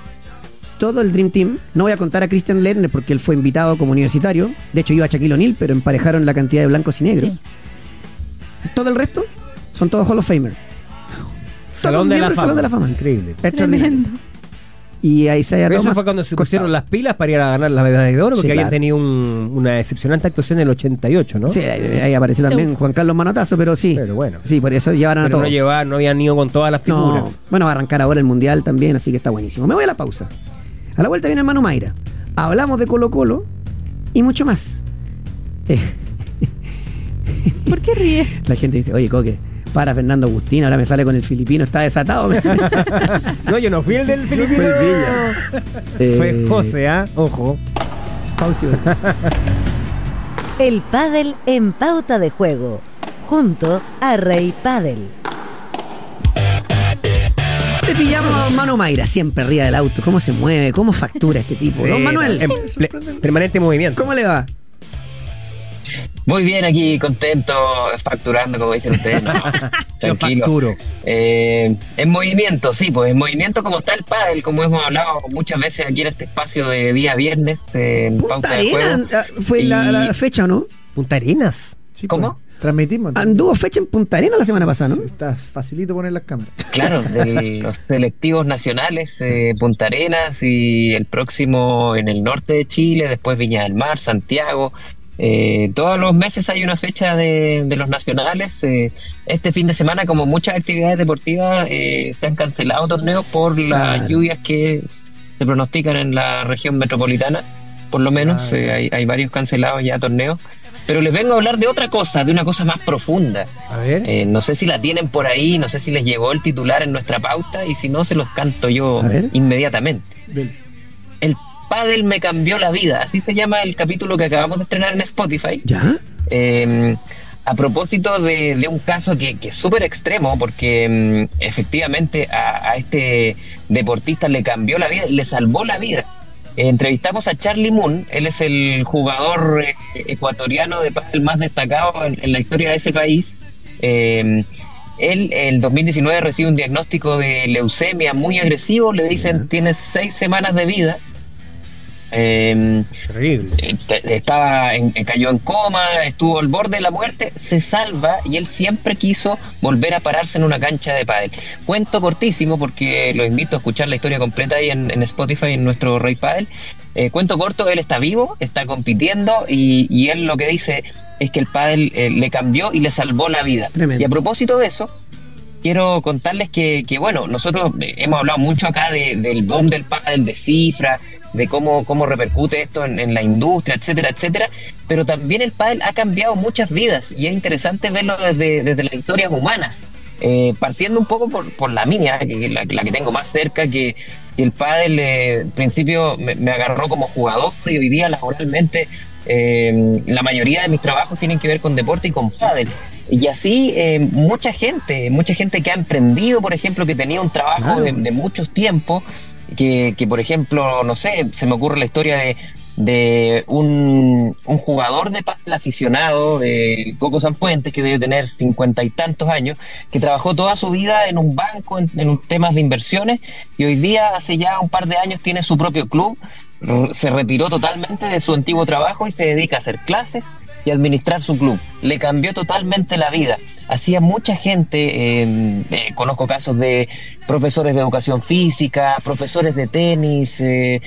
[SPEAKER 1] todo el Dream Team, no voy a contar a Christian Lerner porque él fue invitado como universitario, de hecho iba a Shaquille O'Neal, pero emparejaron la cantidad de blancos y negros.
[SPEAKER 4] Sí.
[SPEAKER 1] Todo el resto son todos Hall of Famer.
[SPEAKER 3] Salón de
[SPEAKER 1] miembro
[SPEAKER 3] la
[SPEAKER 1] del
[SPEAKER 3] Fama.
[SPEAKER 1] Salón de la Fama.
[SPEAKER 3] Increíble.
[SPEAKER 1] Extraordinario.
[SPEAKER 4] Tremendo.
[SPEAKER 1] Y a Isaiah
[SPEAKER 3] Pero eso
[SPEAKER 1] Thomas
[SPEAKER 3] fue cuando se pusieron
[SPEAKER 1] cortado.
[SPEAKER 3] las pilas para ir a ganar la medalla de oro, porque
[SPEAKER 1] Sí,
[SPEAKER 3] habían
[SPEAKER 1] claro.
[SPEAKER 3] tenido un- una decepcionante actuación en el 88, ¿no?
[SPEAKER 1] Sí, ahí ahí aparece
[SPEAKER 4] Sí.
[SPEAKER 1] también Juan Carlos Manotazo, pero sí.
[SPEAKER 3] Pero bueno.
[SPEAKER 1] Sí, por eso llevaron a
[SPEAKER 3] Pero
[SPEAKER 1] todos.
[SPEAKER 3] no llevaban, no habían ido con todas las figuras.
[SPEAKER 1] No, bueno, va a arrancar ahora el Mundial también, así que está buenísimo. Me voy a la pausa. A la vuelta viene hermano Mayra. Hablamos de Colo Colo y mucho más. Eh,
[SPEAKER 4] ¿Por qué ríe?
[SPEAKER 1] la gente dice, oye, Coque, para Fernando Agustín, ahora me sale con el filipino, está desatado. (laughs)
[SPEAKER 3] No, yo no fui el del filipino.
[SPEAKER 1] Fue el Villa.
[SPEAKER 3] (laughs) Fue
[SPEAKER 1] Eh,
[SPEAKER 3] José, ¿ah? Ojo.
[SPEAKER 1] pausa y volvemos.
[SPEAKER 5] El pádel en pauta de juego, junto a Rey Pádel.
[SPEAKER 1] Te pillamos a Don Manu Mayra, siempre arriba del auto. ¿Cómo se mueve? ¿Cómo factura este tipo?
[SPEAKER 3] Sí,
[SPEAKER 1] Don Manuel,
[SPEAKER 3] en ple- permanente movimiento.
[SPEAKER 1] ¿cómo le va?
[SPEAKER 6] Muy bien, aquí contento, facturando, como dicen ustedes.
[SPEAKER 1] (laughs)
[SPEAKER 6] ¿no?
[SPEAKER 3] Yo
[SPEAKER 6] Tranquilo.
[SPEAKER 3] facturo.
[SPEAKER 6] Eh, en movimiento, sí, pues en movimiento como está el pádel, como hemos hablado muchas veces aquí en este espacio de día viernes, eh, en
[SPEAKER 1] Punta
[SPEAKER 6] pauta de juego.
[SPEAKER 1] Arena, ah, fue la,
[SPEAKER 6] Y-
[SPEAKER 1] la fecha, ¿o ¿no?
[SPEAKER 3] Punta Arenas.
[SPEAKER 2] Sí,
[SPEAKER 6] ¿Cómo?
[SPEAKER 2] pues, transmitimos.
[SPEAKER 1] Anduvo fecha en Punta Arena la semana pasada, ¿no?
[SPEAKER 2] Está facilito poner las cámaras.
[SPEAKER 6] Claro, de los selectivos nacionales, eh, Punta Arenas y el próximo en el norte de Chile, después Viña del Mar, Santiago. Eh, todos los meses hay una fecha de, de los nacionales. eh, este fin de semana, como muchas actividades deportivas, eh, se han cancelado torneos por
[SPEAKER 1] Claro.
[SPEAKER 6] las lluvias que se pronostican en la región metropolitana, por lo menos. eh, hay, hay varios cancelados ya torneos. Pero les vengo a hablar de otra cosa, de una cosa más profunda.
[SPEAKER 3] A ver.
[SPEAKER 6] Eh, no sé si la tienen por ahí, no sé si les llegó el titular en nuestra pauta y si no, se los canto yo
[SPEAKER 1] A ver.
[SPEAKER 6] inmediatamente. El pádel me cambió la vida, así se llama el capítulo que acabamos de estrenar en Spotify.
[SPEAKER 1] ¿Ya?
[SPEAKER 6] Eh, a propósito de, de un caso que, que es súper extremo, porque mm, efectivamente a, a este deportista le cambió la vida, le salvó la vida. Eh, entrevistamos a Charlie Moon, él es el jugador eh, ecuatoriano de pádel más destacado en, en la historia de ese país. Eh, él, el 2019, recibe un diagnóstico de leucemia muy agresivo, le dicen tienes seis semanas de vida. Em,
[SPEAKER 3] Terrible.
[SPEAKER 6] eh, te- estaba en, eh, cayó en coma, estuvo al borde de la muerte, se salva y él siempre quiso volver a pararse en una cancha de pádel. Cuento cortísimo porque lo invito a escuchar la historia completa ahí en, en Spotify en nuestro Rey Pádel. Eh, cuento corto, él está vivo, está compitiendo y, y él lo que dice es que el pádel eh, le cambió y le salvó la vida.
[SPEAKER 1] Tremendo.
[SPEAKER 6] Y a propósito de eso, quiero contarles que, que, bueno, nosotros eh, hemos hablado mucho acá de- del boom del pádel, de cifras, de cómo, cómo repercute esto en, en la industria, etcétera, etcétera, pero también el pádel ha cambiado muchas vidas y es interesante verlo desde, desde las historias humanas. Eh, partiendo un poco por, por la mía, que, que la, la que tengo más cerca, que, que el pádel eh, al principio me, me agarró como jugador y hoy día laboralmente eh, la mayoría de mis trabajos tienen que ver con deporte y con pádel. Y así eh, mucha gente, mucha gente que ha emprendido, por ejemplo, que tenía un trabajo de, de muchos tiempos, que, que, por ejemplo, no sé, se me ocurre la historia de, de un, un jugador de pádel aficionado, de Coco Sanfuentes, que debe tener cincuenta y tantos años, que trabajó toda su vida en un banco, en, en un- temas de inversiones, y hoy día, hace ya un par de años, tiene su propio club, r- se retiró totalmente de su antiguo trabajo y se dedica a hacer clases y administrar su club. Le cambió totalmente la vida. Hacía mucha gente, eh, eh, conozco casos de profesores de educación física, profesores de tenis, eh,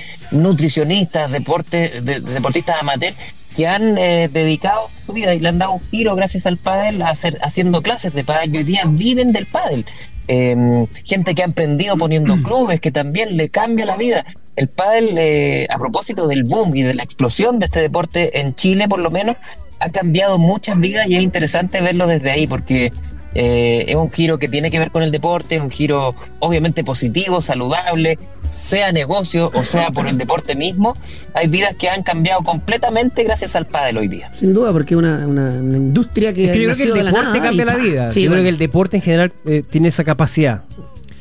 [SPEAKER 6] nutricionistas, deporte, de- de deportistas amateur, que han eh, dedicado su vida y le han dado un giro gracias al pádel a hacer, haciendo clases de pádel y hoy día viven del pádel. Eh, gente que ha emprendido poniendo clubes que también le cambia la vida. El pádel, eh, a propósito del boom y de la explosión de este deporte en Chile, por lo menos, ha cambiado muchas vidas y es interesante verlo desde ahí porque eh, es un giro que tiene que ver con el deporte, es un giro obviamente positivo, saludable, sea negocio o sea por el deporte mismo. Hay vidas que han cambiado completamente gracias al pádel hoy día.
[SPEAKER 1] Sin duda, porque es una, una, una industria que.
[SPEAKER 3] Es que yo creo
[SPEAKER 1] nació
[SPEAKER 3] que
[SPEAKER 1] de
[SPEAKER 3] el
[SPEAKER 1] la
[SPEAKER 3] deporte
[SPEAKER 1] nada
[SPEAKER 3] cambia
[SPEAKER 1] y-
[SPEAKER 3] la vida.
[SPEAKER 1] Sí,
[SPEAKER 3] yo
[SPEAKER 1] bueno.
[SPEAKER 3] creo que el deporte en general eh, tiene esa capacidad.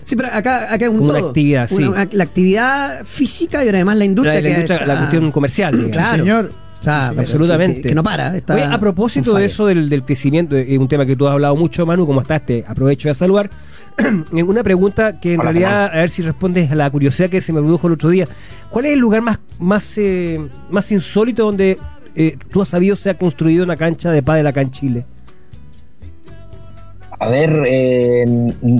[SPEAKER 1] Sí, pero acá, acá es un
[SPEAKER 3] Una
[SPEAKER 1] todo.
[SPEAKER 3] actividad, sí.
[SPEAKER 1] una- la actividad física y además la industria.
[SPEAKER 3] La, la
[SPEAKER 1] que-
[SPEAKER 3] industria- la
[SPEAKER 1] ah,
[SPEAKER 3] cuestión comercial. digamos.
[SPEAKER 1] Claro.
[SPEAKER 2] Señor,
[SPEAKER 1] o sea, pero
[SPEAKER 3] Ah, absolutamente.
[SPEAKER 1] Que, que no para. está
[SPEAKER 3] Oye, a propósito
[SPEAKER 1] on
[SPEAKER 3] de
[SPEAKER 1] fire.
[SPEAKER 3] eso del, del crecimiento, es un tema que tú has hablado mucho, Manu, ¿cómo estás? Te aprovecho de saludar. (clears throat) Eh, Una pregunta que en
[SPEAKER 6] Hola,
[SPEAKER 3] realidad,
[SPEAKER 6] Fernando.
[SPEAKER 3] a ver si respondes a la curiosidad que se me produjo el otro día. ¿Cuál es el lugar más, más, eh, más insólito donde eh, tú has sabido se ha construido una cancha de pádel acá en Chile?
[SPEAKER 6] A ver, eh,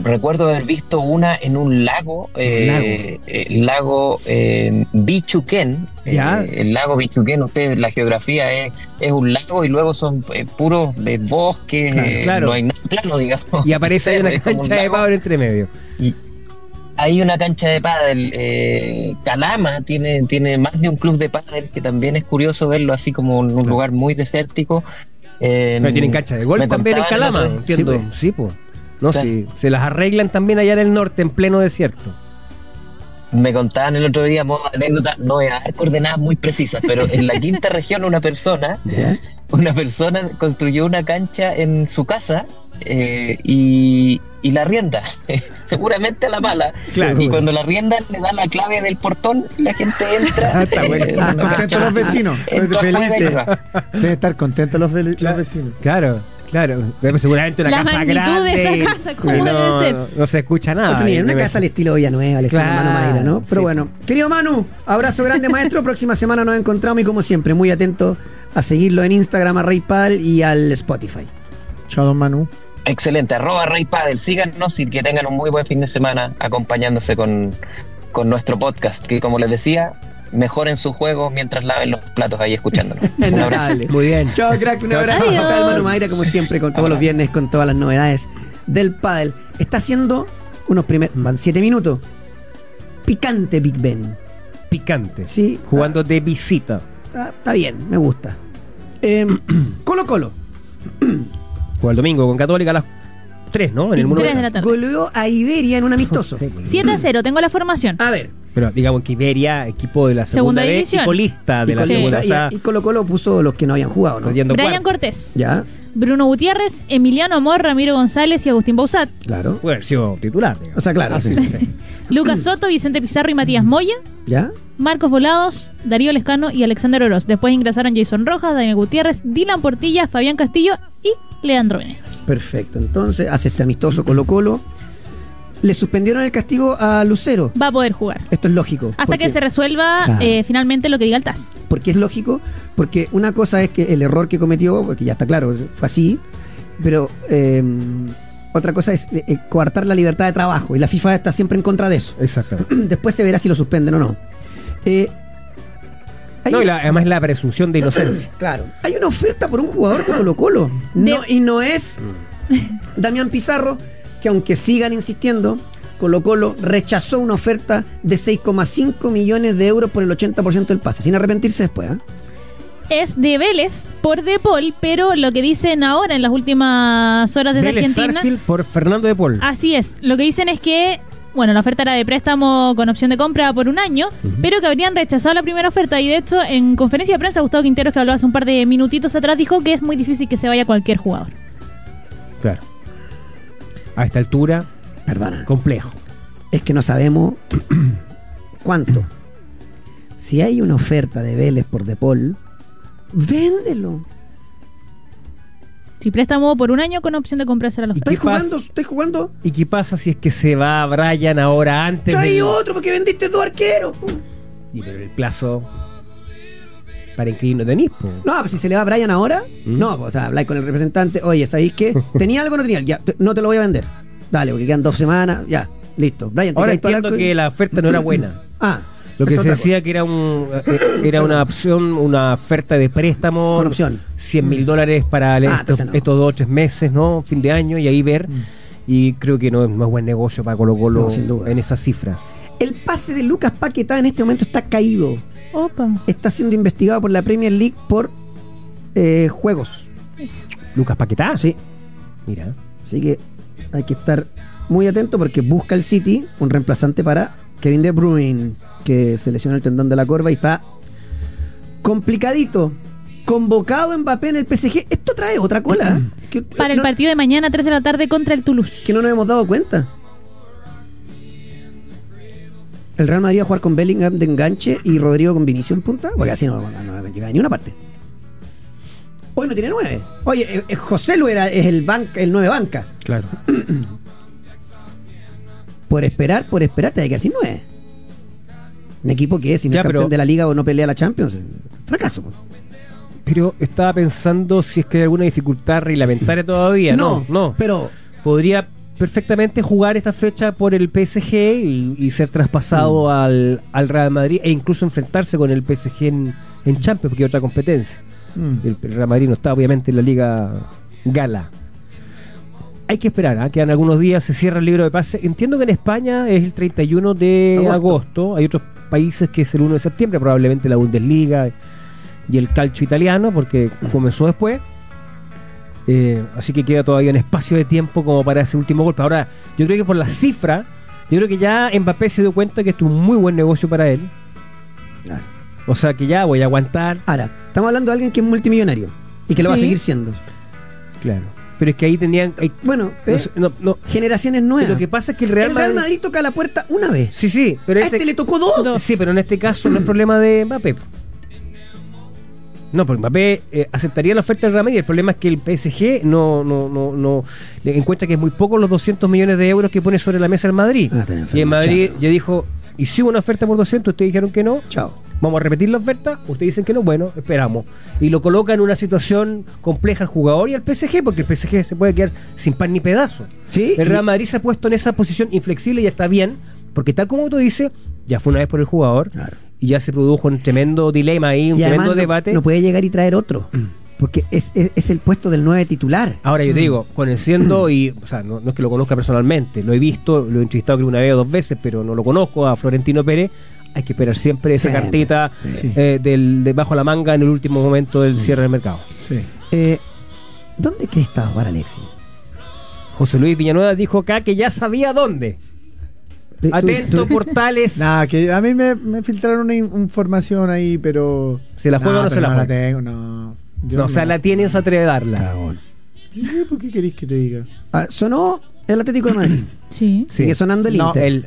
[SPEAKER 6] recuerdo haber visto una en un lago, eh, el lago eh, Bichuquén.
[SPEAKER 3] Ya.
[SPEAKER 6] Eh, el lago Bichuquén, ustedes, la geografía es, es un lago y luego son eh, puros eh, bosques,
[SPEAKER 3] Claro,
[SPEAKER 6] eh,
[SPEAKER 3] claro.
[SPEAKER 6] no hay nada plano, digamos.
[SPEAKER 3] Y
[SPEAKER 6] (laughs)
[SPEAKER 3] aparece ahí una
[SPEAKER 6] Es como un
[SPEAKER 3] cancha de
[SPEAKER 6] lago.
[SPEAKER 3] pádel entre medio.
[SPEAKER 6] Hay una cancha de pádel. eh, Calama tiene, tiene más de un club de pádel que también es curioso verlo así como en un lugar muy desértico. Eh,
[SPEAKER 3] Pero tienen cancha de golf
[SPEAKER 6] me
[SPEAKER 3] también en
[SPEAKER 6] contaban el
[SPEAKER 3] Calama,
[SPEAKER 6] otro día-
[SPEAKER 3] entiendo.
[SPEAKER 6] Sí,
[SPEAKER 3] Sí,
[SPEAKER 6] pues.
[SPEAKER 3] pues. No,
[SPEAKER 6] Claro.
[SPEAKER 3] sí, se las arreglan también allá en el norte, en pleno desierto.
[SPEAKER 6] Me contaban el otro día, modo anécdota, no voy a dar coordenadas muy precisas, pero en la quinta (laughs) región una persona,
[SPEAKER 1] ¿Ya?
[SPEAKER 6] una persona construyó una cancha en su casa eh, y, y la rienda, (laughs) seguramente a la mala.
[SPEAKER 3] Claro.
[SPEAKER 6] Y cuando la rienda le da la clave del portón, la gente entra.
[SPEAKER 2] Ah, está bueno.
[SPEAKER 6] eh,
[SPEAKER 2] Están
[SPEAKER 6] una cancha
[SPEAKER 2] contentos los
[SPEAKER 6] vacía,
[SPEAKER 2] vecinos.
[SPEAKER 6] entra, juega y
[SPEAKER 2] Felices.
[SPEAKER 6] juega.
[SPEAKER 2] Deben eh. estar contentos los, fel- los vecinos.
[SPEAKER 3] Claro, claro. Pero seguramente una
[SPEAKER 4] La
[SPEAKER 3] casa
[SPEAKER 4] magnitud de
[SPEAKER 3] grande.
[SPEAKER 4] esa casa, ¿cómo
[SPEAKER 3] no,
[SPEAKER 4] debe ser?
[SPEAKER 3] No, no se escucha nada.
[SPEAKER 1] Otra idea,
[SPEAKER 3] Ahí
[SPEAKER 1] una
[SPEAKER 3] debe
[SPEAKER 1] casa al
[SPEAKER 3] ser.
[SPEAKER 1] estilo Villanueva, al estilo
[SPEAKER 3] Claro,
[SPEAKER 1] Mano Mayra, ¿no? Pero
[SPEAKER 3] sí.
[SPEAKER 1] bueno, querido Manu, abrazo
[SPEAKER 3] (laughs)
[SPEAKER 1] grande, maestro. Próxima semana nos encontramos y como siempre, muy atento a seguirlo en Instagram, a Rey Pal y al Spotify.
[SPEAKER 2] Chao, don Manu.
[SPEAKER 6] Excelente, arroba Rey Padel, síganos y que tengan un muy buen fin de semana acompañándose con, con nuestro podcast, que como les decía, mejoren su juego mientras laven los platos ahí escuchándonos. un abrazo.
[SPEAKER 1] Notable.
[SPEAKER 3] Muy bien.
[SPEAKER 1] Chao, crack, un (laughs)
[SPEAKER 3] Chao,
[SPEAKER 1] abrazo.
[SPEAKER 4] chao.
[SPEAKER 1] Acá el Manu Mayra, como siempre, con todos los viernes, con todas las novedades del pádel. Está haciendo unos primeros, van siete minutos. Picante Big Ben.
[SPEAKER 3] Picante.
[SPEAKER 1] Sí,
[SPEAKER 3] Jugando de visita.
[SPEAKER 1] está, está bien, me gusta. Eh,
[SPEAKER 3] (clears throat)
[SPEAKER 1] Colo Colo.
[SPEAKER 3] Juega el domingo con Católica a las 3, ¿no? En el Monumental.
[SPEAKER 4] Tres de la tarde.
[SPEAKER 1] Goleó a Iberia en un amistoso.
[SPEAKER 4] 7 a 0, tengo la formación.
[SPEAKER 1] A ver,
[SPEAKER 3] Pero digamos que Iberia, equipo de la segunda,
[SPEAKER 4] Segunda
[SPEAKER 3] B
[SPEAKER 4] división.
[SPEAKER 3] y colista Ah, de
[SPEAKER 1] y
[SPEAKER 3] la
[SPEAKER 1] Colo-
[SPEAKER 3] segunda. O
[SPEAKER 1] y,
[SPEAKER 3] sea,
[SPEAKER 1] y Colo Colo puso los que no habían jugado, ¿no?
[SPEAKER 3] perdiendo
[SPEAKER 4] Brian
[SPEAKER 3] cuarto.
[SPEAKER 4] Cortés,
[SPEAKER 1] Ya,
[SPEAKER 4] Bruno Gutiérrez, Emiliano Amor, Ramiro González y Agustín Bausat,
[SPEAKER 1] claro.
[SPEAKER 3] Puede haber sido titular.
[SPEAKER 1] O sea, claro.
[SPEAKER 3] Así.
[SPEAKER 1] sí.
[SPEAKER 4] Lucas Soto, Vicente Pizarro y Matías Moya,
[SPEAKER 1] ¿Ya?
[SPEAKER 4] Marcos Volados, Darío Lescano y Alexander Oroz. Después ingresaron Jason Rojas, Daniel Gutiérrez, Dylan Portilla, Fabián Castillo y Leandro Venegas.
[SPEAKER 1] Perfecto. Entonces, hace este amistoso Colo Colo. Le suspendieron el castigo a Lucero.
[SPEAKER 4] Va a poder jugar.
[SPEAKER 1] Esto es lógico.
[SPEAKER 4] Hasta
[SPEAKER 1] porque-
[SPEAKER 4] que se resuelva
[SPEAKER 1] Claro.
[SPEAKER 4] eh, finalmente lo que diga el TAS.
[SPEAKER 1] ¿Por qué es lógico? Porque una cosa es que el error que cometió, porque ya está claro, fue así, pero eh, otra cosa es eh, eh, coartar la libertad de trabajo y la FIFA está siempre en contra de eso. (clears throat)
[SPEAKER 3] Exactamente.
[SPEAKER 1] Después se verá si lo suspenden o no. Eh, hay
[SPEAKER 3] No, y
[SPEAKER 1] una-
[SPEAKER 3] la- además la presunción de inocencia.
[SPEAKER 1] (coughs) Claro. Hay una oferta por un jugador de Colo Colo.
[SPEAKER 4] De-
[SPEAKER 1] No, y no es Damián Pizarro, que aunque sigan insistiendo, Colo Colo rechazó una oferta de 6,5 millones de euros por el 80% del pase, sin arrepentirse después. ¿ah?
[SPEAKER 4] Es de Vélez por De Paul, pero lo que dicen ahora en las últimas horas desde
[SPEAKER 3] Vélez
[SPEAKER 4] Argentina. Ah.
[SPEAKER 3] Sarsfield por Fernando de Paul.
[SPEAKER 4] Así es. Lo que dicen es que, bueno, la oferta era de préstamo con opción de compra por un año, pero que habrían rechazado la primera oferta. Y de hecho, en conferencia de prensa, Gustavo Quinteros, que habló hace un par de minutitos atrás, dijo que es muy difícil que se vaya cualquier jugador.
[SPEAKER 3] Claro. A esta altura,
[SPEAKER 1] Perdona.
[SPEAKER 3] complejo.
[SPEAKER 1] es que no sabemos (clears throat) cuánto. Si hay una oferta de Vélez por De Paul, véndelo.
[SPEAKER 4] Si préstamo por un año con opción de compra será la
[SPEAKER 3] ¿Y
[SPEAKER 4] oferta.
[SPEAKER 1] Estoy
[SPEAKER 3] qué pasa?
[SPEAKER 1] jugando, estoy jugando.
[SPEAKER 3] ¿Y qué pasa si es que se va Brian ahora antes?
[SPEAKER 1] Traí
[SPEAKER 3] del-
[SPEAKER 1] otro porque vendiste dos arqueros. po.
[SPEAKER 3] Y pero el plazo para inscribirnos de Nispo.
[SPEAKER 1] No, pues si se le va a Brian ahora,
[SPEAKER 3] ¿Mm?
[SPEAKER 1] no, pues, o sea, habláis con el representante. Oye, ¿sabéis
[SPEAKER 3] (laughs)
[SPEAKER 1] qué? ¿Tenía algo o no tenía? Ya, te- no te lo voy a vender. Dale, porque quedan dos semanas, ya, listo. Brian, te
[SPEAKER 3] Ahora
[SPEAKER 1] quedas todo el
[SPEAKER 3] entiendo
[SPEAKER 1] arco y-
[SPEAKER 3] que la oferta no era buena.
[SPEAKER 1] Ah,
[SPEAKER 3] Lo que
[SPEAKER 1] es
[SPEAKER 3] se
[SPEAKER 1] otra
[SPEAKER 3] decía que era un eh, era una opción, una oferta de préstamo.
[SPEAKER 1] Con opción.
[SPEAKER 3] 100 mil dólares para el-
[SPEAKER 1] Ah,
[SPEAKER 3] estos,
[SPEAKER 1] entonces no. Mm.
[SPEAKER 3] estos dos o tres meses, ¿no? Fin de año y ahí ver. Y creo que no es más buen negocio para Colo Colo
[SPEAKER 1] No, sin duda.
[SPEAKER 3] en esa cifra.
[SPEAKER 1] cosa. El pase de Lucas Paquetá en este momento está caído.
[SPEAKER 4] Opa.
[SPEAKER 1] Está siendo investigado por la Premier League por eh, juegos.
[SPEAKER 3] Lucas Paquetá.
[SPEAKER 1] Sí.
[SPEAKER 3] Mira.
[SPEAKER 1] Así que hay que estar muy atento porque busca el City un reemplazante para Kevin De Bruyne, que se lesiona el tendón de la corva y está complicadito. Convocado Mbappé en el PSG. Esto trae otra cola. ¿eh? Que,
[SPEAKER 4] Para el
[SPEAKER 1] no,
[SPEAKER 4] partido de mañana, 3 de la tarde, contra el Toulouse.
[SPEAKER 1] que no nos hemos dado cuenta. El Real Madrid va a jugar con Bellingham de enganche y Rodrigo con Vinicius en punta. Porque así no, no, no llega a ninguna parte. Hoy no tiene nueve. Oye, eh, eh, José Lu era, es el, banca, el nueve banca.
[SPEAKER 3] Claro.
[SPEAKER 1] por esperar, por esperar, te hay que decir nueve. Un equipo que es, si no
[SPEAKER 3] Ya,
[SPEAKER 1] es campeón
[SPEAKER 3] pero-
[SPEAKER 1] de la liga o no pelea la Champions, fracaso. po.
[SPEAKER 3] Pero estaba pensando si es que hay alguna dificultad reglamentaria todavía. No, no.
[SPEAKER 1] pero
[SPEAKER 3] podría perfectamente jugar esta fecha por el PSG y, y ser traspasado al, al Real Madrid e incluso enfrentarse con el PSG en, en Champions, porque es otra competencia.
[SPEAKER 2] Mm.
[SPEAKER 3] El Real Madrid no está obviamente en la liga gala. Hay que esperar, ¿ah? quedan algunos días, se cierra el libro de pase. Entiendo que en España es el 31 de agosto. hay otros países que es el 1 de septiembre, probablemente la Bundesliga y el calcio italiano, porque comenzó después. Eh, así que queda todavía un espacio de tiempo como para ese último golpe. Ahora, yo creo que por la cifra, yo creo que ya Mbappé se dio cuenta que esto es un muy buen negocio para él.
[SPEAKER 1] Claro.
[SPEAKER 3] O sea que ya voy a aguantar.
[SPEAKER 1] Ahora, estamos hablando de alguien que es multimillonario y que lo va a
[SPEAKER 3] Sí.
[SPEAKER 1] seguir siendo.
[SPEAKER 3] Claro. Pero es que ahí tendrían. hay-
[SPEAKER 1] Bueno,
[SPEAKER 3] no
[SPEAKER 1] ¿eh?
[SPEAKER 3] sé, no- no.
[SPEAKER 1] generaciones nuevas.
[SPEAKER 3] Lo que pasa es que el Real,
[SPEAKER 1] el Real Madrid toca la puerta una vez.
[SPEAKER 3] Sí, sí, pero
[SPEAKER 1] a este,
[SPEAKER 3] este.
[SPEAKER 1] le tocó dos.
[SPEAKER 4] Dos.
[SPEAKER 3] Sí, pero en este caso no es problema de Mbappé. No, porque Mbappé eh, aceptaría la oferta del Real Madrid. El problema es que el PSG no, no, no, no le encuentra que es muy poco los 200 millones de euros que pone sobre la mesa el Madrid.
[SPEAKER 1] Ah, tenés
[SPEAKER 3] y el
[SPEAKER 1] enfermo,
[SPEAKER 3] Madrid
[SPEAKER 1] chao.
[SPEAKER 3] ya dijo, hicimos una oferta por 200, ustedes dijeron que no.
[SPEAKER 1] Chao.
[SPEAKER 3] Vamos a repetir la oferta, ustedes dicen que no, bueno, esperamos. Y lo coloca en una situación compleja al jugador y al PSG, porque el PSG se puede quedar sin pan ni pedazo.
[SPEAKER 1] Sí,
[SPEAKER 3] El
[SPEAKER 1] y-
[SPEAKER 3] Real Madrid se ha puesto en esa posición inflexible y ya está bien, porque tal como tú dices, ya fue una vez por el jugador
[SPEAKER 1] Claro.
[SPEAKER 3] y ya se produjo un tremendo dilema ahí, un
[SPEAKER 1] Ah. Y además
[SPEAKER 3] tremendo
[SPEAKER 1] no-
[SPEAKER 3] debate. Mm.
[SPEAKER 1] No, puede llegar y traer otro. Porque es, es- es el puesto del 9 titular.
[SPEAKER 3] Ahora yo te digo, conociendo y, o sea, no, no es que lo conozca personalmente, lo he visto, lo he entrevistado creo una vez o dos veces, pero no lo conozco a Florentino Pérez. Hay que esperar siempre esa
[SPEAKER 1] Siempre,
[SPEAKER 3] cartita
[SPEAKER 1] sí.
[SPEAKER 3] eh, del, de bajo la manga en el último momento del cierre del mercado.
[SPEAKER 2] Sí.
[SPEAKER 1] Eh, ¿Dónde crees que va a jugar Alexis?
[SPEAKER 3] José Luis Villanueva dijo acá que ya sabía dónde.
[SPEAKER 1] Tú- tú-
[SPEAKER 3] Atento
[SPEAKER 1] tú- (laughs)
[SPEAKER 3] portales.
[SPEAKER 2] Nada, que a mí me, me filtraron una in- información ahí, pero.
[SPEAKER 3] ¿Se la juega o no
[SPEAKER 2] pero
[SPEAKER 3] se la
[SPEAKER 2] no
[SPEAKER 3] juega?
[SPEAKER 2] tengo, no. Yo
[SPEAKER 3] no, o sea,
[SPEAKER 2] no-
[SPEAKER 3] la tienes a darla.
[SPEAKER 1] Cagón.
[SPEAKER 2] Eh, ¿Por qué queréis que te diga?
[SPEAKER 1] Ah, sonó el Atlético de
[SPEAKER 3] (clears throat)
[SPEAKER 1] Madrid.
[SPEAKER 4] Sí.
[SPEAKER 1] Sigue sonando el
[SPEAKER 2] No,
[SPEAKER 1] Inter.
[SPEAKER 3] El-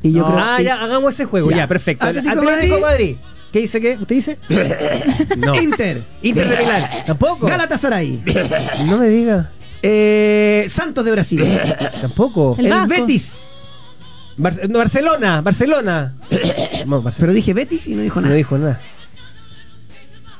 [SPEAKER 1] Y yo
[SPEAKER 2] no.
[SPEAKER 1] creo
[SPEAKER 3] ah,
[SPEAKER 1] que-
[SPEAKER 3] ya, hagamos ese juego, ya,
[SPEAKER 1] Ya.
[SPEAKER 3] perfecto.
[SPEAKER 1] Atlético
[SPEAKER 3] Atlético,
[SPEAKER 1] Madrid.
[SPEAKER 3] Madrid. ¿Qué dice qué?
[SPEAKER 1] (laughs)
[SPEAKER 3] ¿Usted dice? no.
[SPEAKER 1] Inter. Eh,
[SPEAKER 3] Inter de Milán. Tampoco.
[SPEAKER 1] Galatasaray.
[SPEAKER 3] No me diga.
[SPEAKER 1] Eh, Santos de
[SPEAKER 3] (clears throat)
[SPEAKER 1] Brasil.
[SPEAKER 3] Tampoco.
[SPEAKER 4] El
[SPEAKER 1] El,
[SPEAKER 4] Vasco.
[SPEAKER 1] Betis.
[SPEAKER 3] Bar- no, Barcelona,
[SPEAKER 1] (coughs)
[SPEAKER 3] Barcelona. no, Barcelona.
[SPEAKER 1] Pero dije Betis y no dijo
[SPEAKER 3] No
[SPEAKER 1] nada.
[SPEAKER 3] dijo nada.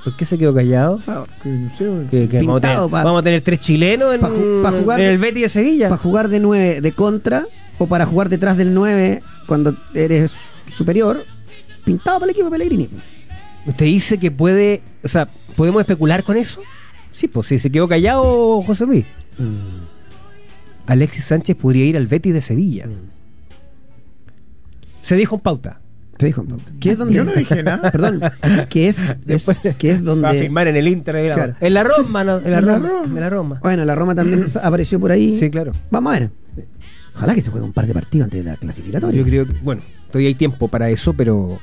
[SPEAKER 3] ¿Por qué se quedó callado?
[SPEAKER 2] Que no sé.
[SPEAKER 3] Que- que vamos, a
[SPEAKER 1] Pintado
[SPEAKER 3] tener,
[SPEAKER 1] pa-
[SPEAKER 3] vamos a tener tres chilenos en,
[SPEAKER 1] pa ju- pa jugar-
[SPEAKER 3] en el Betis de Sevilla.
[SPEAKER 1] Para jugar de 9 de contra o para jugar detrás del 9 cuando eres superior. Pintado para el equipo de Pellegrini.
[SPEAKER 3] ¿Usted dice que puede, o sea, podemos especular con eso? Sí, pues si se quedó callado José Luis. Mm. Alexis Sánchez podría ir al Betis de Sevilla. Se dijo en pauta.
[SPEAKER 1] Te dijo ¿Qué es donde?
[SPEAKER 2] Yo no dije nada.
[SPEAKER 1] (laughs) Perdón. Que es, es- que es
[SPEAKER 3] (laughs) Va a
[SPEAKER 1] donde.
[SPEAKER 3] firmar en el Inter de Milán.
[SPEAKER 1] Claro.
[SPEAKER 3] En la Roma, no, en la
[SPEAKER 2] En la
[SPEAKER 3] Roma,
[SPEAKER 2] Roma.
[SPEAKER 3] en la Roma.
[SPEAKER 1] Bueno, la Roma
[SPEAKER 3] (clears throat)
[SPEAKER 1] también apareció por ahí.
[SPEAKER 3] Sí, claro.
[SPEAKER 1] Vamos a ver. Ojalá que se juegue un par de partidos antes de la clasificatoria.
[SPEAKER 3] Yo creo que, bueno, todavía hay tiempo para eso, pero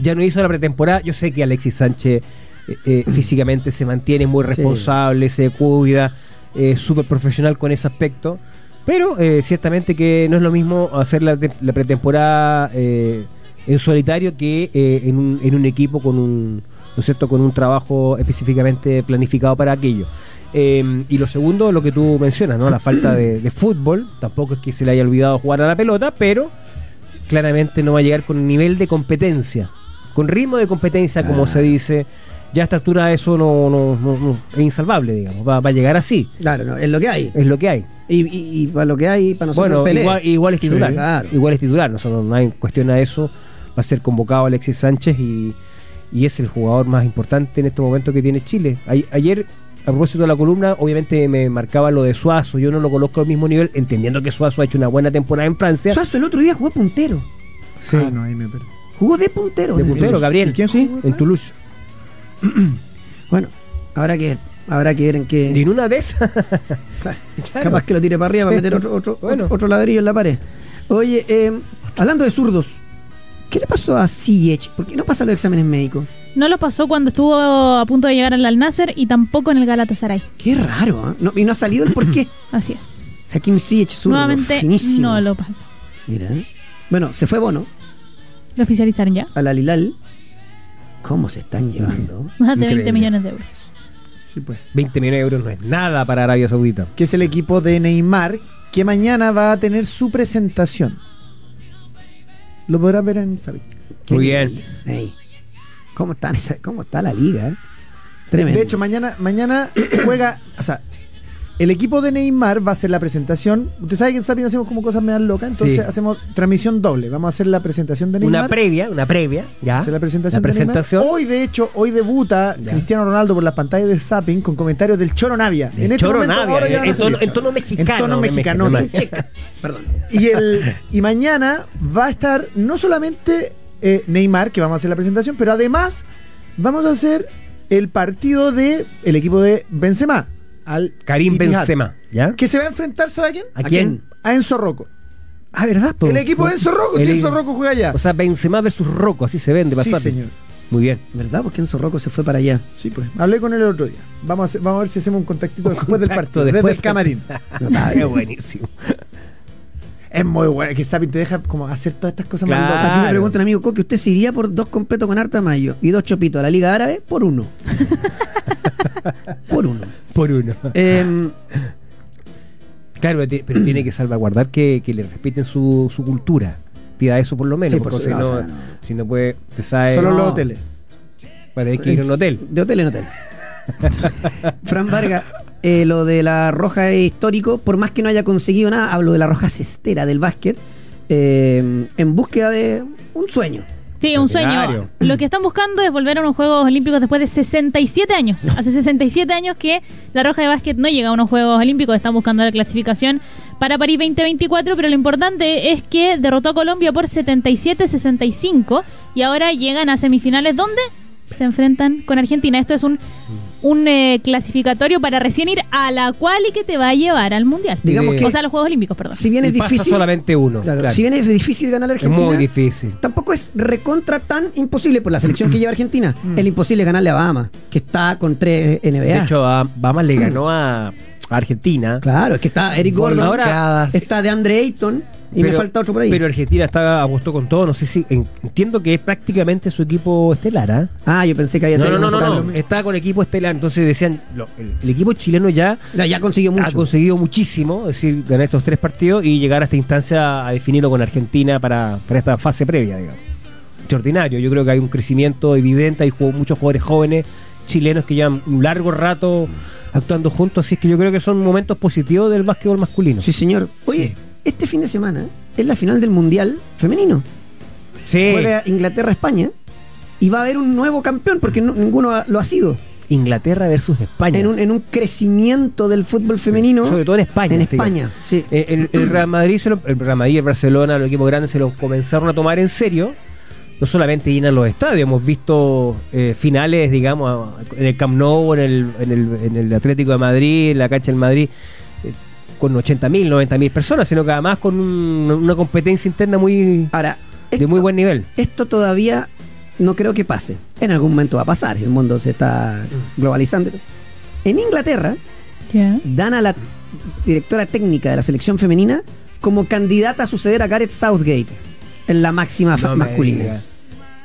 [SPEAKER 3] ya no hizo la pretemporada. Yo sé que Alexis Sánchez eh, eh, físicamente se mantiene muy
[SPEAKER 1] Sí.
[SPEAKER 3] responsable, se cuida, es súper profesional con ese aspecto, pero eh, ciertamente que no es lo mismo hacer la, te- la pretemporada eh, en solitario que eh, en, un, en un equipo con un, ¿no es cierto? con un trabajo específicamente planificado para aquello. Eh, y lo segundo, lo que tú mencionas, ¿no? La falta de, de fútbol. Tampoco es que se le haya olvidado jugar a la pelota, pero claramente no va a llegar con nivel de competencia. Con ritmo de competencia, como se dice. Ya a esta altura eso no, no- no- no- es insalvable, digamos. Va, va a llegar así.
[SPEAKER 1] Claro, no, es lo que hay.
[SPEAKER 3] Es lo que hay.
[SPEAKER 1] Y, y- y para lo que hay, para nosotros
[SPEAKER 3] Eh. bueno,
[SPEAKER 1] Pelé.
[SPEAKER 3] igual, igual es
[SPEAKER 1] Sí,
[SPEAKER 3] titular.
[SPEAKER 1] claro.
[SPEAKER 3] Igual es titular. Nosotros no hay cuestión a eso. Va a ser convocado Alexis Sánchez y, y es el jugador más importante en este momento que tiene Chile. Ay- ayer, a propósito de la columna, obviamente me marcaba lo de Suazo. Yo no lo conozco al mismo nivel, entendiendo que Suazo ha hecho una buena temporada en Francia.
[SPEAKER 1] Suazo el otro día jugó puntero.
[SPEAKER 3] Sí.
[SPEAKER 2] Ah, no, ahí me perdí.
[SPEAKER 1] Jugó de puntero.
[SPEAKER 3] de
[SPEAKER 1] en el
[SPEAKER 3] puntero,
[SPEAKER 1] Toulouse.
[SPEAKER 3] Gabriel.
[SPEAKER 2] ¿Y quién
[SPEAKER 3] Sí,
[SPEAKER 2] jugó?
[SPEAKER 3] en Toulouse.
[SPEAKER 1] Bueno, habrá que ver. Habrá que ver en
[SPEAKER 3] Y
[SPEAKER 1] qué.
[SPEAKER 3] en una vez. (laughs)
[SPEAKER 1] Claro.
[SPEAKER 3] Claro.
[SPEAKER 1] Capaz que lo tire para arriba para
[SPEAKER 3] Sí.
[SPEAKER 1] meter otro, otro,
[SPEAKER 3] Bueno.
[SPEAKER 1] otro, otro ladrillo en la pared. Oye, eh, hablando de zurdos, ¿qué le pasó a Ziyech? ¿Por qué no pasa los exámenes médicos?
[SPEAKER 4] No lo pasó cuando estuvo a punto de llegar al Al-Nasser y tampoco en el Galatasaray.
[SPEAKER 1] Qué raro, ¿eh? No- y no ha salido el por
[SPEAKER 3] (coughs)
[SPEAKER 1] qué.
[SPEAKER 4] Así es.
[SPEAKER 1] Hakim Ziyech, zurdo,
[SPEAKER 4] Nuevamente
[SPEAKER 1] finísimo.
[SPEAKER 4] no lo pasó.
[SPEAKER 1] Mira. ¿eh? Bueno, se fue Bono
[SPEAKER 4] Lo oficializaron ya.
[SPEAKER 1] al Alilal. ¿Cómo se están llevando?
[SPEAKER 4] Más de
[SPEAKER 3] Increíble.
[SPEAKER 4] 20 millones de euros.
[SPEAKER 2] Sí, pues.
[SPEAKER 3] 20 millones de euros no es nada para Arabia Saudita.
[SPEAKER 2] Que es el equipo de Neymar, que mañana va a tener su presentación. Lo podrás ver en Sabi.
[SPEAKER 3] Muy bien.
[SPEAKER 1] Ey, ¿cómo, están esa- ¿Cómo está la liga? eh? Tremendo.
[SPEAKER 2] (coughs) De hecho, mañana, mañana juega, o sea, El equipo de Neymar va a hacer la presentación. Usted sabe que en Zapping hacemos como cosas medias locas, entonces
[SPEAKER 3] Sí.
[SPEAKER 2] hacemos transmisión doble. Vamos a hacer la presentación de Neymar.
[SPEAKER 3] Una previa, una previa, ya.
[SPEAKER 2] Hacer la presentación.
[SPEAKER 3] Ah, La
[SPEAKER 2] de Neymar. Oh,
[SPEAKER 3] presentación.
[SPEAKER 2] Hoy, de hecho, hoy debuta
[SPEAKER 3] Ya.
[SPEAKER 2] Cristiano Ronaldo por las pantallas de Zapping con comentarios del Choro Navia. este
[SPEAKER 3] Del Choro Navia,
[SPEAKER 2] ahora
[SPEAKER 3] en-
[SPEAKER 2] ya van a
[SPEAKER 3] en
[SPEAKER 2] salir.
[SPEAKER 3] tono- en tono mexicano,
[SPEAKER 2] En tono
[SPEAKER 3] de
[SPEAKER 2] mexicano.
[SPEAKER 3] México. (laughs)
[SPEAKER 2] checa. Perdón. Y, el, y mañana va a estar no solamente eh, Neymar, que vamos a hacer la presentación, pero además vamos a hacer el partido de el equipo de Benzema. Al
[SPEAKER 3] Karim
[SPEAKER 2] Ittihad,
[SPEAKER 3] Benzema, ¿ya.
[SPEAKER 2] Que se va a enfrentar, ¿sabe a quién?
[SPEAKER 3] ¿A quién?
[SPEAKER 2] A Enzo Rocco.
[SPEAKER 3] Ah, ¿verdad? po?
[SPEAKER 2] El equipo de Enzo Rocco,
[SPEAKER 3] El-
[SPEAKER 2] sí, Enzo Rocco juega allá.
[SPEAKER 3] (laughs) O sea, Benzema versus Rocco, así se vende,
[SPEAKER 2] sí,
[SPEAKER 3] pasate.
[SPEAKER 2] señor.
[SPEAKER 3] Muy bien.
[SPEAKER 1] ¿Verdad? Porque Enzo Rocco se fue para allá.
[SPEAKER 2] Sí, pues. Hablé con él el otro día. Vamos a, hacer- vamos a ver si hacemos un contactito después del
[SPEAKER 3] Contacto
[SPEAKER 2] partido, desde
[SPEAKER 3] después.
[SPEAKER 2] el
[SPEAKER 3] (laughs)
[SPEAKER 2] camarín.
[SPEAKER 3] Qué buenísimo.
[SPEAKER 2] es muy bueno, que Sapin te deja como hacer todas estas cosas más
[SPEAKER 3] Claro.
[SPEAKER 2] locas.
[SPEAKER 1] Aquí me preguntan, amigo Coque, ¿usted se iría por dos completos con harta mayo y dos chopitos a la Liga Árabe? Por uno.
[SPEAKER 3] (laughs)
[SPEAKER 1] por uno.
[SPEAKER 3] Por uno.
[SPEAKER 1] Em,
[SPEAKER 3] Claro, pero, ti- pero tiene que salvaguardar que, que le respeten su, su cultura. Pida eso por lo menos,
[SPEAKER 2] Sí, por
[SPEAKER 3] porque si,
[SPEAKER 2] su-
[SPEAKER 3] no,
[SPEAKER 2] no, o sea, no.
[SPEAKER 3] si no puede, te sabe,
[SPEAKER 2] Solo
[SPEAKER 3] no,
[SPEAKER 2] los hoteles.
[SPEAKER 3] va a tener que ir a un hotel.
[SPEAKER 1] De hotel en hotel. Fran Vargas, eh, lo de la roja es histórico, por más que no haya conseguido nada, hablo de la roja cestera del básquet, eh, en búsqueda de un sueño.
[SPEAKER 4] Sí, un
[SPEAKER 3] Extraordinario.
[SPEAKER 4] sueño. Lo que están buscando es volver a unos Juegos Olímpicos después de 67 años. Hace 67 años que la Roja de Básquet no llega a unos Juegos Olímpicos. Están buscando la clasificación para París 2024, pero lo importante es que derrotó a Colombia por 77-65 y ahora llegan a semifinales donde se enfrentan con Argentina. Esto es un, un eh, clasificatorio para recién ir a la cual y que te va a llevar al Mundial.
[SPEAKER 1] Digamos
[SPEAKER 3] Sí.
[SPEAKER 1] que
[SPEAKER 4] O sea, a los Juegos Olímpicos, perdón.
[SPEAKER 1] si bien es
[SPEAKER 3] Y pasa
[SPEAKER 1] difícil,
[SPEAKER 3] solamente uno.
[SPEAKER 1] claro,
[SPEAKER 3] claro.
[SPEAKER 1] si bien es difícil ganar a
[SPEAKER 3] es
[SPEAKER 1] Argentina,
[SPEAKER 3] muy difícil.
[SPEAKER 1] tampoco es recontra tan imposible por la selección que lleva Argentina. El imposible es ganarle a Bahamas, que está con tres NBA.
[SPEAKER 3] Mm. De hecho, a Bahamas le ganó a a Argentina.
[SPEAKER 1] claro, es que está Eric Gordon,
[SPEAKER 3] Ahora-
[SPEAKER 1] está de Andre Ayton y me falta otro por ahí.
[SPEAKER 3] Pero Argentina está a gusto con todo. No sé si en- entiendo que es prácticamente su equipo estelar. ¿ah?
[SPEAKER 1] ah, yo pensé que había
[SPEAKER 3] No,
[SPEAKER 1] salido
[SPEAKER 3] no, no,
[SPEAKER 1] un
[SPEAKER 3] no,
[SPEAKER 1] tal-
[SPEAKER 3] no. Está con equipo estelar. Entonces decían, lo- el, el equipo chileno ya
[SPEAKER 1] Ya, ya consiguió mucho.
[SPEAKER 3] ha conseguido muchísimo, es decir, ganar estos tres partidos y llegar a esta instancia a definirlo con Argentina para, para esta fase previa, digamos. Extraordinario. Yo creo que hay un crecimiento evidente, hay jugó- muchos jugadores jóvenes chilenos que llevan un largo rato actuando juntos, así es que yo creo que son momentos positivos del básquetbol masculino.
[SPEAKER 1] Sí, señor. Oye, este fin de semana es la final del Mundial Femenino.
[SPEAKER 3] Sí.
[SPEAKER 1] Juega Inglaterra-España y va a haber un nuevo campeón porque no- ninguno ha- lo ha sido.
[SPEAKER 3] Inglaterra versus España.
[SPEAKER 1] En un, en un crecimiento del fútbol femenino.
[SPEAKER 3] Sobre todo en España.
[SPEAKER 1] En
[SPEAKER 3] fíjate.
[SPEAKER 1] España, sí.
[SPEAKER 3] Eh, El, el Real Madrid, se lo- el Real Madrid, el Barcelona, los equipos grandes se los comenzaron a tomar en serio. No solamente llenan los estadios, hemos visto eh, finales, digamos, a- en el Camp Nou, en el, en el- en el Atlético de Madrid, en la cancha del Madrid, eh, con 80.000, 90.000 personas, sino que además con un- una competencia interna muy
[SPEAKER 1] Ahora,
[SPEAKER 3] de
[SPEAKER 1] esto,
[SPEAKER 3] muy buen nivel.
[SPEAKER 1] esto todavía no creo que pase. En algún momento va a pasar, el mundo se está globalizando. En Inglaterra dan a la directora técnica de la selección femenina como candidata a suceder a Gareth Southgate en la máxima fa- masculina.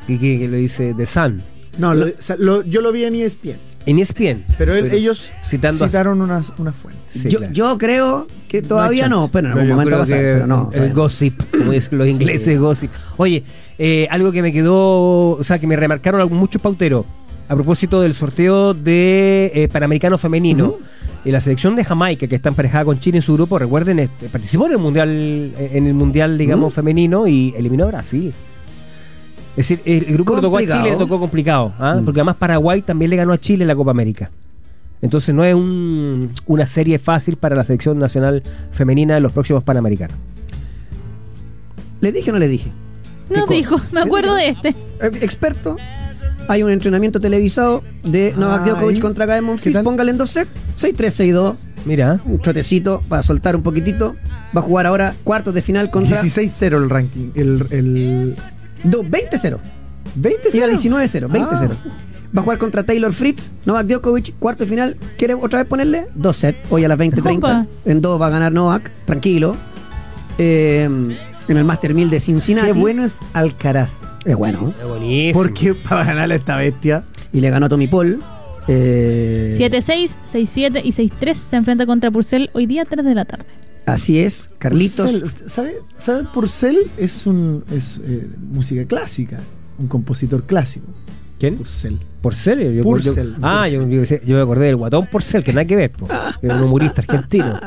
[SPEAKER 3] Y Eh, que, que lo dice The Sun.
[SPEAKER 2] No, lo- o sea, lo- yo lo vi en E ESPN.
[SPEAKER 3] En E ESPN.
[SPEAKER 2] Pero, él- ellos
[SPEAKER 3] citando a-
[SPEAKER 2] citaron unas, unas fuentes.
[SPEAKER 3] Sí,
[SPEAKER 1] yo,
[SPEAKER 3] claro.
[SPEAKER 1] yo creo que todavía no, pero en algún
[SPEAKER 3] yo
[SPEAKER 1] momento va a pasar,
[SPEAKER 3] creo que
[SPEAKER 1] pero no.
[SPEAKER 3] El
[SPEAKER 1] todavía no.
[SPEAKER 3] gossip, como
[SPEAKER 1] (laughs)
[SPEAKER 3] dicen los ingleses, gossip. Oye, eh, algo que me quedó, o sea, que me remarcaron algo- muchos pauteros. A propósito del sorteo de eh, Panamericano Femenino, eh, la selección de Jamaica, que está emparejada con Chile en su grupo, recuerden, este, participó en el Mundial, eh, en el mundial digamos, femenino y eliminó a Brasil. Es decir, el grupo que tocó a Chile le
[SPEAKER 1] Complicado. Mm.
[SPEAKER 3] tocó complicado, ¿ah? porque además Paraguay también le ganó a Chile en la Copa América. Entonces no es un- una serie fácil para la selección nacional femenina de los próximos Panamericanos.
[SPEAKER 1] ¿Le dije o no le dije?
[SPEAKER 4] No
[SPEAKER 1] ¿Qué
[SPEAKER 4] dijo,
[SPEAKER 1] cosa?
[SPEAKER 4] me acuerdo de este.
[SPEAKER 1] Eh, Experto, hay un entrenamiento televisado de Novak
[SPEAKER 2] Ah,
[SPEAKER 1] Djokovic
[SPEAKER 2] ¿y?
[SPEAKER 1] contra Gaemon
[SPEAKER 2] ¿Qué
[SPEAKER 1] Fitz.
[SPEAKER 2] tal?
[SPEAKER 1] Póngale en 2 sets, 6-3, 6-2,
[SPEAKER 3] Mira,
[SPEAKER 1] un trotecito para soltar un poquitito. Va a jugar ahora cuartos de final contra
[SPEAKER 2] 16-0 el ranking. El, el
[SPEAKER 1] Do- 20-0.
[SPEAKER 2] 20
[SPEAKER 1] Iba 19-0, 20-0.
[SPEAKER 2] Ah.
[SPEAKER 1] Va a jugar contra Taylor Fritz, Novak Djokovic, cuarto de final. ¿Quiere otra vez ponerle? Dos sets, hoy a las 20.30.
[SPEAKER 4] Opa.
[SPEAKER 1] En dos va a ganar Novak, tranquilo. Eh, en el Master 1000 de Cincinnati.
[SPEAKER 2] Qué bueno es Alcaraz.
[SPEAKER 1] Es bueno.
[SPEAKER 3] es buenísimo.
[SPEAKER 2] Porque (laughs) para ganarle a esta bestia.
[SPEAKER 1] Y le ganó a Tommy Paul. Eh,
[SPEAKER 4] 7-6, 6-7 y 6-3 se enfrenta contra Purcell hoy día 3 de la tarde.
[SPEAKER 1] Así es, Carlitos.
[SPEAKER 2] Purcell, usted- ¿Sabe? ¿Sabe? Purcell es un es eh, música clásica, un compositor clásico.
[SPEAKER 3] ¿Quién?
[SPEAKER 2] Purcell.
[SPEAKER 3] Porcel. Yo,
[SPEAKER 2] Purcell,
[SPEAKER 3] yo- ah, yo, yo- yo me acordé del guatón Porcel, que nada que ver, po. Era un
[SPEAKER 1] (laughs)
[SPEAKER 3] humorista argentino.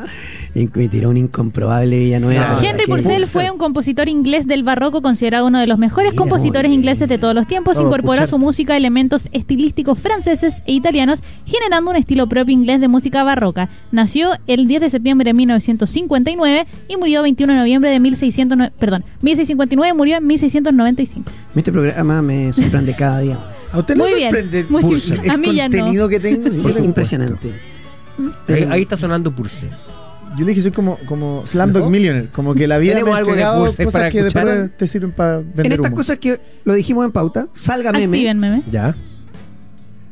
[SPEAKER 1] Inc- Tiró un incomprobable
[SPEAKER 3] Ah,
[SPEAKER 1] Villanueva.
[SPEAKER 4] Henry
[SPEAKER 1] que-
[SPEAKER 4] Purcell fue un compositor inglés del barroco considerado uno de los mejores
[SPEAKER 1] Mira,
[SPEAKER 4] compositores
[SPEAKER 1] oye.
[SPEAKER 4] ingleses de todos los tiempos.
[SPEAKER 3] Vamos a
[SPEAKER 4] Incorporó a su
[SPEAKER 3] escuchar.
[SPEAKER 4] música elementos estilísticos franceses e italianos, generando un estilo propio inglés de música barroca. Nació el 10 de septiembre de 1959 y murió el 21 de noviembre de 1609, perdón, 1659 murió en 1695.
[SPEAKER 1] Este programa me sorprende cada día. más.
[SPEAKER 2] ¿A usted le
[SPEAKER 4] Muy bien,
[SPEAKER 2] sorprende
[SPEAKER 4] muy bien.
[SPEAKER 2] Purcell?
[SPEAKER 4] A
[SPEAKER 2] ¿El
[SPEAKER 4] mí ya no.
[SPEAKER 2] contenido que tengo?
[SPEAKER 1] Sí, impresionante.
[SPEAKER 3] Ahí, ahí está sonando Purcell.
[SPEAKER 2] Yo le dije, soy como, como Slam Dog
[SPEAKER 3] ¿No?
[SPEAKER 2] Millionaire. Como que la vida me
[SPEAKER 3] ¿Tenemos
[SPEAKER 2] ha
[SPEAKER 3] algo de
[SPEAKER 2] entregado
[SPEAKER 3] Purcell
[SPEAKER 2] cosas
[SPEAKER 3] para
[SPEAKER 2] que después
[SPEAKER 3] escuchar?
[SPEAKER 2] te sirven para
[SPEAKER 1] En
[SPEAKER 2] vender
[SPEAKER 1] estas
[SPEAKER 2] humo.
[SPEAKER 1] cosas que lo dijimos en pauta, salga meme.
[SPEAKER 4] Activen meme.
[SPEAKER 3] Ya.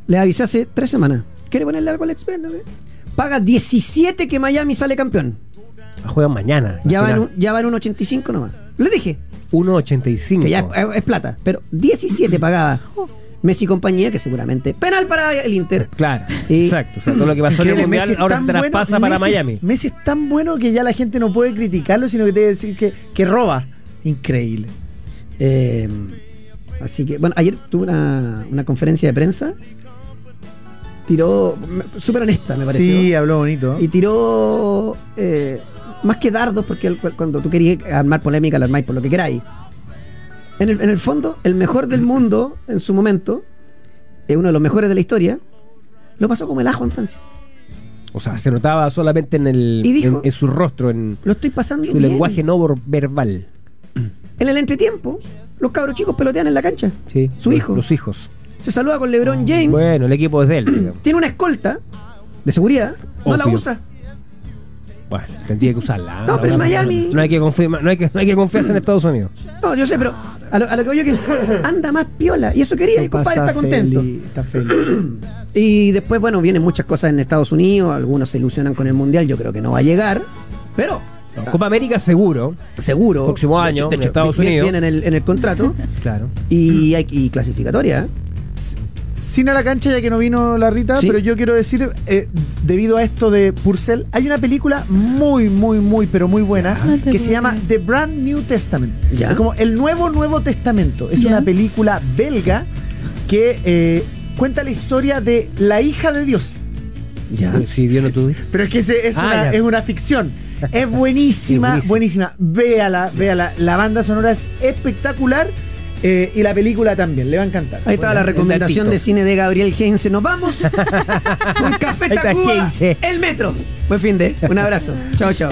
[SPEAKER 1] Le avisé hace tres semanas. ¿Quiere ponerle algo al experto? Paga 17 que Miami sale campeón.
[SPEAKER 3] Juegan mañana.
[SPEAKER 1] Ya va, en
[SPEAKER 3] van
[SPEAKER 1] un, ya va en un 85 nomás. Le dije,
[SPEAKER 3] 1.85.
[SPEAKER 1] que ya eh, es, es plata, pero 17 pagaba Messi y compañía, que seguramente penal para el Inter.
[SPEAKER 3] Claro,
[SPEAKER 1] Y-
[SPEAKER 3] exacto. O sea, todo lo que pasó en el
[SPEAKER 2] Increíble,
[SPEAKER 3] mundial
[SPEAKER 2] Messi es
[SPEAKER 3] ahora se
[SPEAKER 2] tan
[SPEAKER 3] traspasa
[SPEAKER 2] bueno,
[SPEAKER 3] para
[SPEAKER 2] Messi es-
[SPEAKER 3] Miami.
[SPEAKER 2] Messi es tan bueno que ya la gente no puede criticarlo, sino que te debe decir que, que roba. Increíble.
[SPEAKER 1] Eh, así que, bueno, ayer tuve una, una conferencia de prensa. Tiró, me- súper honesta, me pareció.
[SPEAKER 2] Sí, habló
[SPEAKER 3] ¿Ah?
[SPEAKER 2] bonito.
[SPEAKER 1] Y tiró eh, más que dardos, porque el- cuando tú querías armar polémica, la armáis por lo que queráis. En el, en el fondo, el mejor del mundo en su momento, eh, uno de los mejores de la historia, lo pasó como el ajo en Francia.
[SPEAKER 3] O sea, se notaba solamente en, el,
[SPEAKER 1] Y dijo-
[SPEAKER 3] en, en su rostro, en
[SPEAKER 1] Lo estoy pasando
[SPEAKER 3] su
[SPEAKER 1] bien.
[SPEAKER 3] lenguaje no vor- verbal.
[SPEAKER 1] En el entretiempo, los cabros chicos pelotean en la cancha.
[SPEAKER 3] Sí,
[SPEAKER 1] Su
[SPEAKER 3] los-
[SPEAKER 1] hijo.
[SPEAKER 3] Los hijos.
[SPEAKER 1] Se saluda con LeBron James.
[SPEAKER 3] Bueno, el equipo es de él, digamos.
[SPEAKER 1] Tiene una escolta de seguridad. No la
[SPEAKER 3] Obvio.
[SPEAKER 1] usa.
[SPEAKER 3] Bueno, tendría que usarla. ¿eh?
[SPEAKER 1] No, pero es Miami.
[SPEAKER 3] No hay que, confirma- no hay que, no hay que confiarse en Estados Unidos.
[SPEAKER 1] No, yo sé, pero a lo, a lo que voy yo que anda más piola. Y eso quería, y
[SPEAKER 2] Lo
[SPEAKER 1] compadre
[SPEAKER 2] pasa
[SPEAKER 1] está contento.
[SPEAKER 2] feliz, está feliz.
[SPEAKER 1] Y después, bueno, vienen muchas cosas en Estados Unidos, algunos se ilusionan con el Mundial, yo creo que no va a llegar, pero
[SPEAKER 3] No, Copa América seguro,
[SPEAKER 1] seguro.
[SPEAKER 3] Próximo
[SPEAKER 1] de
[SPEAKER 3] año,
[SPEAKER 1] hecho- de
[SPEAKER 3] en
[SPEAKER 1] hecho,
[SPEAKER 3] Estados
[SPEAKER 1] vi- vi-
[SPEAKER 3] Unidos.
[SPEAKER 1] Viene en el, en el contrato
[SPEAKER 3] claro.
[SPEAKER 1] y,
[SPEAKER 3] (laughs)
[SPEAKER 1] hay, y clasificatoria. ¿eh?
[SPEAKER 2] Sin a la cancha, ya que no vino la Rita,
[SPEAKER 1] Sí.
[SPEAKER 2] pero yo quiero decir, eh, debido a esto de Purcell, hay una película muy, muy, muy, pero muy buena
[SPEAKER 4] No te
[SPEAKER 2] que se
[SPEAKER 4] puedo
[SPEAKER 2] llama
[SPEAKER 4] creer.
[SPEAKER 2] The Brand New Testament.
[SPEAKER 1] Ya.
[SPEAKER 2] Es como El Nuevo Nuevo Testamento. Es
[SPEAKER 4] Ya.
[SPEAKER 2] una película belga que eh, cuenta la historia de la hija de Dios.
[SPEAKER 1] Ya.
[SPEAKER 3] Si vieron tú.
[SPEAKER 2] Pero es que ese- es,
[SPEAKER 3] Ah,
[SPEAKER 2] una,
[SPEAKER 3] ya.
[SPEAKER 2] es
[SPEAKER 1] (laughs)
[SPEAKER 2] una ficción. Es buenísima,
[SPEAKER 3] Sí,
[SPEAKER 2] buenísima. Véala, véala. La banda sonora es espectacular eh, y la película también. Le va a encantar.
[SPEAKER 1] Ahí está
[SPEAKER 3] Bueno,
[SPEAKER 1] la
[SPEAKER 3] el
[SPEAKER 1] recomendación
[SPEAKER 3] datito.
[SPEAKER 1] de cine de Gabriel Heinze. Nos
[SPEAKER 3] (laughs)
[SPEAKER 1] vamos con Café
[SPEAKER 3] Ahí está
[SPEAKER 1] Tacuba,
[SPEAKER 3] Heinze. (laughs)
[SPEAKER 1] el metro. Buen fin de, un abrazo. Chao, chao.